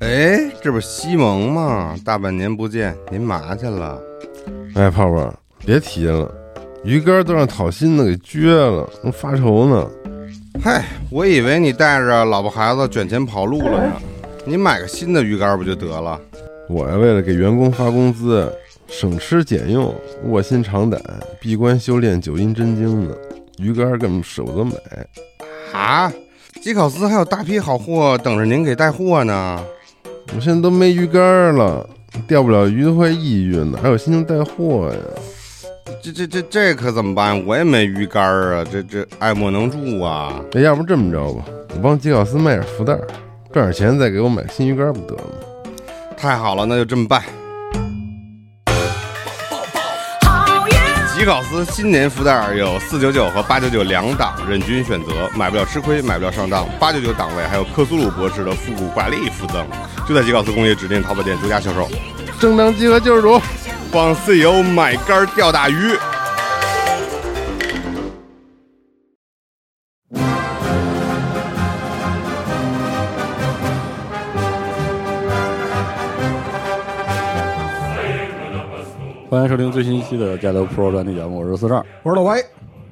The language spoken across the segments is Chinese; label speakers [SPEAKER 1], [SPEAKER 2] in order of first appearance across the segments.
[SPEAKER 1] 哎这不是西蒙吗？大半年不见，您嘛去了？
[SPEAKER 2] 哎，泡泡，别提了，鱼竿都让讨薪的给撅了，正发愁呢。
[SPEAKER 1] 嗨，我以为你带着老婆孩子卷钱跑路了呢。你买个新的鱼竿不就得了？
[SPEAKER 2] 我呀，为了给员工发工资，省吃俭用，卧薪尝胆，闭关修炼九阴真经呢。鱼竿根本舍不得买。
[SPEAKER 1] 啊，吉考斯还有大批好货等着您给带货呢。
[SPEAKER 2] 我现在都没鱼竿了，钓不了鱼都快抑郁了，哪有心情带货呀？
[SPEAKER 1] 这这这这可怎么办？我也没鱼竿啊，这这爱莫能助啊。
[SPEAKER 2] 哎，要不这么着吧，我帮吉考斯卖点福袋，赚点钱再给我买新鱼竿不得了吗？
[SPEAKER 1] 太好了，那就这么办。
[SPEAKER 3] 好运
[SPEAKER 1] 吉考斯新年福袋有四九九和八九九两档，任君选择，买不了吃亏，买不了上当。八九九档位还有克苏鲁博士的复古挂历附赠，就在吉考斯工业指定淘宝店独家销售。
[SPEAKER 2] 正当集合救世主。
[SPEAKER 1] 帮 CEO 买竿钓大鱼。
[SPEAKER 4] 欢迎收听最新一期的《加流 Pro》专题节目，我是四十二。
[SPEAKER 5] 我是老歪，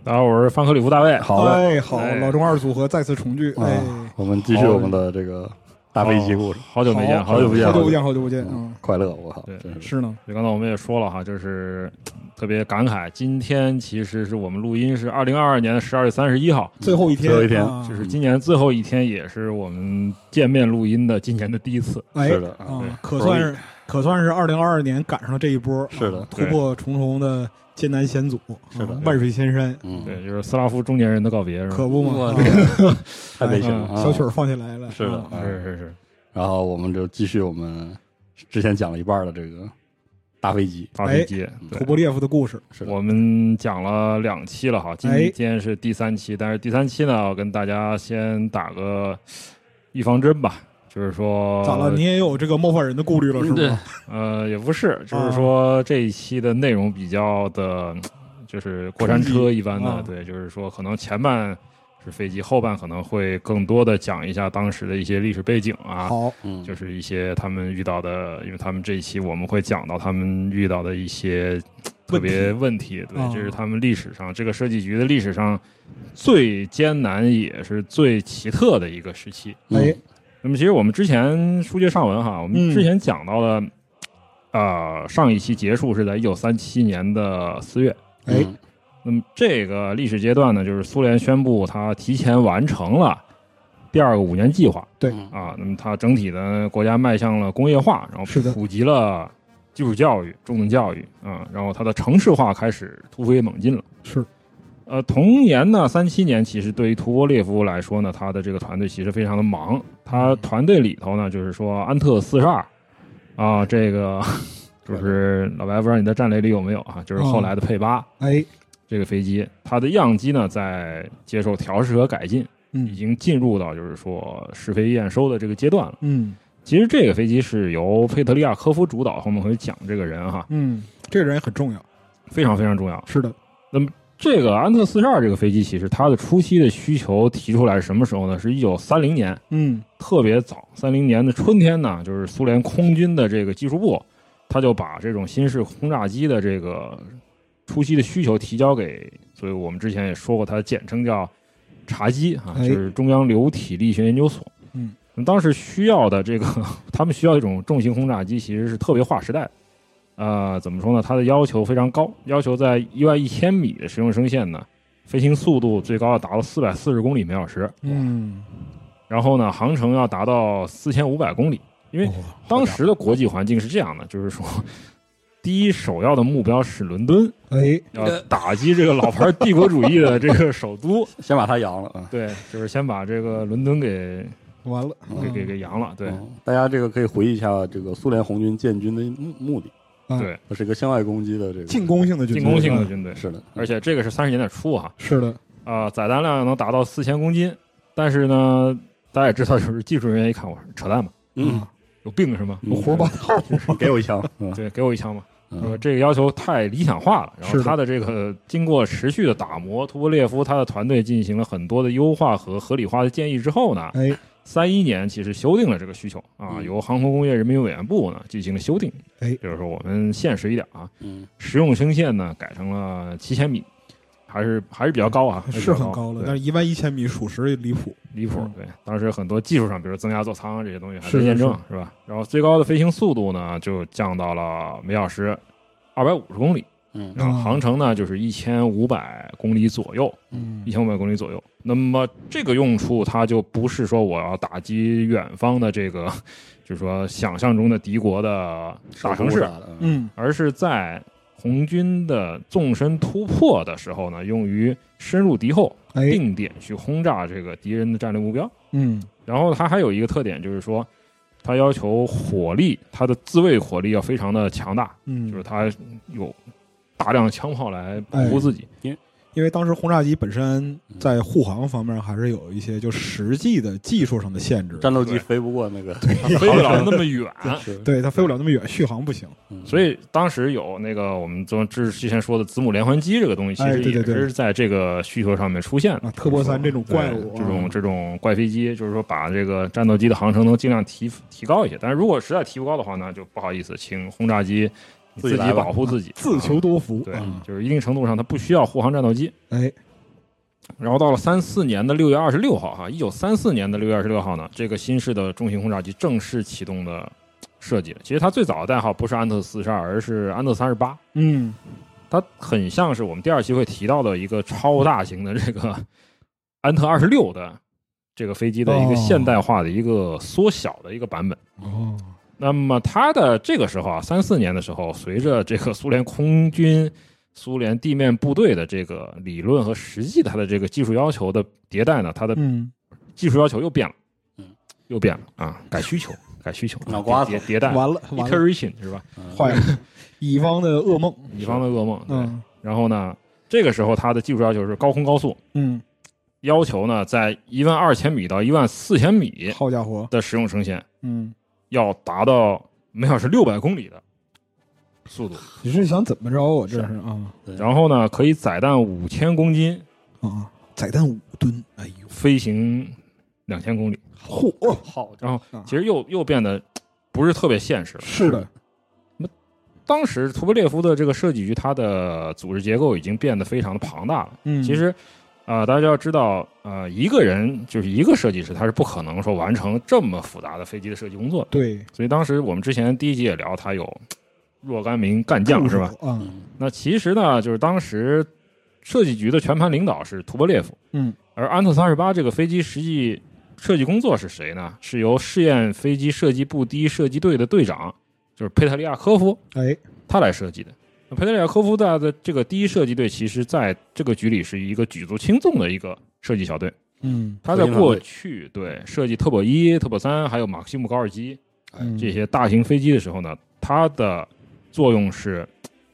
[SPEAKER 6] 大家好，我是范克里夫大卫。
[SPEAKER 4] 好嘞，
[SPEAKER 5] 哎，好，老中二组合再次重聚，哎，哦
[SPEAKER 4] 啊，我们继续我们的这个大飞机故事。
[SPEAKER 6] 好久没见，
[SPEAKER 5] 好
[SPEAKER 6] 久不见，
[SPEAKER 5] 好
[SPEAKER 6] 好
[SPEAKER 5] 久不见，。好久不见，嗯，
[SPEAKER 4] 快乐，我靠，真是
[SPEAKER 5] 是呢，
[SPEAKER 6] 就刚才我们也说了哈，就是嗯特别感慨，今天其实是我们录音是二零二二年的十二月三十一号，
[SPEAKER 5] 最后一天，
[SPEAKER 4] 最后一天
[SPEAKER 5] 啊
[SPEAKER 6] 就是今年最后一天，也是我们见面录音的今年的第一次。
[SPEAKER 5] 哎，
[SPEAKER 4] 是的
[SPEAKER 5] 啊
[SPEAKER 6] 对，
[SPEAKER 5] 可算是可算是二零二二年赶上了这一波，
[SPEAKER 4] 是的
[SPEAKER 5] 啊突破重重的艰难险阻，
[SPEAKER 4] 是的
[SPEAKER 5] 啊万水千山，
[SPEAKER 4] 嗯，
[SPEAKER 6] 对，就是斯拉夫中年人的告别，是吧？
[SPEAKER 5] 可不嘛，
[SPEAKER 4] 哇
[SPEAKER 5] 啊
[SPEAKER 4] 太悲情了。啊
[SPEAKER 5] 嗯小曲儿放起来了，
[SPEAKER 4] 是的
[SPEAKER 5] 啊
[SPEAKER 4] 啊
[SPEAKER 6] 是是是，
[SPEAKER 4] 然后我们就继续我们之前讲了一半的这个大飞机，
[SPEAKER 6] 大飞机。对
[SPEAKER 5] 图波列夫的故事，
[SPEAKER 4] 是的
[SPEAKER 6] 我们讲了两期了哈，今
[SPEAKER 5] 哎
[SPEAKER 6] 天是第三期，但是第三期呢，我跟大家先打个预防针吧，就是说
[SPEAKER 5] 咋了？你也有这个冒犯人的顾虑了，是
[SPEAKER 4] 嗯对
[SPEAKER 5] 吗？
[SPEAKER 6] 呃，也不是，
[SPEAKER 5] 啊
[SPEAKER 6] 就是说这一期的内容比较的，就是过山车一般
[SPEAKER 5] 啊
[SPEAKER 6] 的，对，就是说可能前半是飞机，后半可能会更多的讲一下当时的一些历史背景啊，
[SPEAKER 5] 好，
[SPEAKER 4] 嗯，
[SPEAKER 6] 就是是一些他们遇到的，因为他们这一期我们会讲到他们遇到的一些特别问题，对
[SPEAKER 5] 啊，
[SPEAKER 6] 这是他们历史上这个设计局的历史上最艰难也是最奇特的一个时期。
[SPEAKER 4] 嗯
[SPEAKER 5] 哎，
[SPEAKER 6] 那么其实我们之前书接上文哈，我
[SPEAKER 5] 嗯
[SPEAKER 6] 们之前讲到了，呃，上一期结束是在一九三七年的四月。
[SPEAKER 5] 哎，
[SPEAKER 4] 嗯
[SPEAKER 6] 那么这个历史阶段呢，就是苏联宣布它提前完成了第二个五年计划
[SPEAKER 5] 对
[SPEAKER 4] 嗯
[SPEAKER 6] 啊。那么它整体的国家迈向了工业化，然
[SPEAKER 5] 哎是的
[SPEAKER 6] 后普及了基础教育、中等教育啊，然后它的城市化开始突飞猛进了。
[SPEAKER 5] 是，
[SPEAKER 6] 呃，同年呢，三七年，其实对于图波列夫来说呢，他的这个团队其实非常的忙。他团队里头呢，就是说安特四十二啊，这个就是老白，不知道你在战雷里有没有啊？就是后来的佩八、
[SPEAKER 5] 哎，
[SPEAKER 6] 这个飞机，它的样机呢在接受调试和改进，已
[SPEAKER 5] 嗯
[SPEAKER 6] 经进入到就是说试飞验收的这个阶段了。
[SPEAKER 5] 嗯
[SPEAKER 6] 其实这个飞机是由佩特利亚科夫主导，后面会讲这个人哈，
[SPEAKER 5] 嗯，这个人也很重要，
[SPEAKER 6] 非常非常重要。
[SPEAKER 5] 是的，
[SPEAKER 6] 这个安特四十二这个飞机，其实它的初期的需求提出来是什么时候呢？是一九三零年，
[SPEAKER 5] 嗯
[SPEAKER 6] 特别早。三零年的春天呢，就是苏联空军的这个技术部，他就把这种新式轰炸机的这个初期的需求提交给，所以我们之前也说过，它简称叫茶机啊，
[SPEAKER 5] 哎
[SPEAKER 6] 就是中央流体力学研究所。
[SPEAKER 5] 嗯
[SPEAKER 6] 那当时需要的这个，他们需要一种重型轰炸机，其实是特别划时代的。呃，怎么说呢？它的要求非常高，要求在一万一千米的使用升限呢，飞行速度最高要达到四百四十公里每小时。
[SPEAKER 5] 嗯，
[SPEAKER 6] 然后呢，航程要达到四千五百公里。因为
[SPEAKER 5] 哦
[SPEAKER 6] 当时的国际环境是这样的，就是说，第一首要的目标是伦敦，
[SPEAKER 5] 哎，
[SPEAKER 4] 呃
[SPEAKER 6] 要打击这个老牌帝国主义的这个首 都。
[SPEAKER 4] 先把它扬了啊。
[SPEAKER 6] 对，就是先把这个伦敦给
[SPEAKER 5] 完了，
[SPEAKER 6] 给给
[SPEAKER 5] 嗯
[SPEAKER 6] 给扬了。对，
[SPEAKER 4] 嗯大家这个可以回忆一下这个苏联红军建军的目目的，
[SPEAKER 5] 啊
[SPEAKER 6] 对
[SPEAKER 4] 它是一个向外攻击的这个
[SPEAKER 5] 进，攻性的军队
[SPEAKER 6] 进攻性的军队，
[SPEAKER 4] 是的，嗯
[SPEAKER 6] 而且这个是三十年代初哈，
[SPEAKER 5] 是的，
[SPEAKER 6] 啊，载弹量能达到四千公斤。但是呢，大家也知道，就是技术人员一看我扯淡吧，
[SPEAKER 4] 嗯，
[SPEAKER 6] 有病是吗？
[SPEAKER 4] 嗯
[SPEAKER 5] 胡说八道，
[SPEAKER 4] 给我一枪，嗯
[SPEAKER 6] 对，给我一枪吧。
[SPEAKER 4] 嗯
[SPEAKER 6] 说呃这个要求太理想化了，然
[SPEAKER 5] 是
[SPEAKER 6] 后
[SPEAKER 5] 的
[SPEAKER 6] 他的这个经过持续的打磨，图波列夫他的团队进行了很多的优化和合理化的建议之后呢，
[SPEAKER 5] 哎，
[SPEAKER 6] 三一年其实修订了这个需求啊，
[SPEAKER 4] 嗯
[SPEAKER 6] 由航空工业人民委员部呢进行了修订。
[SPEAKER 5] 哎
[SPEAKER 6] 比如说我们现实一点啊，
[SPEAKER 4] 嗯
[SPEAKER 6] 实用升限呢改成了七千米，还是还是比较高啊，还
[SPEAKER 5] 是
[SPEAKER 6] 比较
[SPEAKER 5] 很高了，
[SPEAKER 6] 对
[SPEAKER 5] 但是一万一千米属实离谱。
[SPEAKER 6] 离谱
[SPEAKER 5] 嗯。
[SPEAKER 6] 对，当时很多技术上，比如增压座舱啊这些东西还
[SPEAKER 5] 是
[SPEAKER 6] 在
[SPEAKER 5] 是
[SPEAKER 6] 验证，是吧？然后最高的飞行速度呢，就降到了每小时二百五十公里，
[SPEAKER 4] 嗯
[SPEAKER 6] 然后
[SPEAKER 5] 哦
[SPEAKER 6] 航程呢就是一千五百公里左右，
[SPEAKER 5] 嗯
[SPEAKER 6] 一千五百公里左右。那么这个用处，它就不是说我要打击远方的这个， 就是说想象中的敌国的大城市，
[SPEAKER 4] 嗯嗯
[SPEAKER 5] 嗯，
[SPEAKER 6] 而是在红军的纵深突破的时候呢，用于深入敌后，
[SPEAKER 5] 哎，
[SPEAKER 6] 定点去轰炸这个敌人的战略目标。
[SPEAKER 5] 嗯
[SPEAKER 6] 然后它还有一个特点就是说，它要求火力，它的自卫火力要非常的强大，
[SPEAKER 5] 嗯，
[SPEAKER 6] 就是它有大量枪炮来保护自己。
[SPEAKER 5] 因为当时轰炸机本身在护航方面还是有一些就实际的技术上的限制，
[SPEAKER 4] 战斗机飞不过那个，
[SPEAKER 6] 飞不了那么远，
[SPEAKER 4] 是
[SPEAKER 5] 哎 对它飞不了那么远，续航不行。
[SPEAKER 4] 嗯
[SPEAKER 6] 所以当时有那个我们之之之前说的子母连环机这个东西，其
[SPEAKER 5] 哎
[SPEAKER 6] 实
[SPEAKER 5] 对
[SPEAKER 6] 也
[SPEAKER 5] 对对
[SPEAKER 6] 是在这个需求上面出现的。
[SPEAKER 5] 啊特波三这种怪
[SPEAKER 6] 对
[SPEAKER 5] 物啊
[SPEAKER 6] 这种这种怪飞机，就是说把这个战斗机的航程能尽量提提高一些。但是如果实在提不高的话呢，就不好意思，请轰炸机你
[SPEAKER 4] 自
[SPEAKER 6] 自
[SPEAKER 4] 己
[SPEAKER 6] 己
[SPEAKER 4] 来吧
[SPEAKER 6] 保护自己，
[SPEAKER 5] 自求多福。
[SPEAKER 6] 对
[SPEAKER 5] 啊，
[SPEAKER 6] 就是一定程度上它不需要护航战斗机。
[SPEAKER 5] 哎，
[SPEAKER 6] 然后到了三四年的六月二十六号，哈，一九三四年的六月二十六号呢，这个新式的重型轰炸机正式启动的设计了。其实它最早的代号不是安特四十二，而是安特三十八。
[SPEAKER 5] 嗯，
[SPEAKER 6] 它很像是我们第二期会提到的一个超大型的这个安特二十六的这个飞机的一个
[SPEAKER 5] 哦
[SPEAKER 6] 现代化的一个缩小的一个版本。
[SPEAKER 5] 哦，
[SPEAKER 6] 那么它的这个时候啊，三四年的时候，随着这个苏联空军、苏联地面部队的这个理论和实际的它的这个技术要求的迭代呢，它的
[SPEAKER 5] 嗯，
[SPEAKER 6] 技术要求又变了，
[SPEAKER 4] 嗯，
[SPEAKER 6] 又变了啊，改需求， 改需求，
[SPEAKER 4] 脑瓜子
[SPEAKER 6] 迭迭代
[SPEAKER 5] 完了完了，
[SPEAKER 6] ，iteration 是吧？
[SPEAKER 4] 嗯
[SPEAKER 5] 坏 了，乙方的噩梦。
[SPEAKER 6] 乙方的噩梦。对，
[SPEAKER 5] 嗯
[SPEAKER 6] 然后呢，这个时候它的技术要求是高空高速，
[SPEAKER 5] 嗯，
[SPEAKER 6] 要求呢在一万二千米到一万四千米
[SPEAKER 5] 好家伙，
[SPEAKER 6] 的使用升限
[SPEAKER 5] 嗯，
[SPEAKER 6] 要达到每小时六百公里的速度，
[SPEAKER 5] 你是想怎么着我这是啊
[SPEAKER 6] 然后呢可以载弹五千公斤，
[SPEAKER 5] 啊，载弹五吨，哎呦，
[SPEAKER 6] 飞行两千公里。
[SPEAKER 5] 嚯，
[SPEAKER 4] 好
[SPEAKER 6] 然后
[SPEAKER 5] 啊
[SPEAKER 6] 其实又又变得不是特别现实了。
[SPEAKER 5] 是的，
[SPEAKER 6] 当时图波列夫的这个设计局，它的组织结构已经变得非常的庞大了。
[SPEAKER 5] 嗯，
[SPEAKER 6] 其实，啊，大家要知道，呃，一个人就是一个设计师，他是不可能说完成这么复杂的飞机的设计工作的。
[SPEAKER 5] 对，
[SPEAKER 6] 所以当时我们之前第一集也聊，他有若干名干将是吧？
[SPEAKER 5] 助手？啊，
[SPEAKER 4] 嗯
[SPEAKER 6] 那其实呢，就是当时设计局的全盘领导是图波列夫，
[SPEAKER 5] 嗯，
[SPEAKER 6] 而安特三十八这个飞机实际设计工作是谁呢？是由试验飞机设计部第一射击队的队长，就是佩特利亚科夫，
[SPEAKER 5] 哎，
[SPEAKER 6] 他来设计的。那佩特里亚科夫大的这个第一射击队，其实在这个局里是一个举足轻重的一个设计小队。
[SPEAKER 5] 嗯
[SPEAKER 6] 他在过去对设计特波一、特波三，还有马克西姆高尔基
[SPEAKER 5] 嗯，
[SPEAKER 6] 哎这些大型飞机的时候呢，它的作用是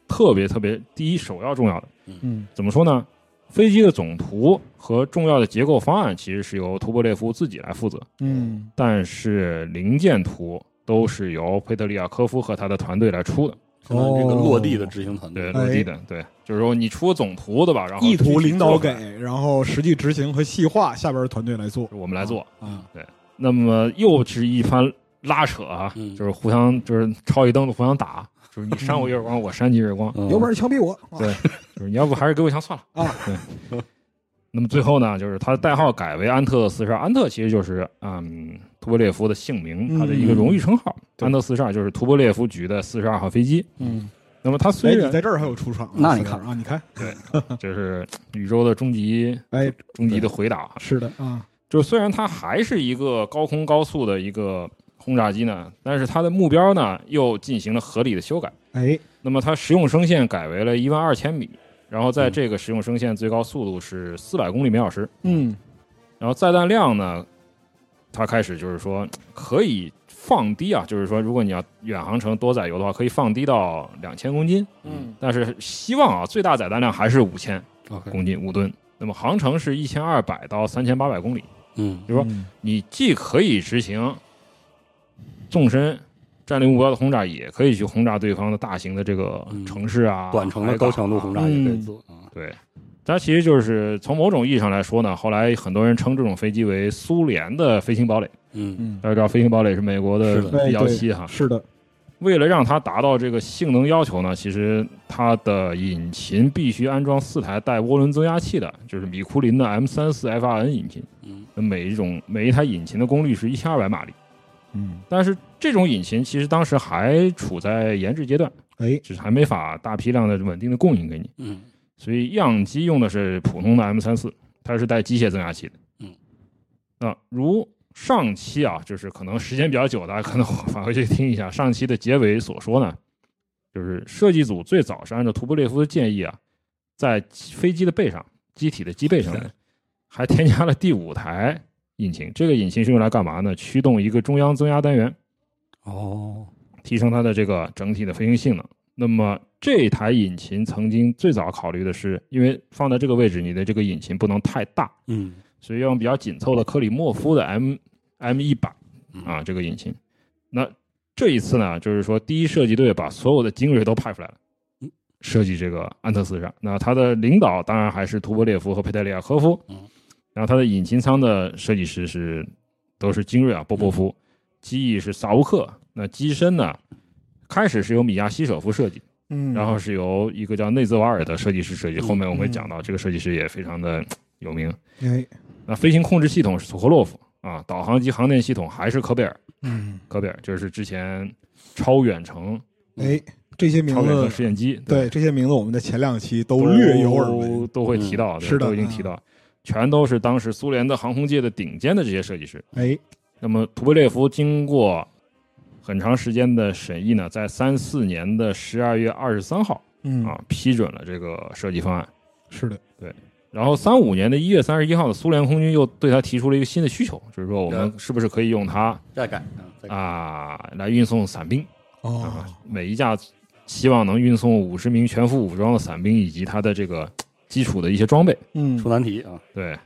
[SPEAKER 6] 特别特别第一首要重要的。
[SPEAKER 5] 嗯
[SPEAKER 6] 怎么说呢？飞机的总图和重要的结构方案其实是由图波列夫自己来负责，
[SPEAKER 5] 嗯
[SPEAKER 6] 但是零件图都是由佩特利亚科夫和他的团队来出的。
[SPEAKER 4] 相当于这个
[SPEAKER 5] 哦
[SPEAKER 4] 落地的执行团
[SPEAKER 6] 对，
[SPEAKER 4] 队，
[SPEAKER 6] 落地的，对，就是说你出总图对吧？然后
[SPEAKER 5] 哎意图
[SPEAKER 6] 具体
[SPEAKER 5] 领导
[SPEAKER 6] 哦做
[SPEAKER 5] 给
[SPEAKER 6] 法，
[SPEAKER 5] 然后实际执行和细化，下边儿团队来做
[SPEAKER 6] 是我们来做。
[SPEAKER 5] 啊。
[SPEAKER 6] 那么又是一番拉扯啊，
[SPEAKER 4] 嗯
[SPEAKER 6] 就是互相就是抄一凳子互相打，就是你扇我一耳光，我扇你一耳光，
[SPEAKER 4] 嗯
[SPEAKER 5] 有本事枪毙我！啊
[SPEAKER 6] 哦对就是你要不还是给我一枪算了
[SPEAKER 5] 啊。
[SPEAKER 6] 对。那么最后呢，就是他的代号改为安特四十二，安特其实就是嗯图波列夫的姓名，他的一个荣誉称号。
[SPEAKER 5] 对
[SPEAKER 6] 安特四十二就是图波列夫局的四十二号飞机。
[SPEAKER 5] 嗯，
[SPEAKER 6] 那么他
[SPEAKER 5] 所以
[SPEAKER 6] 虽
[SPEAKER 5] 你
[SPEAKER 6] 然
[SPEAKER 5] 在这儿还有出场啊，
[SPEAKER 4] 那你
[SPEAKER 5] 是
[SPEAKER 4] 看
[SPEAKER 5] 啊，你看，
[SPEAKER 6] 就是宇宙的终极
[SPEAKER 5] 哎，
[SPEAKER 6] 终极的回答，
[SPEAKER 5] 是的啊，
[SPEAKER 6] 就虽然它还是一个高空高速的一个轰炸机呢，但是它的目标呢又进行了合理的修改。
[SPEAKER 5] 哎，
[SPEAKER 6] 那么它实用升限改为了一万二千米，然后在这个实用升限最高速度是四百公里每小时，
[SPEAKER 5] 嗯，
[SPEAKER 6] 然后载弹量呢，它开始就是说可以放低啊，就是说如果你要远航程多载油的话，可以放低到两千公斤，
[SPEAKER 5] 嗯，
[SPEAKER 6] 但是希望啊最大载弹量还是五千
[SPEAKER 4] OK，
[SPEAKER 6] 公斤五吨。那么航程是一千二百到三千八百公里。
[SPEAKER 4] 嗯
[SPEAKER 6] 比如说
[SPEAKER 5] 嗯
[SPEAKER 6] 你既可以执行纵深战略目标的轰炸，也可以去轰炸对方的大型的这个
[SPEAKER 4] 嗯
[SPEAKER 6] 城市啊、
[SPEAKER 4] 短程的
[SPEAKER 6] 海
[SPEAKER 4] 高
[SPEAKER 6] 港啊
[SPEAKER 4] 强度轰炸也可以做啊，
[SPEAKER 6] 对，它其实就是从某种意义上来说呢，后来很多人称这种飞机为苏联的飞行堡垒。
[SPEAKER 4] 嗯
[SPEAKER 5] 嗯，
[SPEAKER 6] 大家知道飞行堡垒是美国的
[SPEAKER 4] 是的
[SPEAKER 5] 对
[SPEAKER 6] 幺
[SPEAKER 5] 对
[SPEAKER 6] 七哈，
[SPEAKER 5] 是的，
[SPEAKER 6] 为了让它达到这个性能要求呢，其实它的引擎必须安装四台带涡轮增压器的，就是米库林的 M 三四 FRN 引擎。
[SPEAKER 4] 嗯，
[SPEAKER 6] 每一种每一台引擎的功率是一千二百马力，
[SPEAKER 5] 嗯，
[SPEAKER 6] 但是这种引擎其实当时还处在研制阶段，
[SPEAKER 5] 哎，
[SPEAKER 6] 只是还没法大批量的稳定的供应给你。
[SPEAKER 4] 嗯
[SPEAKER 6] 所以样机用的是普通的 M 三四，它是带机械增压器的。
[SPEAKER 4] 嗯，
[SPEAKER 6] 那如上期啊，就是可能时间比较久，大家可能 返回去听一下上期的结尾所说呢，就是设计组最早是按照图波列夫的建议啊，在飞机的背上，机体的机背上面，还添加了第五台引擎。这个引擎是用来干嘛呢？驱动一个中央增压单元。
[SPEAKER 4] 哦
[SPEAKER 6] 提升它的这个整体的飞行性能。那么这台引擎曾经最早考虑的是，因为放在这个位置，你的这个引擎不能太大，
[SPEAKER 4] 嗯
[SPEAKER 6] 所以要用比较紧凑的克里莫夫的 M M 一百
[SPEAKER 4] 嗯
[SPEAKER 6] 啊这个引擎。那这一次呢，就是说第一设计队把所有的精锐都派出来了
[SPEAKER 4] 嗯。
[SPEAKER 6] 设计这个安特斯上，那他的领导当然还是图波列夫和佩特里亚科夫
[SPEAKER 4] 嗯，
[SPEAKER 6] 然后他的引擎舱的设计师是都是精锐啊，波波夫，
[SPEAKER 4] 嗯
[SPEAKER 6] 机翼是萨乌克，那机身呢，开始是由米亚西舍夫设计，
[SPEAKER 5] 嗯，
[SPEAKER 6] 然后是由一个叫内兹瓦尔的设计师设计，
[SPEAKER 4] 嗯
[SPEAKER 6] 后面我们会讲到这个设计师也非常的有名。
[SPEAKER 5] 哎，
[SPEAKER 6] 那飞行控制系统是索科洛夫啊，导航及航电系统还是科贝尔，
[SPEAKER 5] 嗯，
[SPEAKER 6] 科贝尔就是之前超远程
[SPEAKER 5] 哎，这些名
[SPEAKER 6] 超远程
[SPEAKER 5] 字，
[SPEAKER 6] 实验机，
[SPEAKER 5] 对这些名字，我们在前两期都略有耳闻。
[SPEAKER 6] 都都会提到，对
[SPEAKER 5] 是的嗯
[SPEAKER 6] 都已经提到，全都是当时苏联的航空界的顶尖的这些设计师。
[SPEAKER 5] 哎，
[SPEAKER 6] 那么图波列夫经过很长时间的审议呢，在三四年的十二月二十三号
[SPEAKER 5] 嗯，
[SPEAKER 6] 啊批准了这个设计方案。
[SPEAKER 5] 是的，
[SPEAKER 6] 然后三五年的一月三十一号呢，苏联空军又对它提出了一个新的需求，就是说我们是不是可以用它
[SPEAKER 4] 再改嗯再改
[SPEAKER 6] 啊来运送伞兵啊
[SPEAKER 5] 哦，，
[SPEAKER 6] 每一架希望能运送五十名全副武装的伞兵以及它的这个基础的一些装备。
[SPEAKER 5] 嗯
[SPEAKER 4] 出，难题啊
[SPEAKER 6] 对。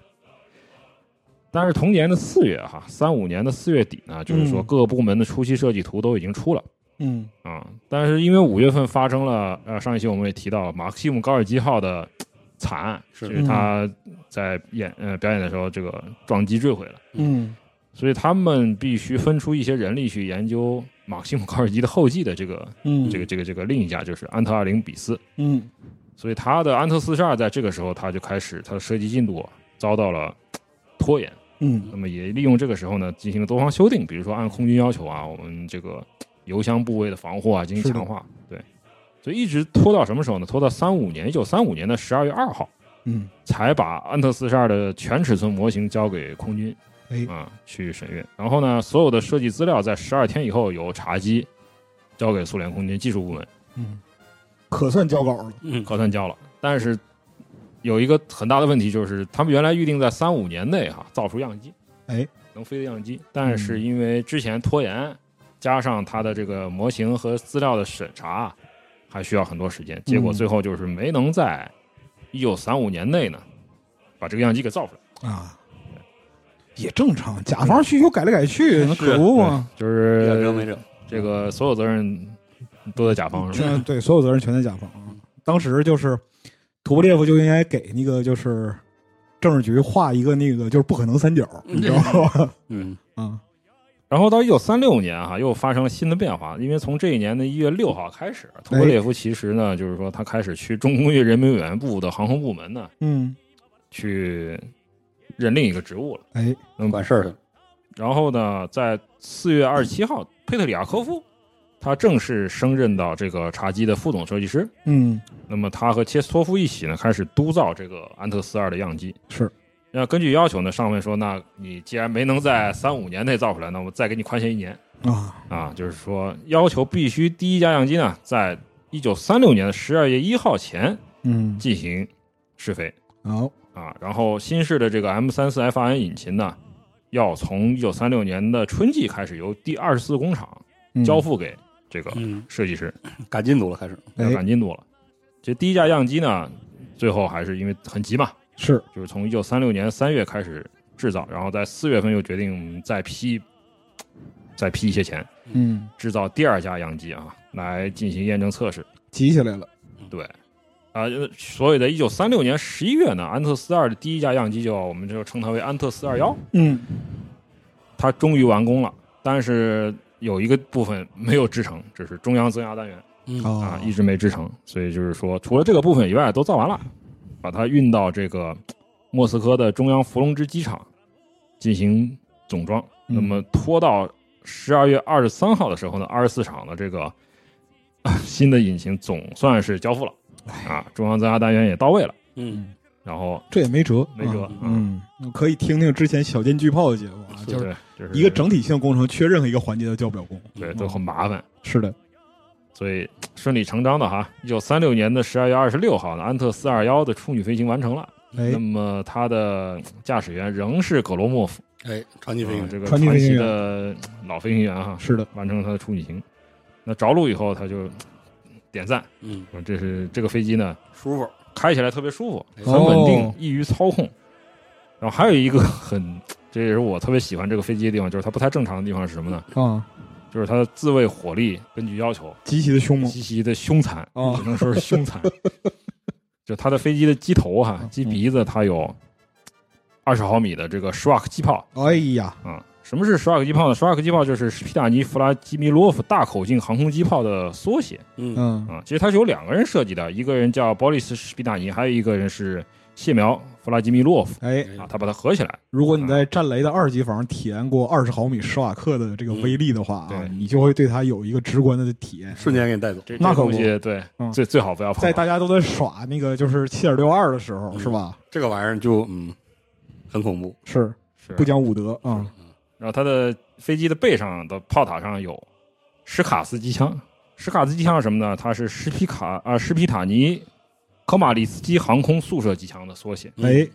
[SPEAKER 6] 但是同年的四月哈，三五年的四月底呢，就是说
[SPEAKER 5] 嗯
[SPEAKER 6] 各个部门的初期设计图都已经出了。
[SPEAKER 5] 嗯，
[SPEAKER 6] 啊、但是因为五月份发生了，呃，上一期我们也提到马克西姆高尔基号的嘖惨案，
[SPEAKER 4] 是
[SPEAKER 6] 就是他在演呃表演的时候，这个撞击坠毁了，
[SPEAKER 5] 嗯，
[SPEAKER 6] 所以他们必须分出一些人力去研究马克西姆高尔基的后继的这个、
[SPEAKER 5] 嗯，
[SPEAKER 6] 这个，这个这个另一架就是安特二零比斯，
[SPEAKER 5] 嗯，
[SPEAKER 6] 所以他的安特四十二在这个时候他就开始他的设计进度遭到了嘖拖延。
[SPEAKER 5] 嗯，
[SPEAKER 6] 那么也利用这个时候呢，进行了多方修订，比如说按空军要求啊，我们这个油箱部位的防护啊进行强化，对，所以一直拖到什么时候呢？拖到三五年，一九三五年的十二月二号，
[SPEAKER 5] 嗯，
[SPEAKER 6] 才把安特四十二的全尺寸模型交给空军
[SPEAKER 5] 哎，
[SPEAKER 6] 啊去审阅。然后呢，所有的设计资料在十二天以后由茶几交给苏联空军技术部门，
[SPEAKER 5] 嗯，可算交稿了。
[SPEAKER 4] 嗯
[SPEAKER 6] 高算交了。但是有一个很大的问题就是，他们原来预定在三五年内哈、造出样机，
[SPEAKER 5] 哎，
[SPEAKER 6] 能飞的样机，但是因为之前拖延，加上它的这个模型和资料的审查，还需要很多时间，结果最后就是没能在一九三五年内呢把这个样机给造出来。
[SPEAKER 5] 啊，也正常。甲方需求改来改去，那可不嘛。
[SPEAKER 6] 就
[SPEAKER 4] 有辙没
[SPEAKER 6] 是
[SPEAKER 4] 辙
[SPEAKER 6] 这个所有责任都在甲方是吧？
[SPEAKER 5] 全对，所有责任全在甲方啊。当时就是图波列夫就应该给那个就是政治局画一个那个就是不可能三角，你知道吗？
[SPEAKER 4] 嗯
[SPEAKER 5] 啊，
[SPEAKER 6] 然后到一九三六年哈、又发生了新的变化，因为从这一年的一月六号开始，图波列夫其实呢，就是说他开始去中工业人民委员部的航空部门呢
[SPEAKER 5] 嗯，
[SPEAKER 6] 去任另一个职务了。
[SPEAKER 5] 哎，
[SPEAKER 4] 管事儿去了
[SPEAKER 6] 然后呢，在四月二十七号，佩特里亚科夫他正式升任到这个茶几的副总设计师。
[SPEAKER 5] 嗯，
[SPEAKER 6] 那么他和切斯托夫一起呢，开始督造这个安特四二的样机。
[SPEAKER 5] 是。
[SPEAKER 6] 那根据要求呢，上面说，那你既然没能在三五年内造出来，那我再给你宽限一年
[SPEAKER 5] 啊，
[SPEAKER 6] 啊，就是说要求必须第一架样机呢，在一九三六年的十二月一号前
[SPEAKER 5] 嗯，
[SPEAKER 6] 进行试飞。
[SPEAKER 5] 好，
[SPEAKER 6] 啊，然后新式的这个 M 三四 FRN 引擎呢，要从一九三六年的春季开始由第二十四工厂
[SPEAKER 5] 嗯
[SPEAKER 6] 交付给这个
[SPEAKER 4] 嗯
[SPEAKER 6] 设计师，
[SPEAKER 4] 赶进度了开始
[SPEAKER 6] 要
[SPEAKER 5] 哎
[SPEAKER 6] 赶进度了。这第一架样机呢，最后还是因为很急嘛，
[SPEAKER 5] 是，
[SPEAKER 6] 就是从一九三六年三月开始制造，然后在四月份又决定再批再批一些钱
[SPEAKER 5] 嗯，
[SPEAKER 6] 制造第二架样机啊，来进行验证测试。
[SPEAKER 5] 急起来了，
[SPEAKER 6] 对，啊、所以在一九三六年十一月呢，安特四二的第一架样机就我们就称它为安特四二幺，
[SPEAKER 5] 嗯，
[SPEAKER 6] 它终于完工了，但是有一个部分没有制成，只是中央增压单元。
[SPEAKER 4] 嗯，
[SPEAKER 5] 啊
[SPEAKER 6] 啊，一直没制成，所以就是说，除了这个部分以外，都造完了，把它运到这个莫斯科的中央伏龙芝机场进行总装。
[SPEAKER 5] 嗯
[SPEAKER 6] 那么拖到十二月二十三号的时候呢，二十四厂的这个、 啊新的引擎总算是交付了
[SPEAKER 5] 哎
[SPEAKER 6] 啊，中央增压单元也到位了，
[SPEAKER 4] 嗯，
[SPEAKER 6] 然后
[SPEAKER 5] 这也没辙，
[SPEAKER 6] 没辙
[SPEAKER 5] 啊，嗯，可以听听之前小电锯炮的节目啊，就是
[SPEAKER 6] 对就是
[SPEAKER 5] 一个整体嗯性工程缺任何一个环节的叫不了功。
[SPEAKER 4] 嗯
[SPEAKER 6] 对都很麻烦。
[SPEAKER 5] 是的，
[SPEAKER 6] 所以顺理成章的哈，一九三六年的十二月二十六号呢，安特四二幺的处女飞行完成了。
[SPEAKER 5] 哎
[SPEAKER 6] 那，么它的呃驾驶员仍是葛罗莫夫，
[SPEAKER 4] 哎，传奇飞
[SPEAKER 6] 啊
[SPEAKER 4] 行
[SPEAKER 6] 这个
[SPEAKER 5] 传
[SPEAKER 6] 传
[SPEAKER 5] 奇飞行
[SPEAKER 6] 奇
[SPEAKER 5] 员
[SPEAKER 6] 的呃老飞行员哈，
[SPEAKER 5] 是的，
[SPEAKER 6] 完成了他的处女型。那着陆以后，他就呃点赞，
[SPEAKER 4] 嗯，
[SPEAKER 6] 说这是这个飞机呢，
[SPEAKER 4] 舒服，
[SPEAKER 6] 开起来特别舒服，
[SPEAKER 4] 哎
[SPEAKER 6] 很稳定，
[SPEAKER 5] 哦
[SPEAKER 6] 易于操控。然后还有一个很， 这也是我特别喜欢这个飞机的地方，就是它不太正常的地方是什么呢？
[SPEAKER 5] 啊，
[SPEAKER 6] 就是它的自卫火力根据要求
[SPEAKER 5] 极其的凶猛
[SPEAKER 6] 极其的凶残，
[SPEAKER 5] 啊
[SPEAKER 6] 只能说是凶残。 就它的飞机的机头哈
[SPEAKER 5] 嗯，
[SPEAKER 6] 机鼻子它有二十毫米的这个 Shrock 机炮
[SPEAKER 5] 哎呀，
[SPEAKER 6] 啊。什么是 Shrock 机炮呢？Shrock 机炮就是史皮塔尼弗拉基米洛夫大口径航空机炮的缩写
[SPEAKER 4] 嗯
[SPEAKER 5] 嗯
[SPEAKER 6] 啊。其实它是有两个人设计的，一个人叫鲍里斯·史皮塔尼，还有一个人是谢苗·弗拉基米洛夫
[SPEAKER 5] 哎，
[SPEAKER 6] 啊。他把它合起来，
[SPEAKER 5] 如果你在战雷的二级房体验过二十毫米施瓦克的这个威力的话啊，
[SPEAKER 6] 嗯对
[SPEAKER 5] 你就会对嗯它有一个直观的体验。
[SPEAKER 4] 瞬间给你带走，
[SPEAKER 6] 这这
[SPEAKER 5] 那可不
[SPEAKER 6] 东西对
[SPEAKER 5] 嗯
[SPEAKER 6] 最最好不要碰
[SPEAKER 5] 在。大家都在耍那个就是七点六二的时候，
[SPEAKER 4] 嗯
[SPEAKER 5] 是吧？
[SPEAKER 4] 这个玩意儿就嗯，很恐怖，
[SPEAKER 5] 是
[SPEAKER 6] 是
[SPEAKER 5] 不讲武德啊，
[SPEAKER 6] 然后它的飞机的背上的炮塔上有史卡斯机枪。史卡斯机枪是什么呢？它是史皮卡啊、史皮塔尼科马里斯基航空速射机枪的缩写。
[SPEAKER 4] 嗯
[SPEAKER 5] 哎，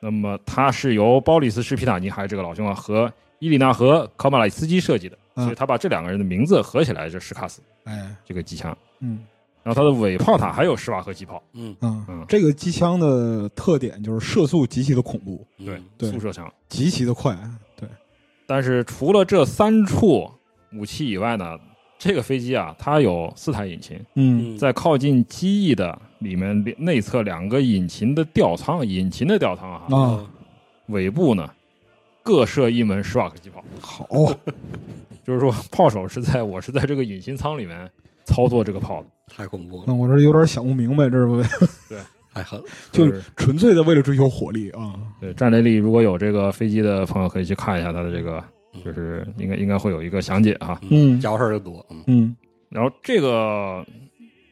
[SPEAKER 6] 那么它是由鲍里斯·史皮塔尼还有这个老兄啊和伊里娜和科马里斯基设计的，
[SPEAKER 5] 嗯
[SPEAKER 6] 所以他把这两个人的名字合起来是史卡斯
[SPEAKER 5] 哎，
[SPEAKER 6] 这个机枪。
[SPEAKER 5] 嗯
[SPEAKER 6] 然后它的尾炮塔还有施瓦赫机炮，
[SPEAKER 4] 嗯，
[SPEAKER 5] 嗯
[SPEAKER 6] 嗯，
[SPEAKER 5] 这个机枪的特点就是射速极其的恐怖，
[SPEAKER 6] 对
[SPEAKER 4] 嗯，
[SPEAKER 5] 对
[SPEAKER 6] 速射枪。
[SPEAKER 5] 极其的快，对，
[SPEAKER 6] 但是除了这三处武器以外呢，这个飞机啊，它有四台引擎。
[SPEAKER 5] 嗯
[SPEAKER 6] 在靠近机翼的里面两内侧两个引擎的吊舱，引擎的吊舱啊，
[SPEAKER 5] 啊，
[SPEAKER 6] 尾部呢各设一门施瓦克机炮，
[SPEAKER 5] 好，
[SPEAKER 6] 就是说炮手是在我是在这个引擎舱里面操作这个炮的，
[SPEAKER 4] 太恐怖了，
[SPEAKER 5] 那我这有点想不明白，这是不
[SPEAKER 4] 太狠了，
[SPEAKER 5] 就是 纯粹的为了追求火力啊，
[SPEAKER 6] 对战雷里如果有这个飞机的朋友可以去看一下它的这个，就是应该应该会有一个详解哈。
[SPEAKER 5] 嗯
[SPEAKER 4] 家伙嗯事儿就多，嗯
[SPEAKER 5] 嗯
[SPEAKER 6] 然后这个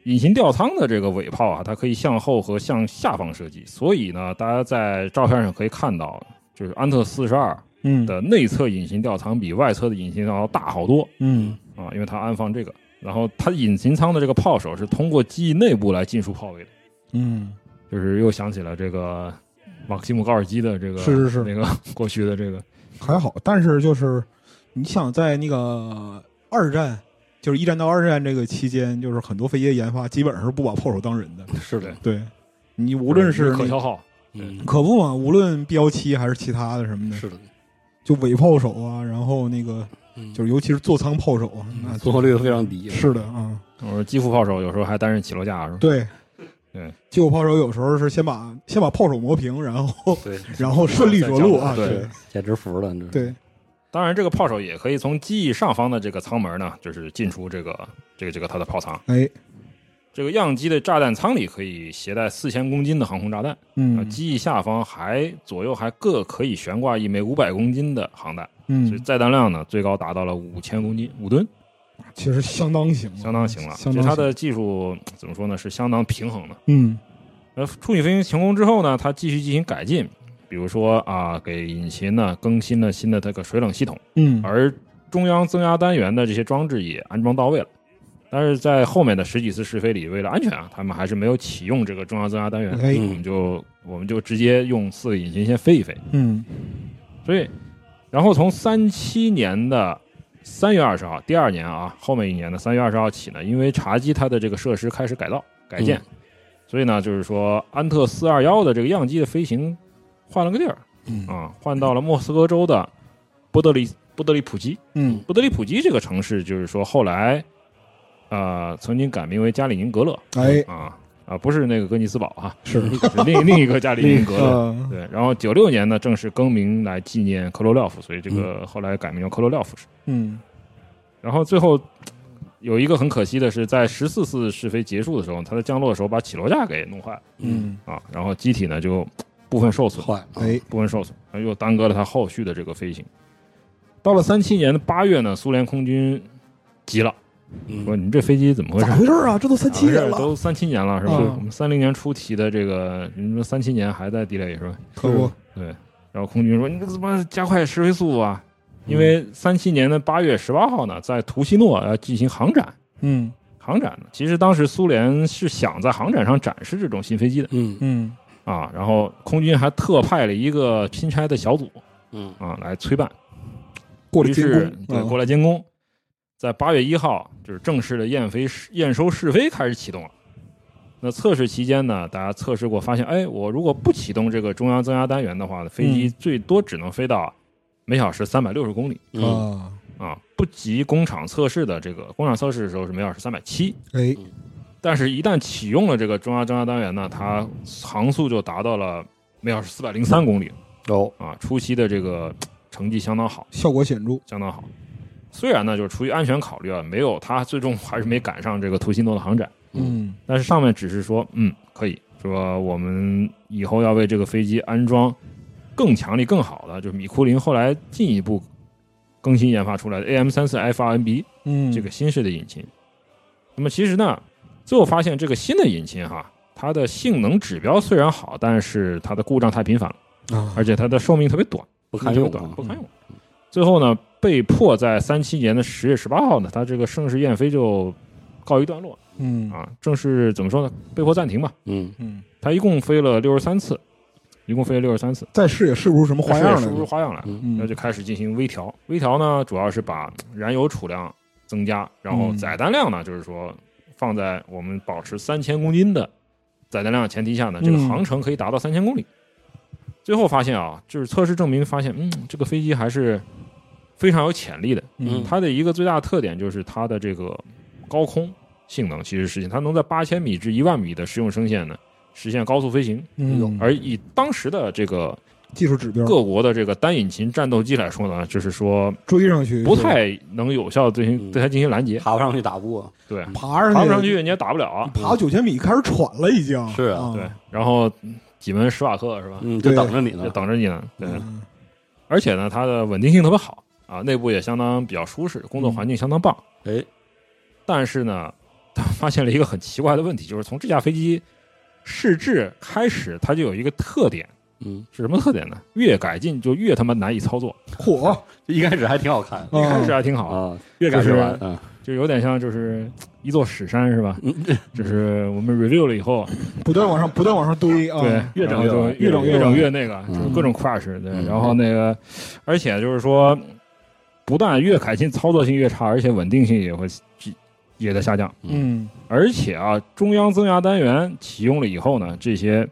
[SPEAKER 6] 引擎吊舱的这个尾炮啊，它可以向后和向下方射击，所以呢，大家在照片上可以看到，就是安特四十二。
[SPEAKER 5] 嗯
[SPEAKER 6] 的内侧隐形吊舱比外侧的隐形吊舱要大好多
[SPEAKER 5] 嗯
[SPEAKER 6] 啊，因为它安放这个。然后它隐形舱的这个炮手是通过机翼内部来进出炮位的，
[SPEAKER 5] 嗯，
[SPEAKER 6] 就是又想起了这个马克西姆高尔基的这个
[SPEAKER 5] 是是是
[SPEAKER 6] 那个 过去的这个
[SPEAKER 5] 还好，但是就是你想在那个二战。就是一战到二战这个期间，就是很多飞机的研发基本上是不把炮手当人的。
[SPEAKER 4] 是的，
[SPEAKER 5] 对，你无论是
[SPEAKER 6] 可
[SPEAKER 5] 那
[SPEAKER 6] 消耗，
[SPEAKER 4] 嗯，
[SPEAKER 5] 可不嘛，无论标七还是其他的什么的，
[SPEAKER 4] 是的，
[SPEAKER 5] 就尾炮手啊，然后那个
[SPEAKER 4] 嗯
[SPEAKER 5] 就是尤其是座舱炮手啊，那
[SPEAKER 4] 存活率非常低，
[SPEAKER 5] 是的啊，
[SPEAKER 6] 我说机腹炮手有时候还担任起落架是吧？
[SPEAKER 5] 对
[SPEAKER 6] 对，
[SPEAKER 5] 结果炮手有时候是先把先把炮手磨平，然后
[SPEAKER 4] 对，
[SPEAKER 5] 然后顺利着陆啊，
[SPEAKER 6] 对
[SPEAKER 5] 对
[SPEAKER 4] 简直服了，你这
[SPEAKER 5] 对，
[SPEAKER 6] 当然，这个炮手也可以从机翼上方的这个舱门呢，就是进出这个这个这个它的炮舱。
[SPEAKER 5] 哎，
[SPEAKER 6] 这个样机的炸弹舱里可以携带四千公斤的航空炸弹。啊，
[SPEAKER 5] 嗯
[SPEAKER 6] 机翼下方还左右还各可以悬挂一枚五百公斤的航弹，所以
[SPEAKER 5] 嗯，
[SPEAKER 6] 载弹量呢最高达到了五千公斤，五吨，
[SPEAKER 5] 其实相当行，啊
[SPEAKER 6] 相当行了。
[SPEAKER 5] 嗯相
[SPEAKER 6] 所以
[SPEAKER 5] 当
[SPEAKER 6] 它
[SPEAKER 5] 行
[SPEAKER 6] 的技术嗯怎么说呢，是相当平衡的。
[SPEAKER 5] 嗯
[SPEAKER 6] 呃，处女飞行成功之后呢，它继续进行改进，比如说啊，给引擎呢更新了新的这个水冷系统，
[SPEAKER 5] 嗯
[SPEAKER 6] 而中央增压单元的这些装置也安装到位了。但是在后面的十几次试飞里，为了安全啊，他们还是没有启用这个中央增压单元，
[SPEAKER 5] 哎
[SPEAKER 6] 我们就我们就直接用四个引擎先飞一飞。
[SPEAKER 5] 嗯
[SPEAKER 6] 所以，然后从三七年的三月二十号，第二年啊，后面一年的三月二十号起呢，因为茶几它的这个设施开始改造改建，所以呢，就是说安特四二幺的这个样机的飞行换了个地儿，
[SPEAKER 5] 嗯
[SPEAKER 6] 啊，换到了莫斯科州的波德里波德里普基。
[SPEAKER 5] 嗯
[SPEAKER 6] 波德里普基这个城市，就是说后来。呃，曾经改名为加里宁格勒
[SPEAKER 5] 哎，
[SPEAKER 6] 啊，啊，不是那个格尼斯堡啊，
[SPEAKER 5] 是
[SPEAKER 6] 是 另另一个加里宁格勒。
[SPEAKER 5] 呃
[SPEAKER 6] 对，然后九六年呢，正式更名来纪念克罗廖夫，所以这个后来改名叫克罗廖夫市。
[SPEAKER 5] 嗯
[SPEAKER 6] 然后最后有一个很可惜的是，在十四次试飞结束的时候，它在降落的时候把起落架给弄坏了
[SPEAKER 5] 嗯，
[SPEAKER 6] 啊，然后机体呢就部分受损，
[SPEAKER 4] 坏了，
[SPEAKER 5] 哎，
[SPEAKER 6] 部分受损，然后又耽搁了它后续的这个飞行。到了三七年的八月呢，苏联空军急了，说
[SPEAKER 4] 嗯，
[SPEAKER 6] 你这飞机怎么回事
[SPEAKER 5] 咋？回事啊？这都三七
[SPEAKER 6] 啊
[SPEAKER 5] 年
[SPEAKER 6] 这
[SPEAKER 5] 了，
[SPEAKER 6] 都三七年了是吧？
[SPEAKER 5] 嗯
[SPEAKER 6] 我们三零年初提的这个，你说三七年还在地雷是吧？
[SPEAKER 5] 可不，
[SPEAKER 6] 对，然后空军说你怎么加快试飞速度啊？因为三七年的八月十八号呢，在图西诺要进行航展，
[SPEAKER 5] 嗯
[SPEAKER 6] 航展呢，其实当时苏联是想在航展上展示这种新飞机的
[SPEAKER 4] 嗯
[SPEAKER 5] 嗯
[SPEAKER 6] 啊，然后空军还特派了一个钦差的小组
[SPEAKER 4] 嗯
[SPEAKER 6] 啊来催办，
[SPEAKER 5] 过
[SPEAKER 6] 于
[SPEAKER 5] 了监
[SPEAKER 6] 是
[SPEAKER 5] 工，
[SPEAKER 6] 对
[SPEAKER 5] 嗯
[SPEAKER 6] 过来监工，在八月一号就是正式的验飞试验收试飞开始启动了。那测试期间呢，大家测试过发现，哎，我如果不启动这个中央增压单元的话，飞机
[SPEAKER 5] 嗯
[SPEAKER 6] 最多只能飞到每小时三百六十公里
[SPEAKER 4] 嗯
[SPEAKER 5] 啊，
[SPEAKER 6] 啊，不及工厂测试的这个工厂测试的时候是每小时三百七。
[SPEAKER 5] 哎，
[SPEAKER 6] 但是，一旦启用了这个中央增压单元呢，它航速就达到了每小时四百零三公里
[SPEAKER 4] 哦，
[SPEAKER 6] 啊，初期的这个成绩相当好，
[SPEAKER 5] 效果显著，
[SPEAKER 6] 相当好。虽然呢，就是出于安全考虑啊，没有它最终还是没赶上这个图西诺的航展，
[SPEAKER 5] 嗯
[SPEAKER 6] 但是上面只是说，嗯，可以说我们以后要为这个飞机安装更强力、更好的，就是米库林后来进一步更新研发出来的 AM 三四 FRNB
[SPEAKER 5] 嗯，
[SPEAKER 6] 这个新式的引擎。那么其实呢，最后发现这个新的引擎哈，它的性能指标虽然好，但是它的故障太频繁了，
[SPEAKER 4] 啊
[SPEAKER 6] 而且它的寿命特别短，
[SPEAKER 4] 不堪
[SPEAKER 6] 特
[SPEAKER 4] 用啊
[SPEAKER 6] 别
[SPEAKER 5] 啊
[SPEAKER 6] 短，
[SPEAKER 5] 嗯
[SPEAKER 6] 不堪用。最后呢，被迫在三七年的十月十八号呢，它这个盛世验飞就告一段落
[SPEAKER 5] 嗯
[SPEAKER 6] 啊，正式怎么说呢？被迫暂停吧。
[SPEAKER 4] 嗯
[SPEAKER 5] 嗯，
[SPEAKER 6] 它一共飞了六十三次，一共飞了六十三次，
[SPEAKER 5] 再试也试不出什么花样
[SPEAKER 6] 但
[SPEAKER 5] 来
[SPEAKER 6] 是也输不出
[SPEAKER 5] 了，
[SPEAKER 6] 花样来。
[SPEAKER 4] 嗯
[SPEAKER 6] 那就
[SPEAKER 5] 嗯
[SPEAKER 6] 开始进行微调。微调呢，主要是把燃油储量增加，然后
[SPEAKER 5] 嗯
[SPEAKER 6] 载弹量呢，就是说放在我们保持三千公斤的载弹量的前提下呢，这个
[SPEAKER 5] 嗯
[SPEAKER 6] 航程可以达到三千公里。最后发现啊，就是测试证明发现，嗯，这个飞机还是非常有潜力的。
[SPEAKER 5] 嗯
[SPEAKER 6] 它的一个最大的特点就是它的这个高空性能其实实现，它能在八千米至一万米的实用升限呢实现高速飞行。
[SPEAKER 5] 嗯，
[SPEAKER 6] 而以当时的这个
[SPEAKER 5] 技术指标
[SPEAKER 6] 各国的这个单引擎战斗机来说呢，就是说
[SPEAKER 5] 追上去
[SPEAKER 6] 不太能有效地进行
[SPEAKER 4] 嗯
[SPEAKER 6] 对它进行拦截，
[SPEAKER 4] 爬不上去打不过，
[SPEAKER 6] 对，
[SPEAKER 5] 爬
[SPEAKER 4] 嗯
[SPEAKER 5] 上
[SPEAKER 6] 爬不上去你也打不了啊。
[SPEAKER 5] 爬九千米开始喘了，已经
[SPEAKER 4] 是啊
[SPEAKER 6] 对，，然后几门史瓦克是吧？
[SPEAKER 4] 嗯，就等着你呢
[SPEAKER 6] 就，等着你呢。对，
[SPEAKER 5] 嗯
[SPEAKER 6] 而且呢，它的稳定性特别好啊，内部也相当比较舒适，工作
[SPEAKER 4] 嗯
[SPEAKER 6] 环境相当棒。
[SPEAKER 4] 哎，
[SPEAKER 6] 但是呢，他发现了一个很奇怪的问题，就是从这架飞机试制开始，它就有一个特点，
[SPEAKER 4] 嗯，
[SPEAKER 6] 是什么特点呢？越改进就越他妈难以操作。
[SPEAKER 5] 火
[SPEAKER 4] 一开始还挺 好看
[SPEAKER 5] 啊
[SPEAKER 6] 一开始还挺好，
[SPEAKER 4] 啊，
[SPEAKER 6] 越改
[SPEAKER 4] 就
[SPEAKER 6] 越
[SPEAKER 4] 是
[SPEAKER 6] 完。
[SPEAKER 4] 嗯
[SPEAKER 6] 就有点像就是一座史山是吧？就是我们 review 了以后，
[SPEAKER 5] 不断往上，不断往上堆啊，
[SPEAKER 6] 对，
[SPEAKER 4] 越整
[SPEAKER 6] 然后
[SPEAKER 4] 越
[SPEAKER 6] 就越
[SPEAKER 5] 完越
[SPEAKER 6] 越整
[SPEAKER 5] 整
[SPEAKER 6] 越
[SPEAKER 5] 越
[SPEAKER 6] 那个，
[SPEAKER 4] 嗯
[SPEAKER 6] 就是各种 crash 对，
[SPEAKER 4] 嗯
[SPEAKER 6] 然后那个，而且就是说，不但越改进操作性越差，而且稳定性也会也在下降。
[SPEAKER 5] 嗯
[SPEAKER 6] 而且啊，中央增压单元启用了以后呢，这些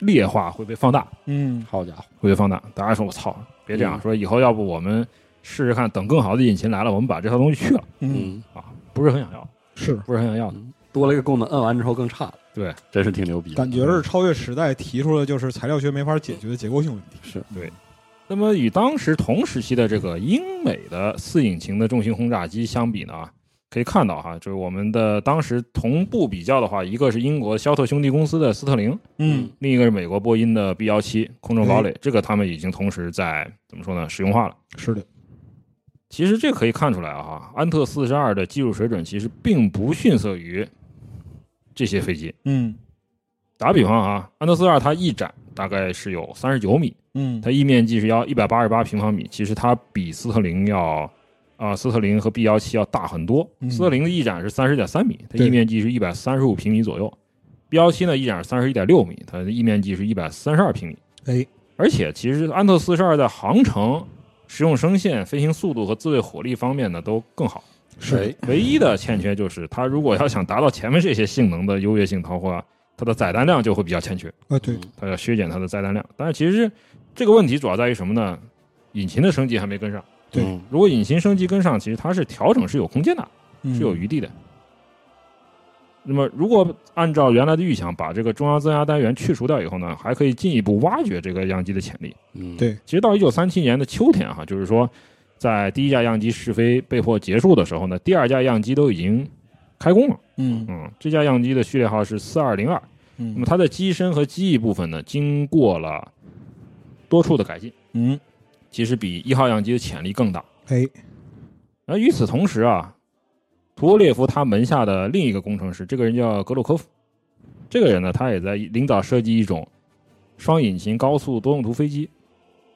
[SPEAKER 6] 劣化会被放大，
[SPEAKER 5] 嗯
[SPEAKER 4] 好家伙，
[SPEAKER 6] 会被放大。大家说我操，别这样
[SPEAKER 4] 嗯
[SPEAKER 6] 说，以后要不我们试试看，等更好的引擎来了，我们把这套东西去了
[SPEAKER 5] 嗯，
[SPEAKER 4] 嗯，
[SPEAKER 6] 啊，不是很想要，
[SPEAKER 5] 是
[SPEAKER 6] 不是很想要的。
[SPEAKER 4] 多了一个功能，摁完之后更差了，
[SPEAKER 6] 对，
[SPEAKER 4] 真是挺牛逼的，
[SPEAKER 5] 感觉是超越时代提出了就是材料学没法解决的结构性问题，
[SPEAKER 6] 那么与当时同时期的这个英美的四引擎的重型轰炸机相比呢，可以看到哈，就是我们的当时同步比较的话，一个是英国肖特兄弟公司的斯特林，
[SPEAKER 5] 嗯
[SPEAKER 6] 另一个是美国波音的 B 幺七空中堡垒，这个他们已经同时在怎么说呢，实用化了。
[SPEAKER 5] 是的，
[SPEAKER 6] 其实这可以看出来啊，安特四十二的技术水准其实并不逊色于这些飞机。
[SPEAKER 5] 嗯
[SPEAKER 6] 打比方啊，安特四十二它翼展大概是有三十九米，
[SPEAKER 5] 嗯
[SPEAKER 6] 它翼面积是要一百八十八平方米，其实它比斯特林要啊、斯特林和 B 幺七要大很多。
[SPEAKER 5] 嗯
[SPEAKER 6] 斯特林的翼展是三十点三米，它
[SPEAKER 5] 对
[SPEAKER 6] 翼面积是一百三十五平米左右。B 幺七呢，翼展是三十一点六米，它的翼面积是一百三十二平米。
[SPEAKER 5] 哎，
[SPEAKER 6] 而且其实安特四十二在航程、实用升限、飞行速度和自卫火力方面呢都更好。
[SPEAKER 4] 哎
[SPEAKER 5] 是
[SPEAKER 6] 唯一的欠缺就是它如果要想达到前面这些性能的优越性的话，它的载弹量就会比较欠缺。
[SPEAKER 5] 的啊，
[SPEAKER 2] 嗯
[SPEAKER 5] 对，
[SPEAKER 6] 它要削减它的载弹量。但是其实这个问题主要在于什么呢？引擎的升级还没跟上。
[SPEAKER 5] 对
[SPEAKER 4] 嗯
[SPEAKER 6] 如果引擎升级跟上，其实它是调整是有空间的，
[SPEAKER 5] 嗯
[SPEAKER 6] 是有余地的。那么，如果按照原来的预想，把这个中央增压单元去除掉以后呢，还可以进一步挖掘这个样机的潜力。
[SPEAKER 4] 嗯，
[SPEAKER 5] 对
[SPEAKER 6] 其实到一九三七年的秋天哈，就是说，在第一架样机试飞被迫结束的时候呢，第二架样机都已经开工了。
[SPEAKER 5] 嗯
[SPEAKER 6] 嗯，这架样机的序列号是四二零二。那么
[SPEAKER 5] 嗯
[SPEAKER 6] 它的机身和机翼部分呢，经过了多处的改进，
[SPEAKER 5] 嗯，
[SPEAKER 6] 其实比一号样机的潜力更大。
[SPEAKER 5] 哎，
[SPEAKER 6] 然后与此同时啊，图波列夫他门下的另一个工程师，这个人叫格鲁科夫，这个人呢，他也在领导设计一种双引擎高速多用途飞机，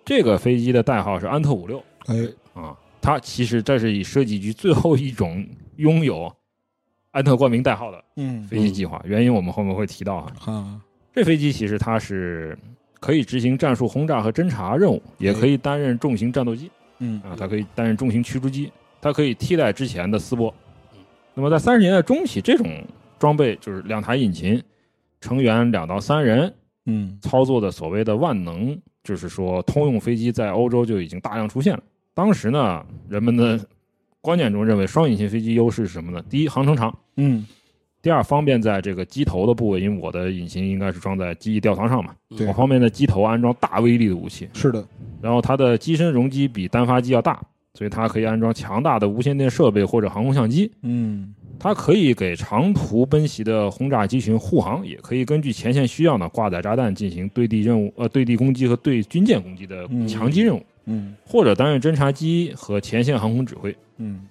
[SPEAKER 6] 这个飞机的代号是安特五六
[SPEAKER 5] 哎，
[SPEAKER 6] 啊。它其实这是以设计局最后一种拥有安特冠名代号的
[SPEAKER 5] 嗯
[SPEAKER 6] 飞机计划，原因我们后面会提到啊。
[SPEAKER 5] 啊，
[SPEAKER 6] 这飞机其实它是可以执行战术轰炸和侦察任务，也可以担任重型战斗机
[SPEAKER 5] 嗯
[SPEAKER 6] 啊，它可以担任重型驱逐机，它可以替代之前的斯波。那么在三十年代中期，这种装备就是两台引擎，成员两到三人
[SPEAKER 5] 嗯
[SPEAKER 6] 操作的所谓的万能，就是说通用飞机在欧洲就已经大量出现了。当时呢，人们的观念中认为双引擎飞机优势是什么呢？第一，航程长。
[SPEAKER 5] 嗯，
[SPEAKER 6] 第二，方便在这个机头的部位，因为我的引擎应该是装在机翼吊膛上嘛，
[SPEAKER 4] 嗯
[SPEAKER 5] 对
[SPEAKER 6] 我方便在机头安装大威力的武器。
[SPEAKER 5] 是的，
[SPEAKER 6] 然后它的机身容积比单发机要大，所以它可以安装强大的无线电设备或者航空相机。
[SPEAKER 5] 嗯
[SPEAKER 6] 它可以给长途奔袭的轰炸机群护航，也可以根据前线需要呢挂载炸弹进行对地任务，呃，对地攻击和对军舰攻击的
[SPEAKER 5] 嗯
[SPEAKER 6] 强击任务，
[SPEAKER 5] 嗯
[SPEAKER 6] 或者担任侦察机和前线航空指挥。
[SPEAKER 5] 嗯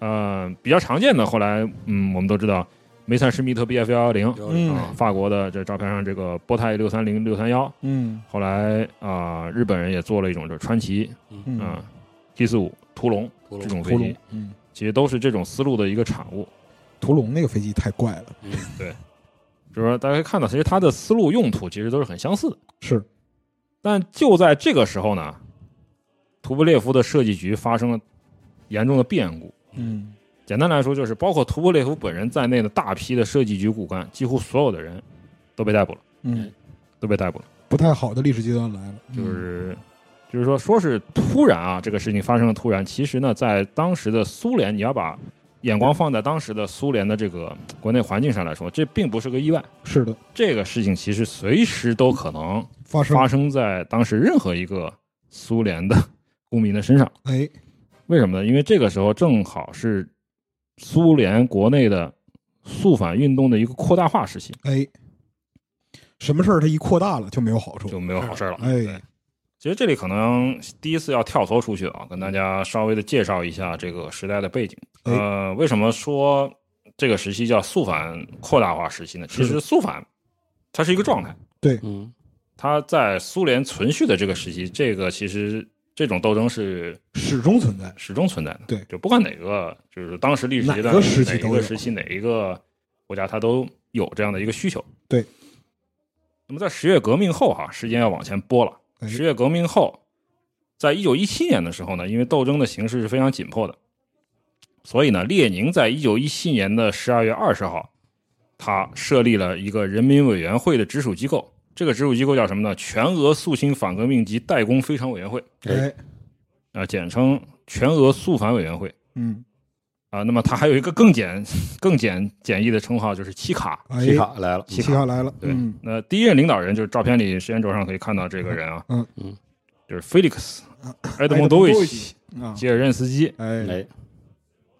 [SPEAKER 6] 呃，比较常见的，后来嗯，我们都知道梅赛施密特 Bf 幺幺零，啊，
[SPEAKER 5] 嗯
[SPEAKER 6] 法国的这照片上这个波泰六三零六三幺，
[SPEAKER 5] 嗯
[SPEAKER 6] 后来啊、日本人也做了一种就是川崎
[SPEAKER 5] 嗯
[SPEAKER 6] 啊 T 四五屠龙
[SPEAKER 4] 屠龙
[SPEAKER 6] 这种
[SPEAKER 5] 屠
[SPEAKER 6] 飞
[SPEAKER 5] 龙
[SPEAKER 6] 机，，
[SPEAKER 5] 嗯，
[SPEAKER 6] 其实都是这种思路的一个产物。
[SPEAKER 5] 屠龙那个飞机太怪了，
[SPEAKER 6] 就是说大家可以看到，其实它的思路用途其实都是很相似的。
[SPEAKER 5] 是，
[SPEAKER 6] 但就在这个时候呢，图布列夫的设计局发生了严重的变故。
[SPEAKER 5] 嗯
[SPEAKER 6] 简单来说，就是包括图布列夫本人在内的大批的设计局骨干，几乎所有的人都被逮捕了，
[SPEAKER 5] 嗯，
[SPEAKER 6] 都被逮捕了。
[SPEAKER 5] 不太好的历史阶段来了，嗯
[SPEAKER 6] 就是就是说，说是突然啊，这个事情发生的突然。其实呢，在当时的苏联，你要把眼光放在当时的苏联的这个国内环境上来说，这并不是个意外。
[SPEAKER 5] 是的，
[SPEAKER 6] 这个事情其实随时都可能
[SPEAKER 5] 发生，
[SPEAKER 6] 发生在当时任何一个苏联的 公民的身上。
[SPEAKER 5] 哎，
[SPEAKER 6] 为什么呢？因为这个时候正好是苏联国内的肃反运动的一个扩大化时期，
[SPEAKER 5] 哎，什么事儿它一扩大了就没有好处，
[SPEAKER 6] 就没有好事了。
[SPEAKER 5] 哎，
[SPEAKER 6] 其实这里可能第一次要跳脱出去啊，跟大家稍微的介绍一下这个时代的背景。
[SPEAKER 5] 哎
[SPEAKER 6] 呃，为什么说这个时期叫肃反扩大化时期呢？其
[SPEAKER 5] 是
[SPEAKER 6] 实肃反它是一个状态，
[SPEAKER 4] 嗯
[SPEAKER 6] 它在苏联存续的这个时期，这个其实这种斗争是
[SPEAKER 5] 始终存在，
[SPEAKER 6] 始终存在的。
[SPEAKER 5] 对
[SPEAKER 6] 就不管哪个，就是当时历史阶
[SPEAKER 5] 哪
[SPEAKER 6] 段
[SPEAKER 5] 个时期
[SPEAKER 6] 哪
[SPEAKER 5] 都
[SPEAKER 6] 一
[SPEAKER 5] 有
[SPEAKER 6] 个时期哪一个国家，它都有这样的一个需求。
[SPEAKER 5] 对。
[SPEAKER 6] 那么在十月革命后哈、时间要往前拨了。
[SPEAKER 5] 哎，
[SPEAKER 6] 十月革命后，在一九一七年的时候呢，因为斗争的形势是非常紧迫的，所以呢，列宁在一九一七年的十二月二十号，他设立了一个人民委员会的直属机构。这个直属机构叫什么呢？全俄肃清反革命及代工非常委员会，
[SPEAKER 5] 哎，
[SPEAKER 6] 啊、简称全俄肃反委员会
[SPEAKER 5] 嗯，
[SPEAKER 6] 啊、那么它还有一个更简、更简简易的称号，就是七卡。
[SPEAKER 5] 哎，
[SPEAKER 4] 皮卡来了，
[SPEAKER 5] 西卡来了，
[SPEAKER 6] 对
[SPEAKER 5] 嗯
[SPEAKER 6] 那第一任领导人就是照片里时间轴上可以看到这个人啊，
[SPEAKER 5] 嗯
[SPEAKER 4] 嗯，
[SPEAKER 6] 就是菲利克斯·埃德蒙
[SPEAKER 5] 蒙
[SPEAKER 6] 多维
[SPEAKER 5] 多维
[SPEAKER 6] 奇
[SPEAKER 5] 啊
[SPEAKER 6] ·，吉尔任斯基。
[SPEAKER 5] 哎，
[SPEAKER 4] 哎，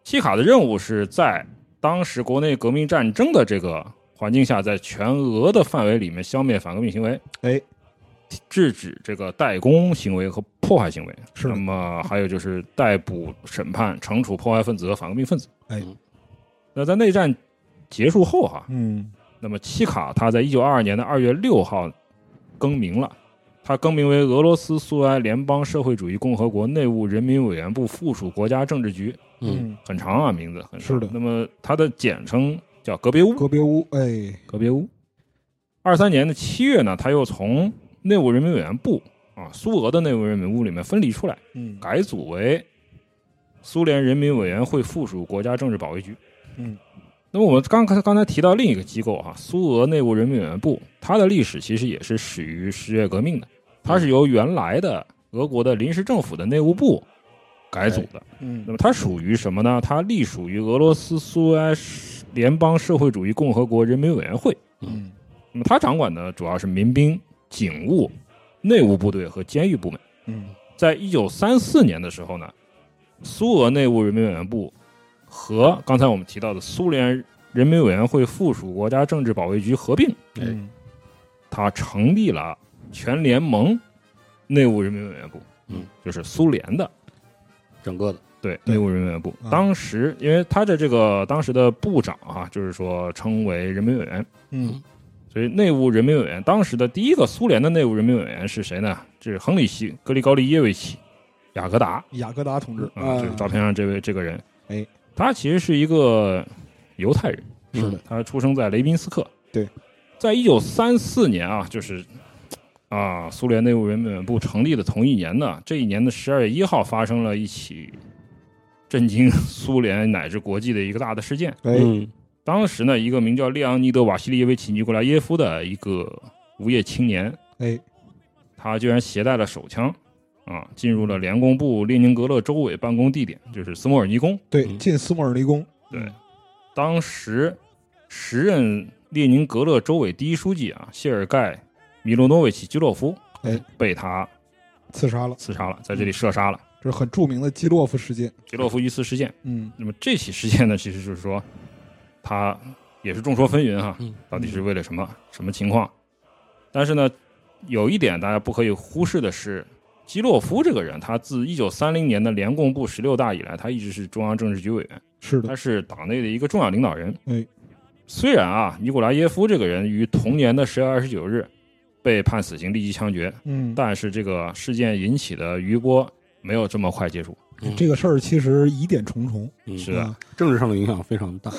[SPEAKER 6] 西卡的任务是在当时国内革命战争的这个环境下，在全俄的范围里面消灭反革命行为，
[SPEAKER 5] 哎，
[SPEAKER 6] 制止这个代工行为和破坏行为。
[SPEAKER 5] 是的
[SPEAKER 6] 那么还有就是逮捕、审判、惩处破坏分子和反革命分子。
[SPEAKER 5] 哎，
[SPEAKER 6] 那在内战结束后哈、
[SPEAKER 5] 嗯，
[SPEAKER 6] 那么契卡他在一九二二年的二月六号更名了，他更名为俄罗斯苏维埃联邦社会主义共和国内务人民委员部附属国家政治局。
[SPEAKER 4] 嗯，
[SPEAKER 5] 嗯，
[SPEAKER 6] 很长啊，名字很长
[SPEAKER 5] 是的
[SPEAKER 6] 那么它的简称叫格别乌，
[SPEAKER 5] 嗯戈别乌，哎，
[SPEAKER 6] 格别乌。二三年的七月呢，他又从内务人民委员部啊，苏俄的内务人民部里面分离出来，
[SPEAKER 5] 嗯，
[SPEAKER 6] 改组为苏联人民委员会附属国家政治保卫局。
[SPEAKER 5] 嗯，
[SPEAKER 6] 那么我们刚刚刚才提到另一个机构啊，苏俄内务人民委员部，它的历史其实也是始于十月革命的，它是由原来的俄国的临时政府的内务部改组的。
[SPEAKER 5] 嗯
[SPEAKER 6] 那么它属于什么呢？它隶属于俄罗斯苏维埃联邦社会主义共和国人民委员会。
[SPEAKER 5] 嗯
[SPEAKER 6] 那么他掌管的主要是民兵、警务、内务部队和监狱部门。
[SPEAKER 5] 嗯
[SPEAKER 6] 在一九三四年的时候呢，苏俄内务人民委员部和刚才我们提到的苏联人民委员会附属国家政治保卫局合并，
[SPEAKER 5] 嗯
[SPEAKER 6] 他成立了全联盟内务人民委员部，
[SPEAKER 4] 嗯，
[SPEAKER 6] 就是苏联的
[SPEAKER 4] 整个的，
[SPEAKER 6] 对
[SPEAKER 5] 对
[SPEAKER 6] 内务人民委员部
[SPEAKER 5] 啊。
[SPEAKER 6] 当时因为他的这个当时的部长啊，就是说称为人民委员，
[SPEAKER 5] 嗯
[SPEAKER 6] 所以内务人民委员当时的第一个苏联的内务人民委员是谁呢？这是亨里希·格里高利耶维奇·雅格达，
[SPEAKER 5] 雅各达同志
[SPEAKER 6] 嗯，就是照片上这位这个人，
[SPEAKER 5] 啊哎，
[SPEAKER 6] 他其实是一个犹太人，
[SPEAKER 5] 是的，
[SPEAKER 6] 他出生在雷宾斯克，
[SPEAKER 5] 嗯对，
[SPEAKER 6] 在一九三四年啊，就是啊，苏联内务人民委员部成立的同一年呢，这一年的十二月一号发生了一起震惊苏联乃至国际的一个大的事件。
[SPEAKER 5] 哎
[SPEAKER 4] 嗯
[SPEAKER 6] 当时呢，一个名叫列昂尼德·瓦西里耶维奇·尼古拉耶夫的一个无业青年，
[SPEAKER 5] 哎
[SPEAKER 6] 他居然携带了手枪，啊，进入了联共部列宁格勒周围办公地点，就是斯莫尔尼宫。
[SPEAKER 5] 对，
[SPEAKER 4] 嗯
[SPEAKER 5] 进斯莫尔尼宫
[SPEAKER 6] 对，当时时任列宁格勒州委第一书记啊，谢尔盖·米洛诺维奇·基洛夫，
[SPEAKER 5] 哎，
[SPEAKER 6] 被他
[SPEAKER 5] 刺杀了，
[SPEAKER 6] 刺杀了，在这里射杀了。
[SPEAKER 5] 这是很著名的基洛夫事件。
[SPEAKER 6] 基洛夫遇刺事件，
[SPEAKER 5] 嗯
[SPEAKER 6] 那么这起事件呢，其实就是说，他也是众说纷纭哈
[SPEAKER 4] 嗯，
[SPEAKER 6] 到底是为了什么什么情况？但是呢，有一点大家不可以忽视的是，基洛夫这个人，他自一九三零年的联共部十六大以来，他一直是中央政治局委员，
[SPEAKER 5] 是
[SPEAKER 6] 他
[SPEAKER 5] 的，
[SPEAKER 6] 是党内的一个重要领导人。
[SPEAKER 5] 哎，
[SPEAKER 6] 虽然啊，尼古拉耶夫这个人于同年的十月二十九日被判死刑，立即枪决，
[SPEAKER 5] 嗯，
[SPEAKER 6] 但是这个事件引起的余波没有这么快结束。
[SPEAKER 5] 这个事儿其实疑点重重。
[SPEAKER 4] 嗯
[SPEAKER 6] 是的
[SPEAKER 5] 啊
[SPEAKER 4] 政治上的影响非常大，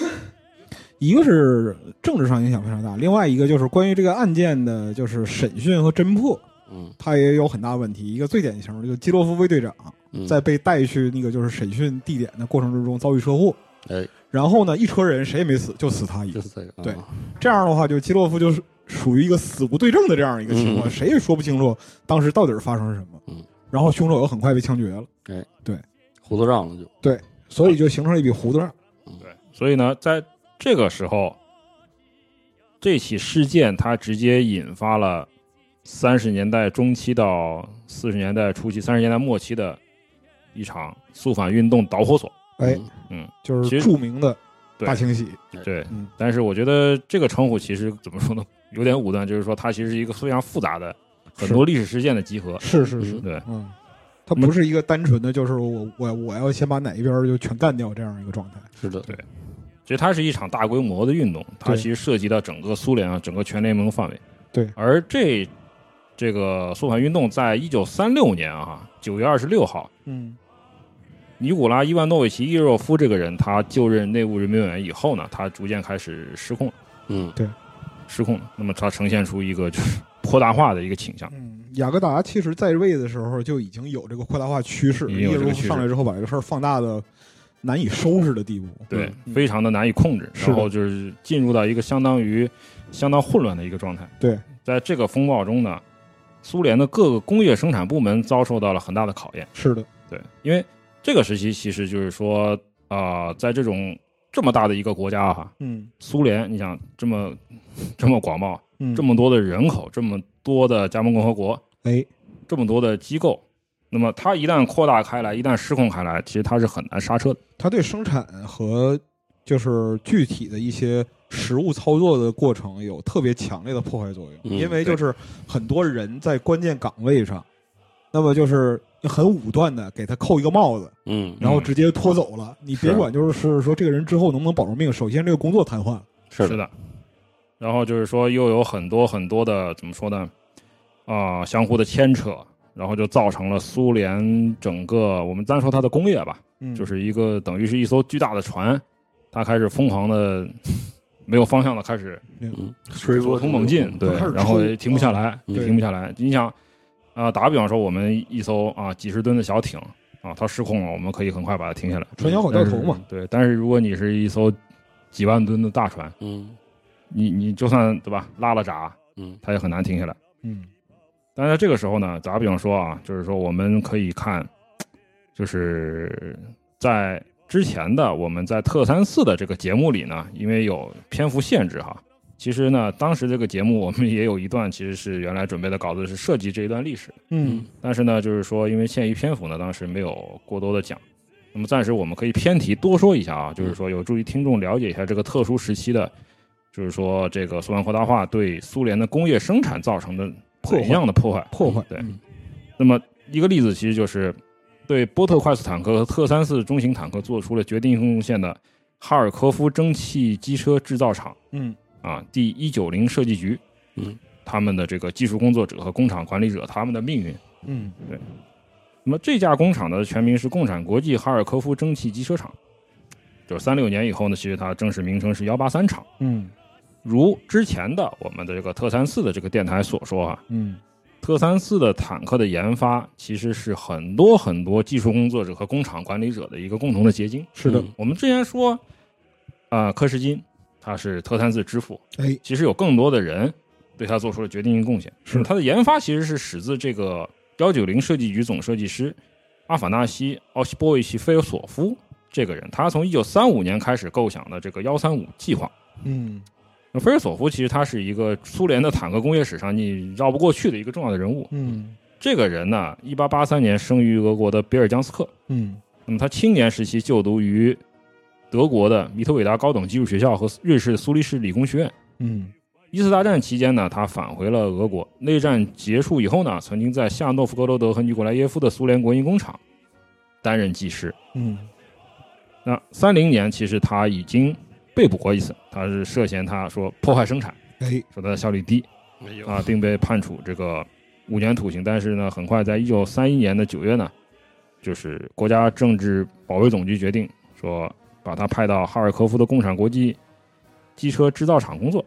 [SPEAKER 5] 一个是政治上影响非常大，另外一个就是关于这个案件的，就是审讯和侦破，
[SPEAKER 4] 嗯，
[SPEAKER 5] 它也有很大问题。一个最典型的，就是基洛夫卫队长
[SPEAKER 4] 嗯
[SPEAKER 5] 在被带去那个就是审讯地点的过程之中遭遇车祸，
[SPEAKER 4] 哎，
[SPEAKER 5] 然后呢，一车人谁也没死，就死他一
[SPEAKER 4] 就
[SPEAKER 5] 个。
[SPEAKER 4] 是这个，
[SPEAKER 5] 对
[SPEAKER 4] 啊
[SPEAKER 5] 这样的话，就基洛夫就是属于一个死无对证的这样一个情况，
[SPEAKER 4] 嗯
[SPEAKER 5] 谁也说不清楚当时到底是发生了什么。
[SPEAKER 4] 嗯
[SPEAKER 5] 然后凶手又很快被枪决了，
[SPEAKER 4] 胡子账了就，
[SPEAKER 5] 所以就形成了一笔糊涂账。
[SPEAKER 6] 对，所以呢，在这个时候，这起事件它直接引发了三十年代中期到四十年代初期、三十年代末期的一场肃反运动导火索。
[SPEAKER 5] 哎
[SPEAKER 4] 嗯，
[SPEAKER 5] 就
[SPEAKER 6] 其
[SPEAKER 5] 是
[SPEAKER 6] 实
[SPEAKER 5] 著名的
[SPEAKER 6] 对
[SPEAKER 5] 大清洗。
[SPEAKER 6] 对，
[SPEAKER 5] 嗯
[SPEAKER 6] 但是我觉得这个称呼其实怎么说呢，有点武断，就是说它其实是一个非常复杂的很多历史事件的集合。
[SPEAKER 5] 是是是，
[SPEAKER 4] 嗯
[SPEAKER 6] 对，
[SPEAKER 5] 嗯，它不是一个单纯的，就是我我我要先把哪一边儿就全干掉这样一个状态。
[SPEAKER 4] 是的，
[SPEAKER 6] 对其实它是一场大规模的运动，它
[SPEAKER 5] 对
[SPEAKER 6] 其实涉及到整个苏联啊，整个全联盟范围。
[SPEAKER 5] 对
[SPEAKER 6] 而这这个肃反运动在一九三六年啊九月二十六号，
[SPEAKER 5] 嗯
[SPEAKER 6] 尼古拉伊万诺维奇伊若夫这个人，他就任内务人民委员以后呢，他逐渐开始失控了，
[SPEAKER 4] 嗯
[SPEAKER 6] 失控了。那么他呈现出一个就是 扩大化的一个倾向。
[SPEAKER 5] 嗯，雅各达其实在位的时候就已经有这个扩大化趋势，
[SPEAKER 6] 已经
[SPEAKER 5] 叶
[SPEAKER 6] 有这个
[SPEAKER 5] 如
[SPEAKER 6] 趋势
[SPEAKER 5] 上来之后把这个事儿放大的难以收拾的地步。
[SPEAKER 6] 对，
[SPEAKER 5] 嗯
[SPEAKER 6] 非常的难以控制，
[SPEAKER 5] 是的
[SPEAKER 6] 然后就是进入到一个相当于相当混乱的一个状态。
[SPEAKER 5] 对，
[SPEAKER 6] 在这个风暴中呢，苏联的各个工业生产部门遭受到了很大的考验。
[SPEAKER 5] 是的，
[SPEAKER 6] 对，因为这个时期其实就是说啊、在这种这么大的一个国家哈，
[SPEAKER 5] 嗯
[SPEAKER 6] 苏联，你想这么 这么广袤，
[SPEAKER 5] 嗯，
[SPEAKER 6] 这么多的人口，这么多的加盟共和国，
[SPEAKER 5] 哎，
[SPEAKER 6] 这么多的机构，那么它一旦扩大开来，一旦失控开来，其实它是很难刹车的。
[SPEAKER 5] 他对生产和就是具体的一些实物操作的过程有特别强烈的破坏作用，
[SPEAKER 4] 嗯
[SPEAKER 5] 因为就是很多人在关键岗位上，那么就是很武断的给他扣一个帽子，
[SPEAKER 4] 嗯，
[SPEAKER 5] 然后直接拖走了。你别
[SPEAKER 4] 是
[SPEAKER 5] 管就是是说这个人之后能不能保住命，首先这个工作瘫痪了。
[SPEAKER 4] 是
[SPEAKER 6] 是
[SPEAKER 4] 的，
[SPEAKER 6] 的。然后就是说，又有很多很多的怎么说呢？啊、相互的牵扯，然后就造成了苏联整个我们单说它的工业吧，
[SPEAKER 5] 嗯，
[SPEAKER 6] 就是一个等于是一艘巨大的船，它开始疯狂的没有方向的开始
[SPEAKER 4] 嗯，
[SPEAKER 6] 左冲猛进，对
[SPEAKER 5] 开始，啊
[SPEAKER 6] 然后
[SPEAKER 5] 冲
[SPEAKER 6] 也停不下来，
[SPEAKER 4] 嗯
[SPEAKER 6] 也停不下来。你想啊、打个比方说，我们一艘啊几十吨的小艇啊，它失控了，我们可以很快把它停下来。
[SPEAKER 5] 船小火掉头嘛。
[SPEAKER 6] 对，但是如果你是一艘几万吨的大船，
[SPEAKER 4] 嗯
[SPEAKER 6] 你你就算对吧，拉了闸，
[SPEAKER 4] 嗯
[SPEAKER 6] 它也很难停下来。
[SPEAKER 5] 嗯
[SPEAKER 6] 但是在这个时候呢，打个比方说啊，就是说我们可以看，就是在之前的我们在特三四的这个节目里呢，因为有篇幅限制哈，其实呢，当时这个节目我们也有一段其实是原来准备的稿子是涉及这一段历史，
[SPEAKER 5] 嗯
[SPEAKER 6] 但是呢，就是说因为限于篇幅呢，当时没有过多的讲。那么暂时我们可以偏题多说一下啊，就是说有助于听众了解一下这个特殊时期的，就是说这个苏联扩大化对苏联的工业生产造成的
[SPEAKER 5] 破坏
[SPEAKER 6] 怎样的破坏？
[SPEAKER 5] 破坏
[SPEAKER 6] 对
[SPEAKER 5] 嗯
[SPEAKER 6] 那么一个例子其实就是对波特快速坦克和特三四中型坦克做出了决定性贡献的哈尔科夫蒸汽机车制造厂
[SPEAKER 5] 嗯
[SPEAKER 6] 啊，第一九零设计局，
[SPEAKER 4] 嗯，
[SPEAKER 6] 他们的这个技术工作者和工厂管理者他们的命运。
[SPEAKER 5] 嗯
[SPEAKER 6] 那么这家工厂的全名是共产国际哈尔科夫蒸汽机车厂，就是三六年以后呢，其实它正式名称是幺八三厂。
[SPEAKER 5] 嗯
[SPEAKER 6] 如之前的我们的这个特三四的这个电台所说啊，
[SPEAKER 5] 嗯
[SPEAKER 6] 特三四的坦克的研发其实是很多很多技术工作者和工厂管理者的一个共同的结晶。
[SPEAKER 5] 是的，
[SPEAKER 4] 嗯
[SPEAKER 6] 我们之前说，啊、柯什金他是特三四之父，
[SPEAKER 5] 哎
[SPEAKER 6] 其实有更多的人对他做出了决定性贡献。
[SPEAKER 5] 是
[SPEAKER 6] 他的研发其实是始自这个幺九零设计局总设计师阿法纳西·奥西波维奇·菲尔索夫这个人，他从一九三五年开始构想的这个幺三五计划。
[SPEAKER 5] 嗯
[SPEAKER 6] 那菲尔索夫其实他是一个苏联的坦克工业史上你绕不过去的一个重要的人物。
[SPEAKER 5] 嗯
[SPEAKER 6] 这个人呢，一八八三年生于俄国的比尔江斯克，
[SPEAKER 5] 嗯
[SPEAKER 6] 那么他青年时期就读于德国的米特韦达高等技术学校和瑞士苏黎世理工学院。
[SPEAKER 5] 嗯
[SPEAKER 6] 一次大战期间呢，他返回了俄国。内战结束以后呢，曾经在夏诺夫格罗德和尼古莱耶夫的苏联国营工厂担任技师。
[SPEAKER 5] 嗯
[SPEAKER 6] 那三零年，其实他已经被捕过一次，他是涉嫌他说破坏生产，
[SPEAKER 5] 哎
[SPEAKER 6] 说他的效率低
[SPEAKER 4] 没有
[SPEAKER 6] 啊，并被判处这个五年徒刑。但是呢，很快在一九三一年的九月呢，就是国家政治保卫总局决定说把他派到哈尔科夫的共产国际机车制造厂工作。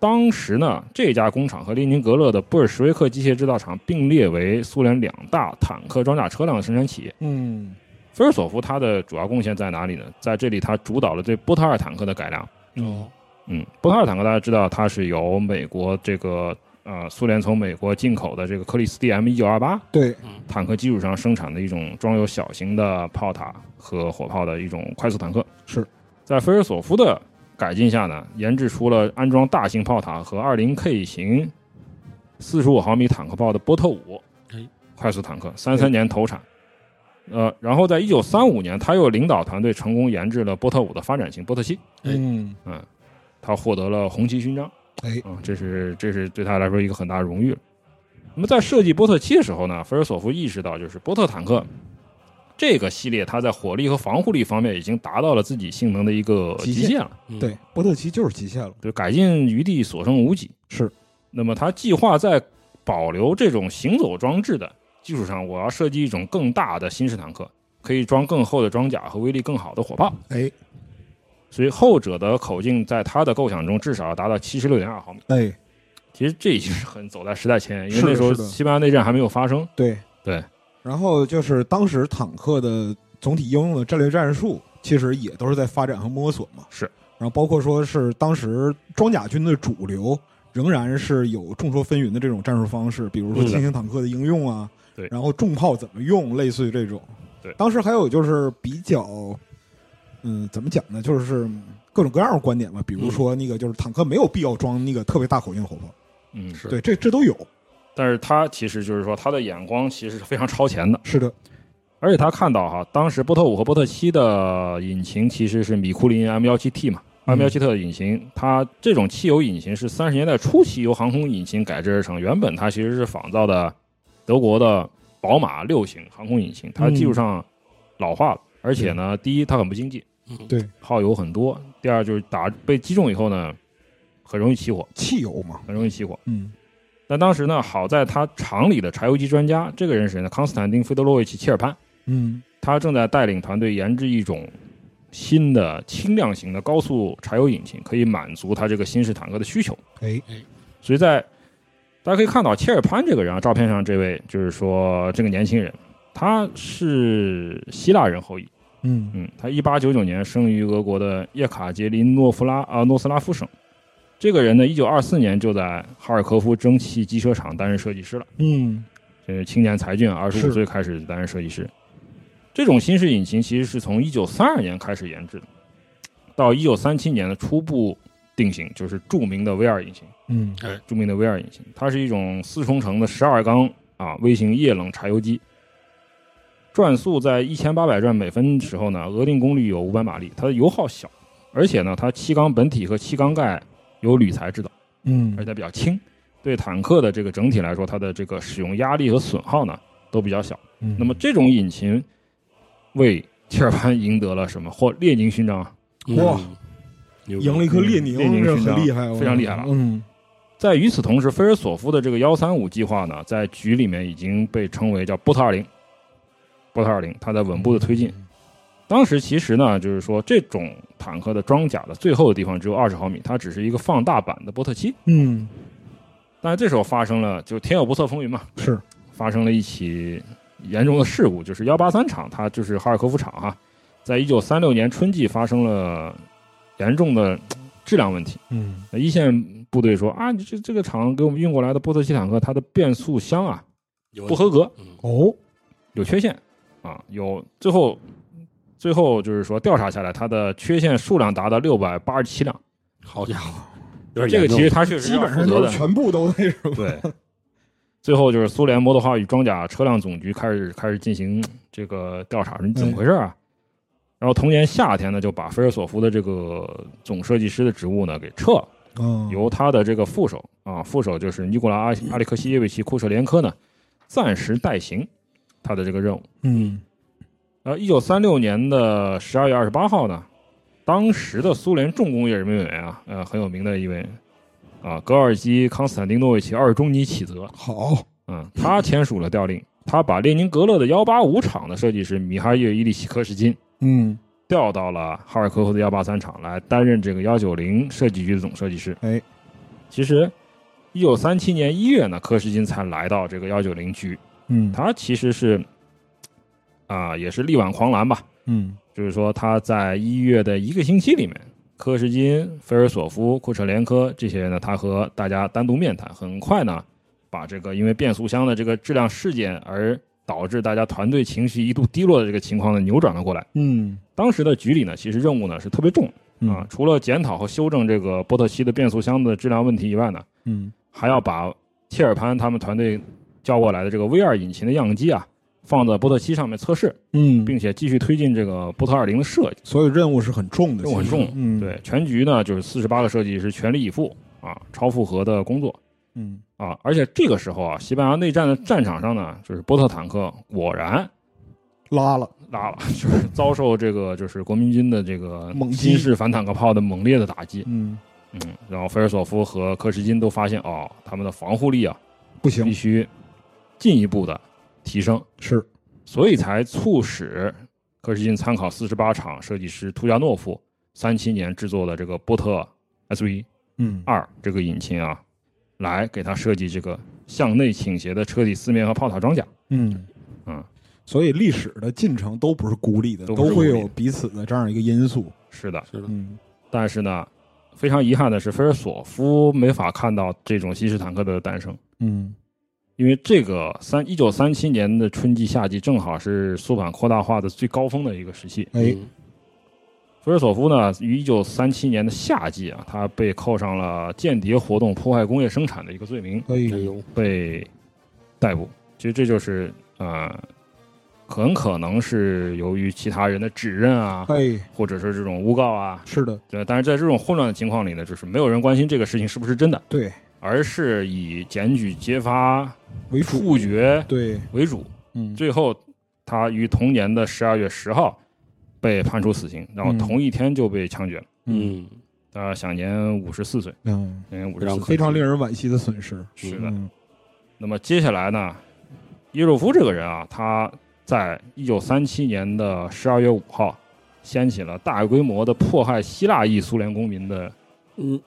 [SPEAKER 6] 当时呢，这家工厂和列宁格勒的布尔什维克机械制造厂并列为苏联两大坦克装甲车辆的生产企业。
[SPEAKER 5] 嗯
[SPEAKER 6] 菲尔索夫他的主要贡献在哪里呢？在这里，他主导了对波特二坦克的改良。
[SPEAKER 5] 哦
[SPEAKER 6] 嗯，波特二坦克大家知道，它是由美国这个呃苏联从美国进口的这个克里斯蒂 M 一九二八
[SPEAKER 5] 对
[SPEAKER 6] 坦克基础上生产的一种装有小型的炮塔和火炮的一种快速坦克。
[SPEAKER 5] 是
[SPEAKER 6] 在菲尔索夫的改进下呢，研制出了安装大型炮塔和二零 K 型四十五毫米坦克炮的波特五
[SPEAKER 4] 哎
[SPEAKER 6] 快速坦克，三三年投产。呃，然后在一九三五年，他又领导团队成功研制了波特五的发展型波特七，
[SPEAKER 5] 嗯
[SPEAKER 6] 他获得了红旗勋章。
[SPEAKER 5] 哎
[SPEAKER 6] 啊，这是这是对他来说一个很大的荣誉了。那么在设计波特七的时候呢，菲尔索夫意识到，就是波特坦克这个系列，它在火力和防护力方面已经达到了自己性能的一个
[SPEAKER 5] 极
[SPEAKER 6] 极
[SPEAKER 5] 限
[SPEAKER 6] 限了，
[SPEAKER 5] 对，波特奇就是极限了，
[SPEAKER 6] 就改进余地所剩无几。
[SPEAKER 5] 是，
[SPEAKER 6] 那么他计划在保留这种行走装置的基础上，我要设计一种更大的新式坦克，可以装更厚的装甲和威力更好的火炮。
[SPEAKER 5] 哎
[SPEAKER 6] 所以后者的口径在他的构想中至少要达到七十六点二毫米。
[SPEAKER 5] 哎
[SPEAKER 6] 其实这已经是很走在时代前沿，因
[SPEAKER 5] 是
[SPEAKER 6] 为那时候
[SPEAKER 5] 是的
[SPEAKER 6] 西班牙内战还没有发生。
[SPEAKER 5] 对
[SPEAKER 6] 对，
[SPEAKER 5] 然后就是当时坦克的总体应用的战略战术，其实也都是在发展和摸索嘛。
[SPEAKER 6] 是，
[SPEAKER 5] 然后包括说是当时装甲军的主流仍然是有众说纷纭的这种战术方式，比如说
[SPEAKER 6] 是的
[SPEAKER 5] 轻型坦克的应用啊，
[SPEAKER 6] 嗯对
[SPEAKER 5] 然后重炮怎么用，类似于这种。
[SPEAKER 6] 对
[SPEAKER 5] 当时还有就是比较，嗯，怎么讲呢？就是各种各样的观
[SPEAKER 6] 嗯
[SPEAKER 5] 点吧，比如说那个就是坦克没有必要装那个特别大口径火炮，
[SPEAKER 6] 嗯，
[SPEAKER 4] 是
[SPEAKER 5] 对，这这都有。
[SPEAKER 6] 但是他其实就是说，他的眼光其实是非常超前的，
[SPEAKER 5] 是的，
[SPEAKER 6] 而且他看到哈，当时波特五和波特七的引擎其实是米库林 M 1 7 T 嘛
[SPEAKER 5] 嗯
[SPEAKER 6] ，M 1 7 T 的引擎，它这种汽油引擎是三十年代初期由航空引擎改制而成，原本它其实是仿造的德国的宝马六型航空引擎，它技术上老化了，而且呢，第一它很不经济，
[SPEAKER 4] 嗯
[SPEAKER 5] 对
[SPEAKER 6] 耗油很多；第二就是打被击中以后呢，很容易起火，
[SPEAKER 5] 汽油嘛，
[SPEAKER 6] 很容易起火。
[SPEAKER 5] 嗯
[SPEAKER 6] 但当时呢，好在他厂里的柴油机专家，这个人是谁呢？康斯坦丁·费德洛维奇·切尔潘，
[SPEAKER 5] 嗯。
[SPEAKER 6] 他正在带领团队研制一种新的轻量型的高速柴油引擎，可以满足他这个新式坦克的需求。
[SPEAKER 5] 哎，
[SPEAKER 6] 所以在大家可以看到，切尔潘这个人啊，照片上这位就是说这个年轻人，他是希腊人后裔。
[SPEAKER 5] 嗯
[SPEAKER 6] 嗯，他一八九九年生于俄国的叶卡捷琳诺夫拉啊、诺斯拉夫省。这个人呢，一九二四年就在哈尔科夫蒸汽机车厂担任设计师了。
[SPEAKER 5] 嗯
[SPEAKER 6] 这是青年才俊，二十
[SPEAKER 5] 是
[SPEAKER 6] 五岁开始担任设计师。这种新式引擎其实是从一九三二年开始研制的，到一九三七年的初步定型，就是著名的 V 二引擎。
[SPEAKER 5] 嗯
[SPEAKER 6] 著名的 V 二引擎，它是一种四冲程的十二缸啊微型液冷柴油机，转速在一千八百转每分时候呢，额定功率有五百马力，它的油耗小，而且呢，它七缸本体和七缸盖有铝材制导，
[SPEAKER 5] 嗯
[SPEAKER 6] 而且比较轻，对坦克的这个整体来说，它的这个使用压力和损耗呢都比较小。
[SPEAKER 5] 嗯
[SPEAKER 6] 那么这种引擎为切尔潘赢得了什么？或列宁勋章啊？
[SPEAKER 5] 哇
[SPEAKER 4] 嗯，牛逼
[SPEAKER 5] 赢了一颗
[SPEAKER 6] 嗯
[SPEAKER 5] 列宁，
[SPEAKER 6] 列宁
[SPEAKER 5] 这
[SPEAKER 6] 勋章
[SPEAKER 5] 很厉害，我
[SPEAKER 6] 非常厉害了
[SPEAKER 5] 嗯
[SPEAKER 6] 在与此同时，菲尔索夫的这个幺三五计划呢，在局里面已经被称为叫波特二零，波特二零，它在稳步的推进。当时其实呢，就是说这种坦克的装甲的最厚的地方只有二十毫米，它只是一个放大版的波特七。
[SPEAKER 5] 嗯
[SPEAKER 6] 但是这时候发生了，就天有不测风云嘛，
[SPEAKER 5] 是
[SPEAKER 6] 发生了一起严重的事故，就是幺八三厂，它就是哈尔科夫厂哈，在一九三六年春季发生了严重的质量问题。
[SPEAKER 5] 嗯
[SPEAKER 6] 那一线部队说啊，你这这个厂给我们运过来的波特七坦克，它的变速箱啊
[SPEAKER 4] 有
[SPEAKER 6] 不合格，
[SPEAKER 4] 嗯
[SPEAKER 5] 哦
[SPEAKER 6] 有缺陷啊，有最后最后就是说调查下来，它的缺陷数量达到六百八十七辆，
[SPEAKER 4] 好家伙，有点
[SPEAKER 6] 这个
[SPEAKER 4] 严
[SPEAKER 6] 其
[SPEAKER 4] 重
[SPEAKER 6] 实它确实
[SPEAKER 5] 基
[SPEAKER 6] 要
[SPEAKER 5] 本
[SPEAKER 6] 负
[SPEAKER 5] 上
[SPEAKER 6] 责
[SPEAKER 5] 就
[SPEAKER 6] 的
[SPEAKER 5] 是。全部都那什么，
[SPEAKER 6] 对，最后就是苏联摩托化与装甲车辆总局开始开始进行这个调查，你怎么回事啊？然后同年夏天呢，就把菲尔索夫的这个总设计师的职务呢给撤了。
[SPEAKER 5] 嗯
[SPEAKER 6] 由他的这个副手啊，副手就是尼古拉阿阿列克西耶维奇库舍连科呢，暂时代行他的这个任务。
[SPEAKER 5] 嗯
[SPEAKER 6] 然后，一九三六年的十二月二十八号呢，当时的苏联重工业人民委员啊，呃，很有名的一位啊，格尔基康斯坦丁诺维奇二中尼启泽，
[SPEAKER 5] 好
[SPEAKER 6] 嗯，他签署了调令，他把列宁格勒的幺八五厂的设计师米哈伊尔伊利奇科什金
[SPEAKER 5] 嗯
[SPEAKER 6] 调到了哈尔科夫的幺八三厂来担任这个幺九零设计局的总设计师。
[SPEAKER 5] 哎，
[SPEAKER 6] 其实，一九三七年一月呢，柯世金才来到这个幺九零局，
[SPEAKER 5] 嗯
[SPEAKER 6] 他其实是啊、也是力挽狂澜吧。
[SPEAKER 5] 嗯
[SPEAKER 6] 就是说，他在一月的一个星期里面，柯世金、菲尔索夫、库彻连科这些人呢，他和大家单独面谈，很快呢，把这个因为变速箱的这个质量事件而导致大家团队情绪一度低落的这个情况呢，扭转了过来。
[SPEAKER 5] 嗯
[SPEAKER 6] 当时的局里呢，其实任务呢是特别重
[SPEAKER 5] 嗯
[SPEAKER 6] 啊，除了检讨和修正这个波特七的变速箱的质量问题以外呢，
[SPEAKER 5] 嗯
[SPEAKER 6] 还要把切尔潘他们团队叫过来的这个 V 二引擎的样机啊，放在波特七上面测试，
[SPEAKER 5] 嗯，
[SPEAKER 6] 并且继续推进这个波特二零的设计。
[SPEAKER 5] 所有任务是很重的，
[SPEAKER 6] 任务很
[SPEAKER 5] 其实
[SPEAKER 6] 重
[SPEAKER 5] 嗯
[SPEAKER 6] 对，全局呢就是四十八个设计师全力以赴啊，超负荷的工作
[SPEAKER 5] 嗯
[SPEAKER 6] 啊。而且这个时候啊，西班牙内战的战场上呢，就是波特坦克果然
[SPEAKER 5] 拉了
[SPEAKER 6] 拉了， 就是遭受这个就是国民军的这个
[SPEAKER 5] 猛击
[SPEAKER 6] 新式反坦克炮的猛烈的打击。
[SPEAKER 5] 嗯
[SPEAKER 6] 嗯，然后菲尔索夫和科什金都发现哦，他们的防护力啊
[SPEAKER 5] 不
[SPEAKER 6] 必
[SPEAKER 5] 行
[SPEAKER 6] 须进一步的提升，
[SPEAKER 5] 是
[SPEAKER 6] 所以才促使柯士金参考四十八厂设计师图加诺夫三七年制作的这个波特 SV
[SPEAKER 5] 嗯
[SPEAKER 6] 二这个引擎啊，来给它设计这个向内倾斜的车体四面和炮塔装甲。
[SPEAKER 5] 嗯
[SPEAKER 6] 嗯，
[SPEAKER 5] 所以历史的进程都不是孤立的，
[SPEAKER 6] 都
[SPEAKER 5] 都
[SPEAKER 6] 不
[SPEAKER 5] 会
[SPEAKER 6] 是孤立
[SPEAKER 5] 有
[SPEAKER 6] 的
[SPEAKER 5] 彼此的这样一个因素，
[SPEAKER 6] 是的，
[SPEAKER 4] 是的，
[SPEAKER 5] 嗯
[SPEAKER 6] 但是呢，非常遗憾的是，菲尔索夫没法看到这种新式坦克的诞生。
[SPEAKER 5] 嗯
[SPEAKER 6] 因为这个三一九三七年的春季、夏季正好是苏版扩大化的最高峰的一个时期。
[SPEAKER 5] 哎
[SPEAKER 4] 嗯
[SPEAKER 6] 菲尔索夫呢，于一九三七年的夏季啊，他被扣上了间谍活动破坏工业生产的一个罪名，
[SPEAKER 5] 所以
[SPEAKER 4] 哎呦，
[SPEAKER 6] 被逮捕。其实这就是呃，很可能是由于其他人的指认啊，
[SPEAKER 5] 哎
[SPEAKER 6] 或者是这种诬告啊。
[SPEAKER 5] 是的
[SPEAKER 6] 对，但是在这种混乱的情况里呢，就是没有人关心这个事情是不是真的，
[SPEAKER 5] 对
[SPEAKER 6] 而是以检举、揭发、
[SPEAKER 5] 为主
[SPEAKER 6] 处决
[SPEAKER 5] 对
[SPEAKER 6] 为主。
[SPEAKER 5] 嗯
[SPEAKER 6] 最后，他于同年的十二月十号被判处死刑，然后
[SPEAKER 5] 嗯
[SPEAKER 6] 同一天就被枪决了。
[SPEAKER 4] 嗯，
[SPEAKER 6] 他呃享年五十四岁，
[SPEAKER 5] 嗯
[SPEAKER 6] 享年五
[SPEAKER 4] 非
[SPEAKER 6] 十
[SPEAKER 4] 常
[SPEAKER 6] 四
[SPEAKER 4] 可
[SPEAKER 6] 岁
[SPEAKER 5] 非。常令人惋惜的损失
[SPEAKER 6] 是的。
[SPEAKER 5] 嗯
[SPEAKER 6] 那么接下来呢，耶若夫这个人啊，他在一九三七年的十二月五号，掀起了大规模的迫害希腊裔苏联公民的
[SPEAKER 4] 嗯，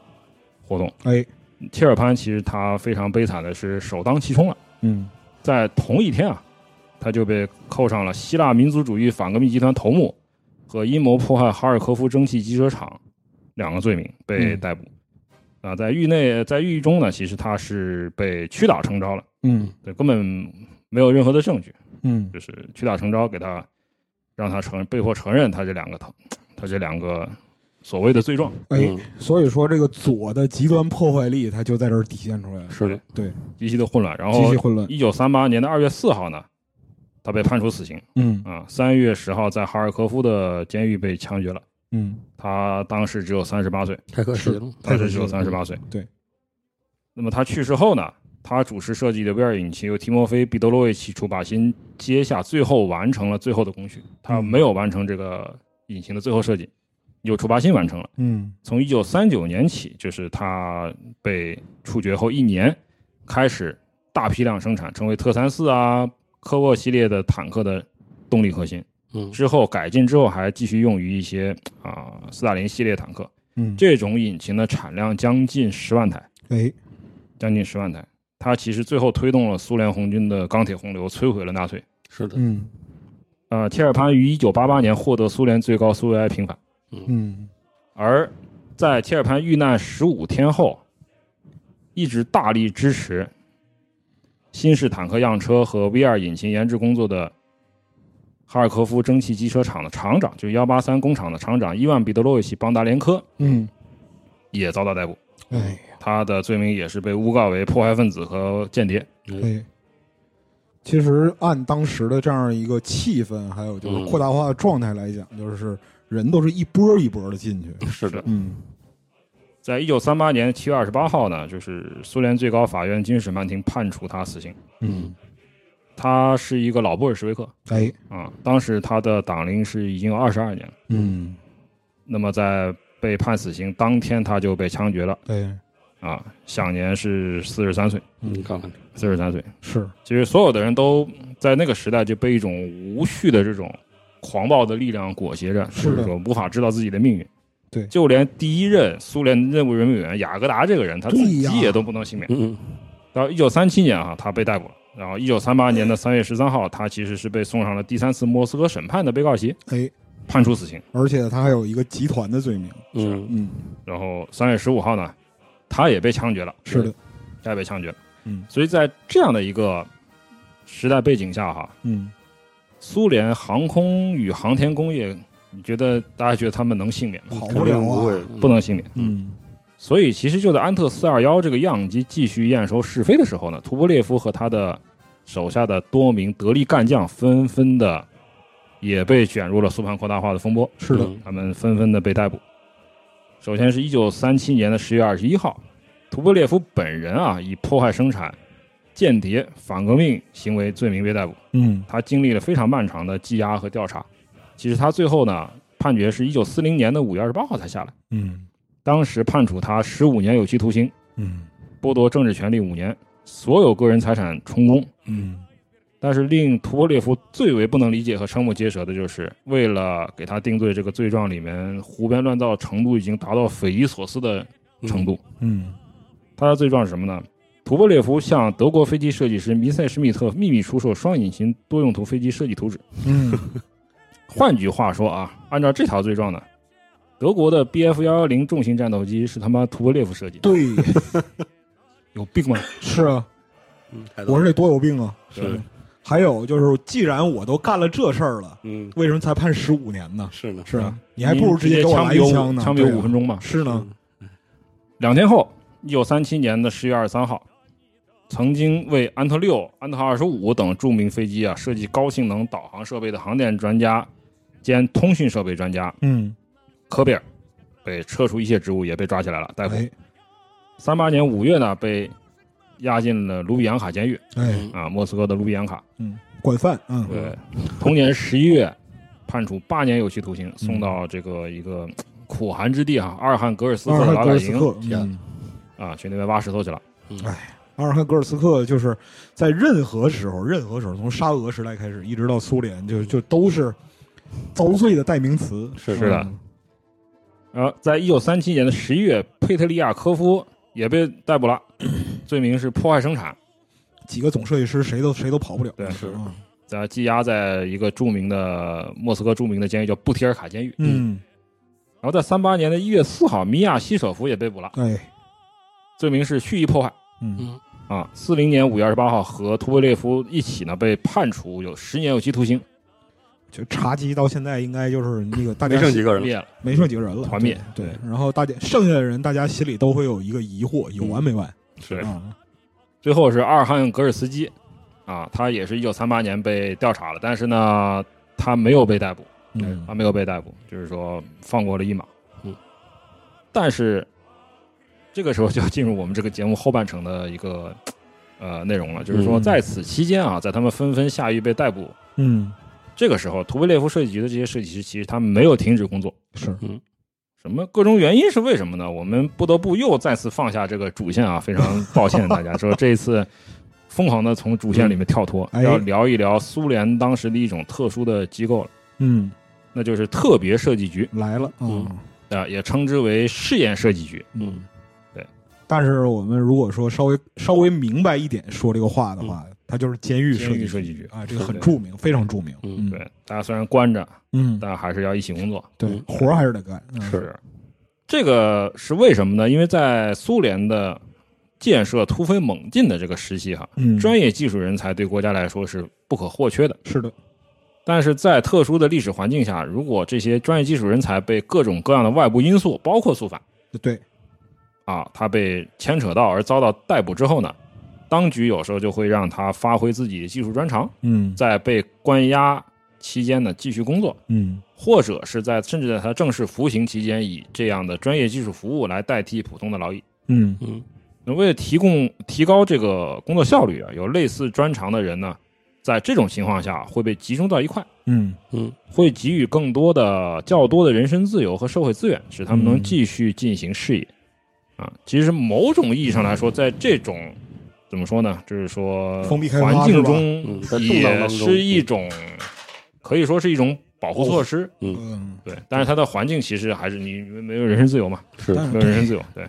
[SPEAKER 6] 活动。
[SPEAKER 5] 哎
[SPEAKER 6] 切尔潘其实他非常悲惨的是首当其冲了，啊
[SPEAKER 5] 嗯
[SPEAKER 6] 在同一天啊，他就被扣上了希腊民族主义反革命集团头目和阴谋迫害哈尔科夫蒸汽机车厂两个罪名被逮捕。
[SPEAKER 5] 嗯
[SPEAKER 6] 啊，在狱内，在狱中呢，其实他是被屈打成招了，
[SPEAKER 5] 嗯
[SPEAKER 6] 对，根本没有任何的证据，
[SPEAKER 5] 嗯
[SPEAKER 6] 就是屈打成招给他让他承认，被迫承认他这两个他他这两个所谓的罪状。
[SPEAKER 4] 嗯
[SPEAKER 5] 哎，所以说这个左的极端破坏力，它就在这儿体现出来了，
[SPEAKER 4] 是的，
[SPEAKER 6] 极其的混乱。然
[SPEAKER 5] 极
[SPEAKER 6] 后
[SPEAKER 5] 其，混乱。
[SPEAKER 6] 哦一九三八年的二月四号呢，他被判处死刑
[SPEAKER 5] 嗯
[SPEAKER 6] 啊，三月十号在哈尔科夫的监狱被枪决了。
[SPEAKER 5] 嗯，
[SPEAKER 6] 他当时只有三十八岁，
[SPEAKER 4] 太可惜了。嗯
[SPEAKER 6] 当时只有三十八岁。
[SPEAKER 5] 对。
[SPEAKER 6] 那么他去世后呢？他主持设计的 VR 引擎由提莫菲·彼得罗维奇·楚把辛接下，最后完成了最后的工序。他
[SPEAKER 4] 嗯
[SPEAKER 6] 没有完成这个引擎的最后设计，由楚巴辛完成了。
[SPEAKER 5] 嗯
[SPEAKER 6] 从一九三九年起，就是他被处决后一年，开始大批量生产，成为特三四啊、科沃系列的坦克的动力核心。
[SPEAKER 4] 嗯，
[SPEAKER 6] 之后改进之后，还继续用于一些啊、斯大林系列坦克。
[SPEAKER 5] 嗯，
[SPEAKER 6] 这种引擎的产量将近十万台，
[SPEAKER 5] 哎，
[SPEAKER 6] 将近十万台。它其实最后推动了苏联红军的钢铁洪流，摧毁了纳粹。
[SPEAKER 4] 是的，
[SPEAKER 5] 嗯
[SPEAKER 6] 呃，切尔潘于一九八八年获得苏联最高苏维埃平反，
[SPEAKER 5] 嗯
[SPEAKER 6] 而在切尔潘遇难十五天后，一直大力支持新式坦克样车和 V 二引擎研制工作的哈尔科夫蒸汽机车厂的厂长，就是幺八三工厂的厂长伊万彼得洛维奇邦达连科
[SPEAKER 5] 嗯，
[SPEAKER 6] 也遭到逮捕，
[SPEAKER 5] 哎
[SPEAKER 6] 他的罪名也是被诬告为破坏分子和间谍。
[SPEAKER 5] 哎。其实按当时的这样一个气氛，还有就是
[SPEAKER 4] 嗯
[SPEAKER 5] 扩大化的状态来讲，就是人都是一波一波的进去。
[SPEAKER 4] 是的，
[SPEAKER 5] 嗯
[SPEAKER 6] 在一九三八年七月二十八号呢，就是苏联最高法院军事审判庭判处他死刑。
[SPEAKER 5] 嗯，
[SPEAKER 6] 他是一个老布尔什维克
[SPEAKER 5] 哎
[SPEAKER 6] 啊，当时他的党龄是已经有二十二年了。
[SPEAKER 5] 嗯
[SPEAKER 6] 那么在被判死刑当天，他就被枪决了
[SPEAKER 5] 哎
[SPEAKER 6] 啊，享年是四十三岁，
[SPEAKER 5] 嗯
[SPEAKER 4] 你嗯看看，
[SPEAKER 6] 四十三岁。
[SPEAKER 5] 是
[SPEAKER 6] 其实所有的人都在那个时代就被一种无序的这种狂暴的力量裹挟着，
[SPEAKER 5] 是
[SPEAKER 6] 就
[SPEAKER 5] 的
[SPEAKER 6] 是说无法知道自己的命运。
[SPEAKER 5] 对
[SPEAKER 6] 就连第一任苏联任务人民委员雅各达这个人，他自
[SPEAKER 5] 对呀
[SPEAKER 6] 己也都不能幸免。
[SPEAKER 4] 嗯，
[SPEAKER 6] 到一九三七年啊，他被逮捕了。然后一九三八年的三月十三号，他其实是被送上了第三次莫斯科审判的被告席，
[SPEAKER 5] 哎，
[SPEAKER 6] 判处死刑。
[SPEAKER 5] 而且他还有一个集团的罪名。
[SPEAKER 4] 嗯，
[SPEAKER 5] 嗯，
[SPEAKER 6] 然后三月十五号呢，他也被枪决了，
[SPEAKER 5] 是的，
[SPEAKER 6] 他也被枪决了。
[SPEAKER 5] 嗯
[SPEAKER 6] 所以在这样的一个时代背景下哈，
[SPEAKER 5] 嗯，
[SPEAKER 6] 苏联航空与航天工业，你觉得大家觉得他们能幸免吗？
[SPEAKER 5] 好
[SPEAKER 4] 肯
[SPEAKER 5] 不了
[SPEAKER 4] 定不
[SPEAKER 5] 啊。
[SPEAKER 4] 会，
[SPEAKER 6] 不能幸免。
[SPEAKER 5] 嗯
[SPEAKER 6] 所以其实就在安特四二幺这个样机继续验收试飞的时候呢，图波列夫和他的手下的多名得力干将纷纷的也被卷入了苏盘扩大化的风波，
[SPEAKER 5] 是的，
[SPEAKER 4] 嗯，
[SPEAKER 6] 他们纷纷的被逮捕。首先是一九三七年的十月二十一号，图波列夫本人啊以破坏生产、间谍、反革命行为罪名被逮捕。
[SPEAKER 5] 嗯
[SPEAKER 6] 他经历了非常漫长的羁押和调查。其实他最后呢，判决是一九四零年的五月二十八号才下来，
[SPEAKER 5] 嗯
[SPEAKER 6] 当时判处他十五年有期徒刑，
[SPEAKER 5] 嗯
[SPEAKER 6] 剥夺政治权利五年，所有个人财产充公。
[SPEAKER 5] 嗯
[SPEAKER 6] 但是令图波列夫最为不能理解和瞠目结舌的就是，为了给他定罪，这个罪状里面胡编乱造程度已经达到匪夷所思的程度。
[SPEAKER 5] 嗯
[SPEAKER 6] 他的罪状是什么呢？图波列夫向德国飞机设计师米塞施密特秘密出售双引擎多用途飞机设计图纸。
[SPEAKER 5] 嗯
[SPEAKER 6] 换句话说啊，按照这条罪状呢，德国的 Bf 幺幺零重型战斗机是他妈图波列夫设计的，
[SPEAKER 5] 对，
[SPEAKER 6] 有病吗？
[SPEAKER 5] 是啊，
[SPEAKER 4] 嗯，太
[SPEAKER 5] 我
[SPEAKER 4] 多
[SPEAKER 5] 说
[SPEAKER 4] 了
[SPEAKER 5] 这多有病啊！
[SPEAKER 4] 是，
[SPEAKER 5] 还有就是，既然我都干了这事儿了，
[SPEAKER 4] 嗯，
[SPEAKER 5] 为什么才判十五年呢？
[SPEAKER 4] 是呢，
[SPEAKER 5] 是啊，你
[SPEAKER 6] 你
[SPEAKER 5] 还不如
[SPEAKER 6] 直
[SPEAKER 5] 接给我
[SPEAKER 6] 枪
[SPEAKER 5] 来一
[SPEAKER 6] 毙
[SPEAKER 5] 枪
[SPEAKER 6] 我
[SPEAKER 5] 呢，
[SPEAKER 6] 枪
[SPEAKER 5] 对
[SPEAKER 6] 毙
[SPEAKER 5] 啊
[SPEAKER 6] 我五分钟吧。
[SPEAKER 5] 是呢，
[SPEAKER 6] 两天后，一九三七年的十月二十三号，曾经为安特六、安特二十五等著名飞机啊设计高性能导航设备的航电专家兼通讯设备专家
[SPEAKER 5] 嗯，
[SPEAKER 6] 科贝尔被撤除一切职务，也被抓起来了，逮捕。
[SPEAKER 5] 哎
[SPEAKER 6] 三八年五月呢，被押进了卢比扬卡监狱
[SPEAKER 4] 嗯
[SPEAKER 5] 哎，
[SPEAKER 6] 啊，莫斯科的卢比扬卡。
[SPEAKER 5] 嗯，管饭，嗯，
[SPEAKER 6] 对，同年十一月判处八年有期徒刑，送到这个一个苦寒之地啊，阿尔汉格尔斯
[SPEAKER 5] 阿
[SPEAKER 6] 克
[SPEAKER 5] 尔汉
[SPEAKER 6] 的劳
[SPEAKER 5] 格
[SPEAKER 6] 改
[SPEAKER 5] 尔斯
[SPEAKER 6] 营
[SPEAKER 5] 克，
[SPEAKER 4] 天
[SPEAKER 5] 嗯，
[SPEAKER 6] 啊，去那边挖石头去了。
[SPEAKER 4] 嗯
[SPEAKER 5] 阿尔汉格尔斯克就是在任何时候，任何时候，从沙俄时代开始，一直到苏联，就就都是遭罪的代名词。
[SPEAKER 4] 是
[SPEAKER 6] 是的
[SPEAKER 5] 嗯，
[SPEAKER 6] 然后在一九三七年的十一月，佩特利亚科夫也被逮捕了，罪名是破坏生产，
[SPEAKER 5] 几个总设计师谁都谁都跑不了。
[SPEAKER 6] 对
[SPEAKER 4] 是
[SPEAKER 5] 嗯
[SPEAKER 6] 在羁押在一个著名的莫斯科著名的监狱叫布提尔卡监狱。
[SPEAKER 5] 嗯，
[SPEAKER 6] 然后在三八年的一月四号，米亚西舍夫也被捕了，
[SPEAKER 5] 哎，
[SPEAKER 6] 罪名是蓄意破坏。
[SPEAKER 5] 嗯
[SPEAKER 6] 啊，四零年五月二十八号和图波列夫一起呢被判处有十年有期徒刑。
[SPEAKER 5] 就茶几到现在应该就是那个大家
[SPEAKER 1] 没剩几个人了，
[SPEAKER 6] 灭了，
[SPEAKER 5] 没剩几个人了，
[SPEAKER 6] 团灭
[SPEAKER 5] 对。对，然后大家剩下的人，大家心里都会有一个疑惑，有完没完
[SPEAKER 6] 是
[SPEAKER 5] 啊？
[SPEAKER 6] 最后是阿尔汉格尔斯基，啊，他也是一九三八年被调查了，但是呢，他没有被逮捕，
[SPEAKER 5] 嗯
[SPEAKER 6] 他没有被逮捕，就是说放过了一马。
[SPEAKER 4] 嗯，
[SPEAKER 6] 但是这个时候就要进入我们这个节目后半程的一个呃内容了，就是说
[SPEAKER 4] 嗯
[SPEAKER 6] 在此期间啊，在他们纷纷下狱被逮捕，
[SPEAKER 5] 嗯，
[SPEAKER 6] 这个时候图贝列夫设计局的这些设计师其实他们没有停止工作，
[SPEAKER 5] 是
[SPEAKER 4] 嗯
[SPEAKER 6] 什么各种原因是为什么呢？我们不得不又再次放下这个主线啊，非常抱歉大家说这一次疯狂的从主线里面跳脱，
[SPEAKER 5] 哎
[SPEAKER 6] 要聊一聊苏联当时的一种特殊的机构了，
[SPEAKER 5] 嗯
[SPEAKER 6] 那就是特别设计局
[SPEAKER 5] 来了啊。
[SPEAKER 4] 嗯
[SPEAKER 6] 啊、也称之为试验设计局。
[SPEAKER 4] 嗯
[SPEAKER 5] 但是我们如果说稍微稍微明白一点说这个话的话，它就是监狱设
[SPEAKER 6] 监
[SPEAKER 5] 计
[SPEAKER 6] 狱设计局
[SPEAKER 5] 啊，这个
[SPEAKER 6] 是
[SPEAKER 5] 很
[SPEAKER 6] 的
[SPEAKER 5] 著名，非常著名。
[SPEAKER 4] 嗯
[SPEAKER 6] 对，大家虽然关着，
[SPEAKER 5] 嗯，
[SPEAKER 6] 但还是要一起工作。
[SPEAKER 5] 对，活儿还是得干。嗯
[SPEAKER 4] 是
[SPEAKER 6] 这个是为什么呢？因为在苏联的建设突飞猛进的这个时期哈，
[SPEAKER 5] 嗯，
[SPEAKER 6] 专业技术人才对国家来说是不可或缺的。
[SPEAKER 5] 是的，
[SPEAKER 6] 但是在特殊的历史环境下，如果这些专业技术人才被各种各样的外部因素，包括肃反
[SPEAKER 5] 对，
[SPEAKER 6] 啊，他被牵扯到而遭到逮捕之后呢，当局有时候就会让他发挥自己的技术专长，
[SPEAKER 5] 嗯
[SPEAKER 6] 在被关押期间呢继续工作，
[SPEAKER 5] 嗯
[SPEAKER 6] 或者是在甚至在他正式服刑期间，以这样的专业技术服务来代替普通的劳役。
[SPEAKER 5] 嗯
[SPEAKER 4] 嗯
[SPEAKER 6] 那为了提供提高这个工作效率啊，有类似专长的人呢，在这种情况下会被集中到一块。
[SPEAKER 5] 嗯
[SPEAKER 4] 嗯
[SPEAKER 6] 会给予更多的、较多的人身自由和社会资源，使他们能
[SPEAKER 5] 嗯
[SPEAKER 6] 继续进行事业。啊，其实某种意义上来说，在这种怎么说呢，就是说
[SPEAKER 5] 封闭开发
[SPEAKER 6] 呃环境
[SPEAKER 4] 嗯
[SPEAKER 6] 中
[SPEAKER 4] 在动荡
[SPEAKER 6] 也
[SPEAKER 4] 当中
[SPEAKER 6] 是一种，可以说是一种保护措施。
[SPEAKER 5] 嗯，
[SPEAKER 6] 对，但是它的环境其实还是你没有人身自由嘛，
[SPEAKER 4] 是
[SPEAKER 5] 但
[SPEAKER 6] 没有人身
[SPEAKER 5] 是
[SPEAKER 6] 自由。对，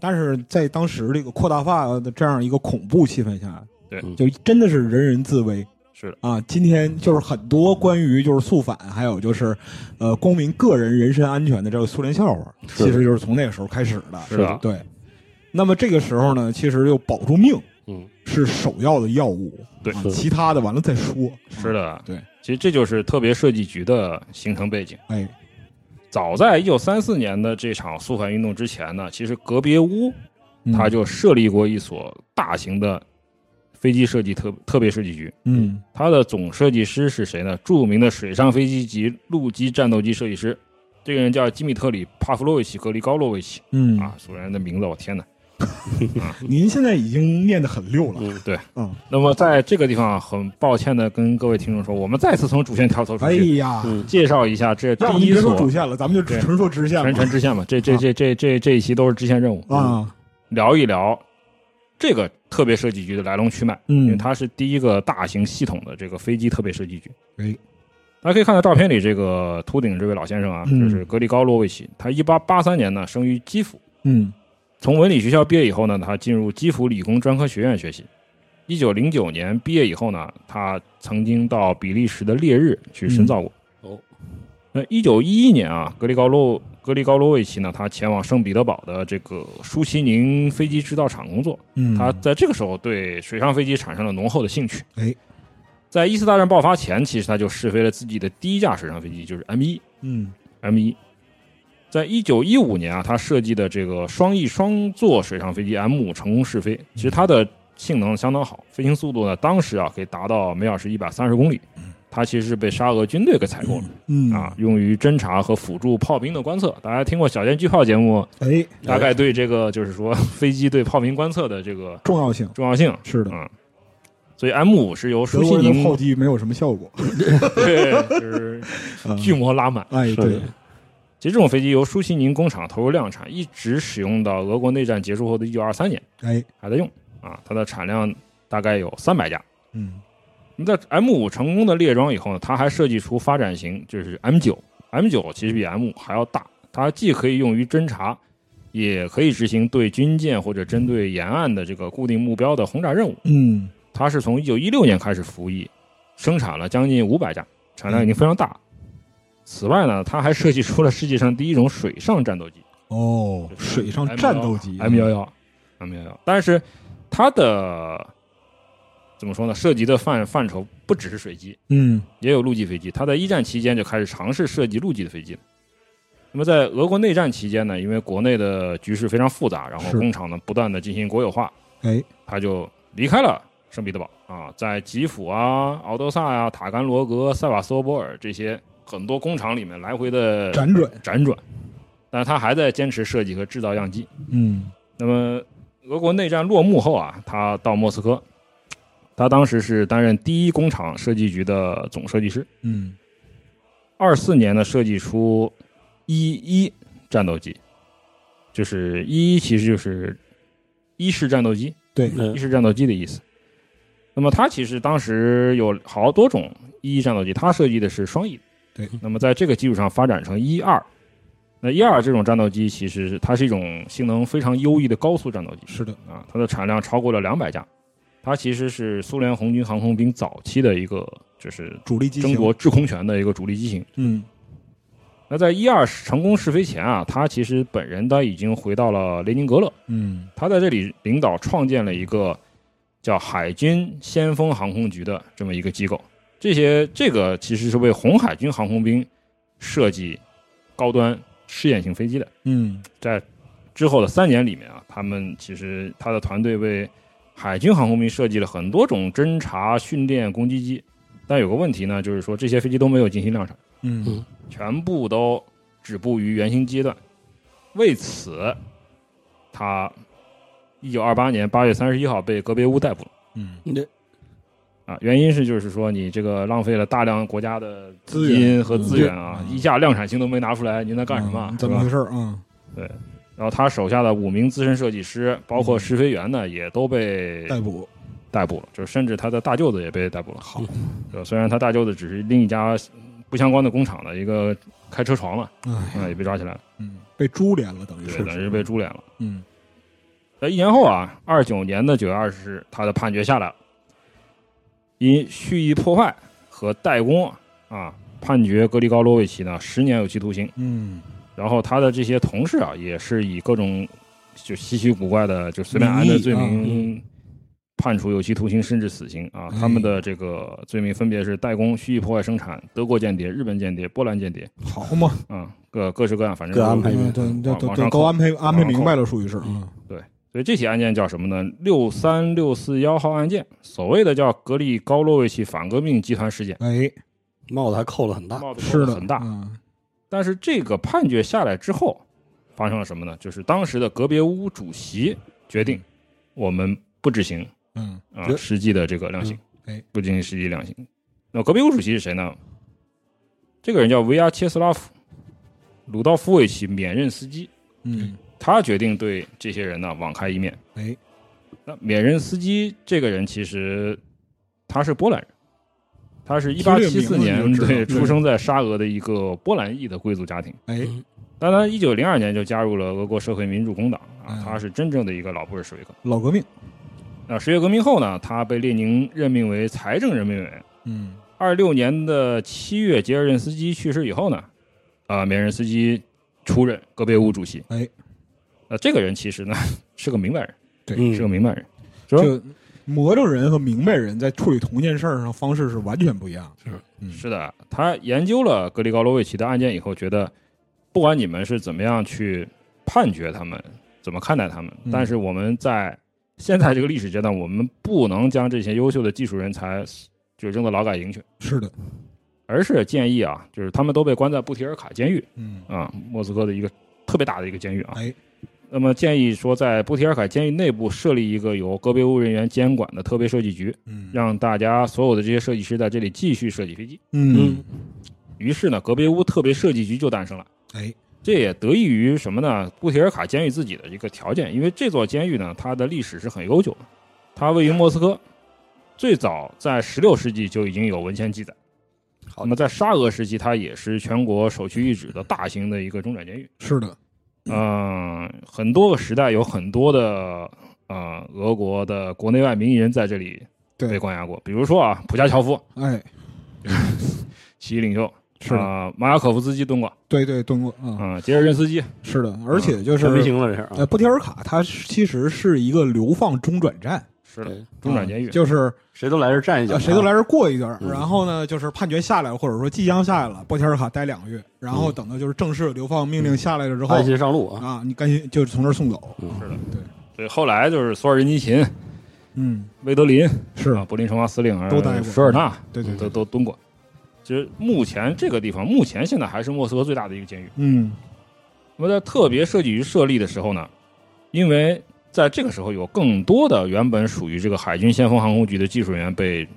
[SPEAKER 5] 但是在当时这个扩大化的这样一个恐怖气氛下，
[SPEAKER 6] 对
[SPEAKER 5] 就真的是人人自危。
[SPEAKER 6] 是的
[SPEAKER 5] 啊，今天就是很多关于就是肃反，还有就是，呃，公民个人人身安全的这个苏联笑话，
[SPEAKER 4] 是
[SPEAKER 5] 其实就是从那个时候开始的。
[SPEAKER 6] 是的
[SPEAKER 5] 对。那么这个时候呢，其实就保住命
[SPEAKER 4] 嗯
[SPEAKER 5] 是首要的药物，
[SPEAKER 6] 对
[SPEAKER 5] 啊
[SPEAKER 4] 是
[SPEAKER 5] 其他的完了再说。
[SPEAKER 6] 是的，
[SPEAKER 5] 对。
[SPEAKER 6] 其实这就是特别设计局的形成背景。
[SPEAKER 5] 哎，
[SPEAKER 6] 早在一九三四年的这场肃反运动之前呢，其实格别乌
[SPEAKER 5] 嗯
[SPEAKER 6] 他就设立过一所大型的飞机设计特特别设计局。
[SPEAKER 5] 嗯
[SPEAKER 6] 它的总设计师是谁呢？著名的水上飞机及陆基战斗机设计师，这个人叫基米特里·帕夫洛维奇·格里高洛维奇
[SPEAKER 5] 嗯
[SPEAKER 6] 啊，苏联人的名字，我天哪！
[SPEAKER 5] 您现在已经念得很溜了。
[SPEAKER 4] 嗯
[SPEAKER 6] 对，
[SPEAKER 5] 嗯，
[SPEAKER 6] 那么在这个地方，很抱歉的跟各位听众说，我们再次从主线跳脱出
[SPEAKER 5] 哎
[SPEAKER 6] 去，
[SPEAKER 5] 呀，
[SPEAKER 4] 嗯
[SPEAKER 6] 介绍一下这第
[SPEAKER 5] 要不你
[SPEAKER 6] 一
[SPEAKER 5] 别说
[SPEAKER 6] 所
[SPEAKER 5] 主线了，咱们就
[SPEAKER 6] 对
[SPEAKER 5] 纯说支线
[SPEAKER 6] 全
[SPEAKER 5] 吧
[SPEAKER 6] 全支线嘛，这这这这这这一期都是支线任务，嗯
[SPEAKER 5] 啊，
[SPEAKER 6] 聊一聊这个特别设计局的来龙去脉。因为
[SPEAKER 5] 嗯，
[SPEAKER 6] 它是第一个大型系统的这个飞机特别设计局。
[SPEAKER 5] 哎，
[SPEAKER 6] 大家可以看到照片里这个秃顶这位老先生啊，
[SPEAKER 5] 嗯
[SPEAKER 6] 就是格里高洛维奇。他一八八三年呢生于基辅，
[SPEAKER 5] 嗯
[SPEAKER 6] 从文理学校毕业以后呢，他进入基辅理工专科学院学习。一九零九年毕业以后呢，他曾经到比利时的烈日去深造过。
[SPEAKER 5] 嗯
[SPEAKER 4] 哦，
[SPEAKER 6] 那一九一一年啊，格里高洛格里高洛维奇呢，他前往圣彼得堡的这个舒淇宁飞机制造厂工作。
[SPEAKER 5] 嗯，
[SPEAKER 6] 他在这个时候对水上飞机产生了浓厚的兴趣。
[SPEAKER 5] 哎，
[SPEAKER 6] 在一次大战爆发前，其实他就试飞了自己的第一架水上飞机，就是 M 一
[SPEAKER 5] 嗯
[SPEAKER 6] M 一。在一九一五年啊，他设计的这个双翼双座水上飞机 M 五成功试飞，其实它的性能相当好，飞行速度呢，当时啊可以达到每小时一百三十公里。它其实是被沙俄军队给采购了、
[SPEAKER 5] 嗯
[SPEAKER 6] 啊，，用于侦察和辅助炮兵的观测。大家听过《小舰巨炮》节目，
[SPEAKER 5] 哎，
[SPEAKER 6] 大概对这个就是说 飞机对炮兵观测的这个
[SPEAKER 5] 重要性
[SPEAKER 6] 重要性
[SPEAKER 5] 是的，
[SPEAKER 6] 嗯，所以 M 五是由
[SPEAKER 5] 德
[SPEAKER 6] 舒淇
[SPEAKER 5] 国人的
[SPEAKER 6] 宁
[SPEAKER 5] 炮击没有什么效 果，
[SPEAKER 6] 对，就是
[SPEAKER 5] 嗯
[SPEAKER 6] 巨魔拉满。
[SPEAKER 5] 哎，对，
[SPEAKER 6] 其实这种飞机由舒淇宁工厂投入量产，一直使用到俄国内战结束后的1923年，
[SPEAKER 5] 哎，
[SPEAKER 6] 还在用啊。它的产量大概有300架。
[SPEAKER 5] 嗯
[SPEAKER 6] 那么在 M 五成功的列装以后呢，它还设计出发展型，就是 M 九。M 九其实比 M 五还要大，它既可以用于侦察，也可以执行对军舰或者针对沿岸的这个固定目标的轰炸任务。
[SPEAKER 5] 嗯
[SPEAKER 6] 它是从一九一六年开始服役，生产了将近五百架，产量已
[SPEAKER 5] 嗯
[SPEAKER 6] 经非常大。此外呢，它还设计出了世界上第一种水上战斗机
[SPEAKER 5] 哦，水上战斗机
[SPEAKER 6] M 幺幺，M 幺幺。但是它的怎么说呢？涉及的范范畴不只是水基，
[SPEAKER 5] 嗯
[SPEAKER 6] 也有陆基飞机。他在一战期间就开始尝试设计陆基的飞机了。那么在俄国内战期间呢，因为国内的局势非常复杂，然后
[SPEAKER 5] 是
[SPEAKER 6] 工厂呢不断的进行国有化，
[SPEAKER 5] 哎
[SPEAKER 6] 他就离开了圣彼得堡啊，在基辅啊、敖德萨呀、塔甘罗格、塞瓦斯托波尔这些很多工厂里面来回的
[SPEAKER 5] 辗转
[SPEAKER 6] 辗转，但他还在坚持设计和制造样机。
[SPEAKER 5] 嗯
[SPEAKER 6] 那么俄国内战落幕后啊，他到莫斯科，他当时是担任第一工厂设计局的总设计师。
[SPEAKER 5] 嗯
[SPEAKER 6] 二四年呢，设计出一一战斗机，就是一一其实就是一式战斗机，
[SPEAKER 5] 对
[SPEAKER 4] 嗯
[SPEAKER 6] 一式战斗机的意思。那么它其实当时有好多种一一战斗机，它设计的是双翼。
[SPEAKER 5] 对，
[SPEAKER 6] 那么在这个基础上发展成一二。那一二这种战斗机其实是它是一种性能非常优异的高速战斗机，
[SPEAKER 5] 是的
[SPEAKER 6] 啊，它的产量超过了两百架。它其实是苏联红军航空兵早期的一个，就是
[SPEAKER 5] 主力机
[SPEAKER 6] 争
[SPEAKER 5] 型
[SPEAKER 6] 夺制空权的一个主力机型。
[SPEAKER 5] 嗯
[SPEAKER 6] 那在一二成功试飞前啊，他其实本人他已经回到了列宁格勒，
[SPEAKER 5] 嗯
[SPEAKER 6] 他在这里领导创建了一个叫海军先锋航空局的这么一个机构。这些这个其实是为红海军航空兵设计高端试验型飞机的。
[SPEAKER 5] 嗯
[SPEAKER 6] 在之后的三年里面啊，他们其实他的团队为海军航空兵设计了很多种侦察、训练、攻击机，但有个问题呢，就是说这些飞机都没有进行量产。
[SPEAKER 5] 嗯
[SPEAKER 6] 全部都止步于原型阶段。为此，他一九二八年八月三十一号被格别乌逮捕了
[SPEAKER 5] 嗯
[SPEAKER 4] 你
[SPEAKER 6] 啊，原因是就是说你这个浪费了大量国家的
[SPEAKER 5] 资源
[SPEAKER 6] 金和资源啊，
[SPEAKER 5] 嗯对
[SPEAKER 6] 一架量产型都没拿出来，您在干什么啊
[SPEAKER 5] 嗯？
[SPEAKER 6] 是
[SPEAKER 5] 怎么
[SPEAKER 6] 吧
[SPEAKER 5] 回？事啊？
[SPEAKER 6] 然后他手下的五名资深设计师，包括试飞员呢，也都被
[SPEAKER 5] 逮捕
[SPEAKER 6] 逮
[SPEAKER 5] 嗯
[SPEAKER 6] 捕了，就是甚至他的大舅子也被逮捕了。好，虽然他大舅子只是另一家不相关的工厂的一个开车床嘛，
[SPEAKER 5] 哎
[SPEAKER 6] 啊，也被抓起来了，
[SPEAKER 5] 嗯被株连了等于
[SPEAKER 6] 对，
[SPEAKER 5] 是
[SPEAKER 6] 等于是被株连了。
[SPEAKER 5] 嗯
[SPEAKER 6] 在一年后啊，二九年的九月二十日，他的判决下来了，因蓄意破坏和怠工啊，判决格里高罗维奇呢十年有期徒刑。
[SPEAKER 5] 嗯
[SPEAKER 6] 然后他的这些同事啊，也是以各种就稀奇古怪的就随便安
[SPEAKER 5] 名
[SPEAKER 6] 的
[SPEAKER 5] 义
[SPEAKER 6] 罪
[SPEAKER 5] 啊
[SPEAKER 4] 嗯
[SPEAKER 6] 名判处有期徒刑甚至死刑啊。
[SPEAKER 5] 哎
[SPEAKER 6] 他们的这个罪名分别是怠工、蓄意破坏生产、德国间谍、日本间谍、波兰间谍
[SPEAKER 5] 好 嘛，
[SPEAKER 6] 啊，各各式各样，反正
[SPEAKER 4] 各安排
[SPEAKER 6] 都
[SPEAKER 4] 一遍
[SPEAKER 5] 嗯对对
[SPEAKER 6] 往
[SPEAKER 5] 对
[SPEAKER 6] 往
[SPEAKER 5] 对，
[SPEAKER 6] 上
[SPEAKER 5] 都
[SPEAKER 6] 扣
[SPEAKER 5] 安排安排
[SPEAKER 6] 往上
[SPEAKER 5] 明
[SPEAKER 6] 扣
[SPEAKER 5] 白了，属于是嗯
[SPEAKER 6] 所以这起案件叫什么呢？六三六四幺号案件，所谓的叫格里高洛维奇反革命集团事件，
[SPEAKER 5] 哎
[SPEAKER 4] 帽子还扣了很大，
[SPEAKER 6] 帽子
[SPEAKER 5] 啊是的
[SPEAKER 6] 很大。
[SPEAKER 5] 嗯
[SPEAKER 6] 但是这个判决下来之后，发生了什么呢？就是当时的格别乌主席决定，我们不执行
[SPEAKER 5] 嗯
[SPEAKER 6] 啊、
[SPEAKER 4] 对
[SPEAKER 6] 实际的这个量刑，
[SPEAKER 5] 嗯哎，
[SPEAKER 6] 不进行实际量刑。那格别乌主席是谁呢？这个人叫维亚切斯拉夫·鲁道夫维奇·免任斯基，
[SPEAKER 5] 嗯
[SPEAKER 6] 他决定对这些人呢网开一面。
[SPEAKER 5] 哎
[SPEAKER 6] 那缅任斯基这个人其实他是波兰人，他是一
[SPEAKER 5] 听
[SPEAKER 6] 八
[SPEAKER 5] 这个
[SPEAKER 6] 七
[SPEAKER 5] 名字
[SPEAKER 6] 四
[SPEAKER 5] 你
[SPEAKER 6] 年
[SPEAKER 5] 就知道
[SPEAKER 6] 对
[SPEAKER 5] 对
[SPEAKER 6] 出生在沙俄的一个波兰裔的贵族家庭，
[SPEAKER 5] 哎
[SPEAKER 6] 但他一九零二年就加入了俄国社会民主工党啊
[SPEAKER 5] 嗯，
[SPEAKER 6] 他是真正的一个老布尔什维克。
[SPEAKER 5] 老革命
[SPEAKER 6] 那十月革命后呢，他被列宁任命为财政人民委员。
[SPEAKER 5] 嗯
[SPEAKER 6] 二六年的七月，捷尔任斯基去世以后呢，啊、缅任斯基出任戈别乌主席。
[SPEAKER 5] 哎，
[SPEAKER 6] 那这个人其实呢 是个明白人，
[SPEAKER 4] 嗯
[SPEAKER 6] 是个明白人。说
[SPEAKER 5] 这魔怔人和明白人在处理同一件事儿上方式是完全不一样的。嗯
[SPEAKER 6] 是的，他研究了格里高罗维奇的案件以后，觉得不管你们是怎么样去判决他们，怎么看待他们，
[SPEAKER 5] 嗯
[SPEAKER 6] 但是我们在现在这个历史阶段，我们不能将这些优秀的技术人才就扔到劳改营去，
[SPEAKER 5] 是的，
[SPEAKER 6] 而是建议啊，就是他们都被关在布提尔卡监狱
[SPEAKER 5] 嗯
[SPEAKER 6] 啊，莫斯科的一个特别大的一个监狱啊。
[SPEAKER 5] 哎
[SPEAKER 6] 那么建议说，在布提尔卡监狱内部设立一个由戈别乌人员监管的特别设计局，
[SPEAKER 5] 嗯
[SPEAKER 6] 让大家所有的这些设计师在这里继续设计飞机。
[SPEAKER 5] 嗯
[SPEAKER 6] 于是呢，格别乌特别设计局就诞生了。
[SPEAKER 5] 哎
[SPEAKER 6] 这也得益于什么呢？布提尔卡监狱自己的一个条件，因为这座监狱呢，它的历史是很悠久的，它位于莫斯科，最早在16世纪就已经有文献记载。
[SPEAKER 4] 好
[SPEAKER 6] 那么在沙俄时期，它也是全国首屈一指的大型的一个中转监狱。
[SPEAKER 5] 是的，
[SPEAKER 6] 嗯、很多个时代有很多的呃俄国的国内外名人在这里
[SPEAKER 5] 对
[SPEAKER 6] 被关押过，比如说啊，普加乔夫，
[SPEAKER 5] 哎
[SPEAKER 6] 起义领袖，
[SPEAKER 5] 是的，嗯
[SPEAKER 6] 啊、马雅可夫斯基蹲过，
[SPEAKER 5] 对对，蹲过啊，
[SPEAKER 6] 嗯、杰尔任斯基，
[SPEAKER 5] 是的，而且就是呃
[SPEAKER 4] 全没行了这是啊
[SPEAKER 5] 呃，布提尔卡它是其实是一个流放中转站，
[SPEAKER 6] 是的
[SPEAKER 4] 对，
[SPEAKER 6] 中转监狱，
[SPEAKER 5] 就是
[SPEAKER 4] 谁都来这儿站一脚，啊
[SPEAKER 5] 呃谁都来这儿过一阵儿，
[SPEAKER 4] 嗯
[SPEAKER 5] 然后呢，就是判决下来了，或者说即将下来了，波提尔卡待两个月，然后等到就是正式流放命令下来了之
[SPEAKER 4] 嗯
[SPEAKER 5] 后
[SPEAKER 4] 安心上路啊。
[SPEAKER 5] 啊，你赶紧就是从这儿送走。
[SPEAKER 6] 对，后来就是索尔仁基琴、
[SPEAKER 5] 嗯，
[SPEAKER 6] 威德林
[SPEAKER 5] 是
[SPEAKER 6] 啊，柏林城防司令啊
[SPEAKER 5] 都待过嗯
[SPEAKER 6] 舍尔纳
[SPEAKER 5] 对对对
[SPEAKER 6] 都，都蹲过。其实目前这个地方，目前现在还是莫斯科最大的一个监狱。
[SPEAKER 5] 嗯
[SPEAKER 6] 那么在特别设计局设立的时候呢，因为在这个时候有更多的原本属于这个海军先锋航空局的技术人员被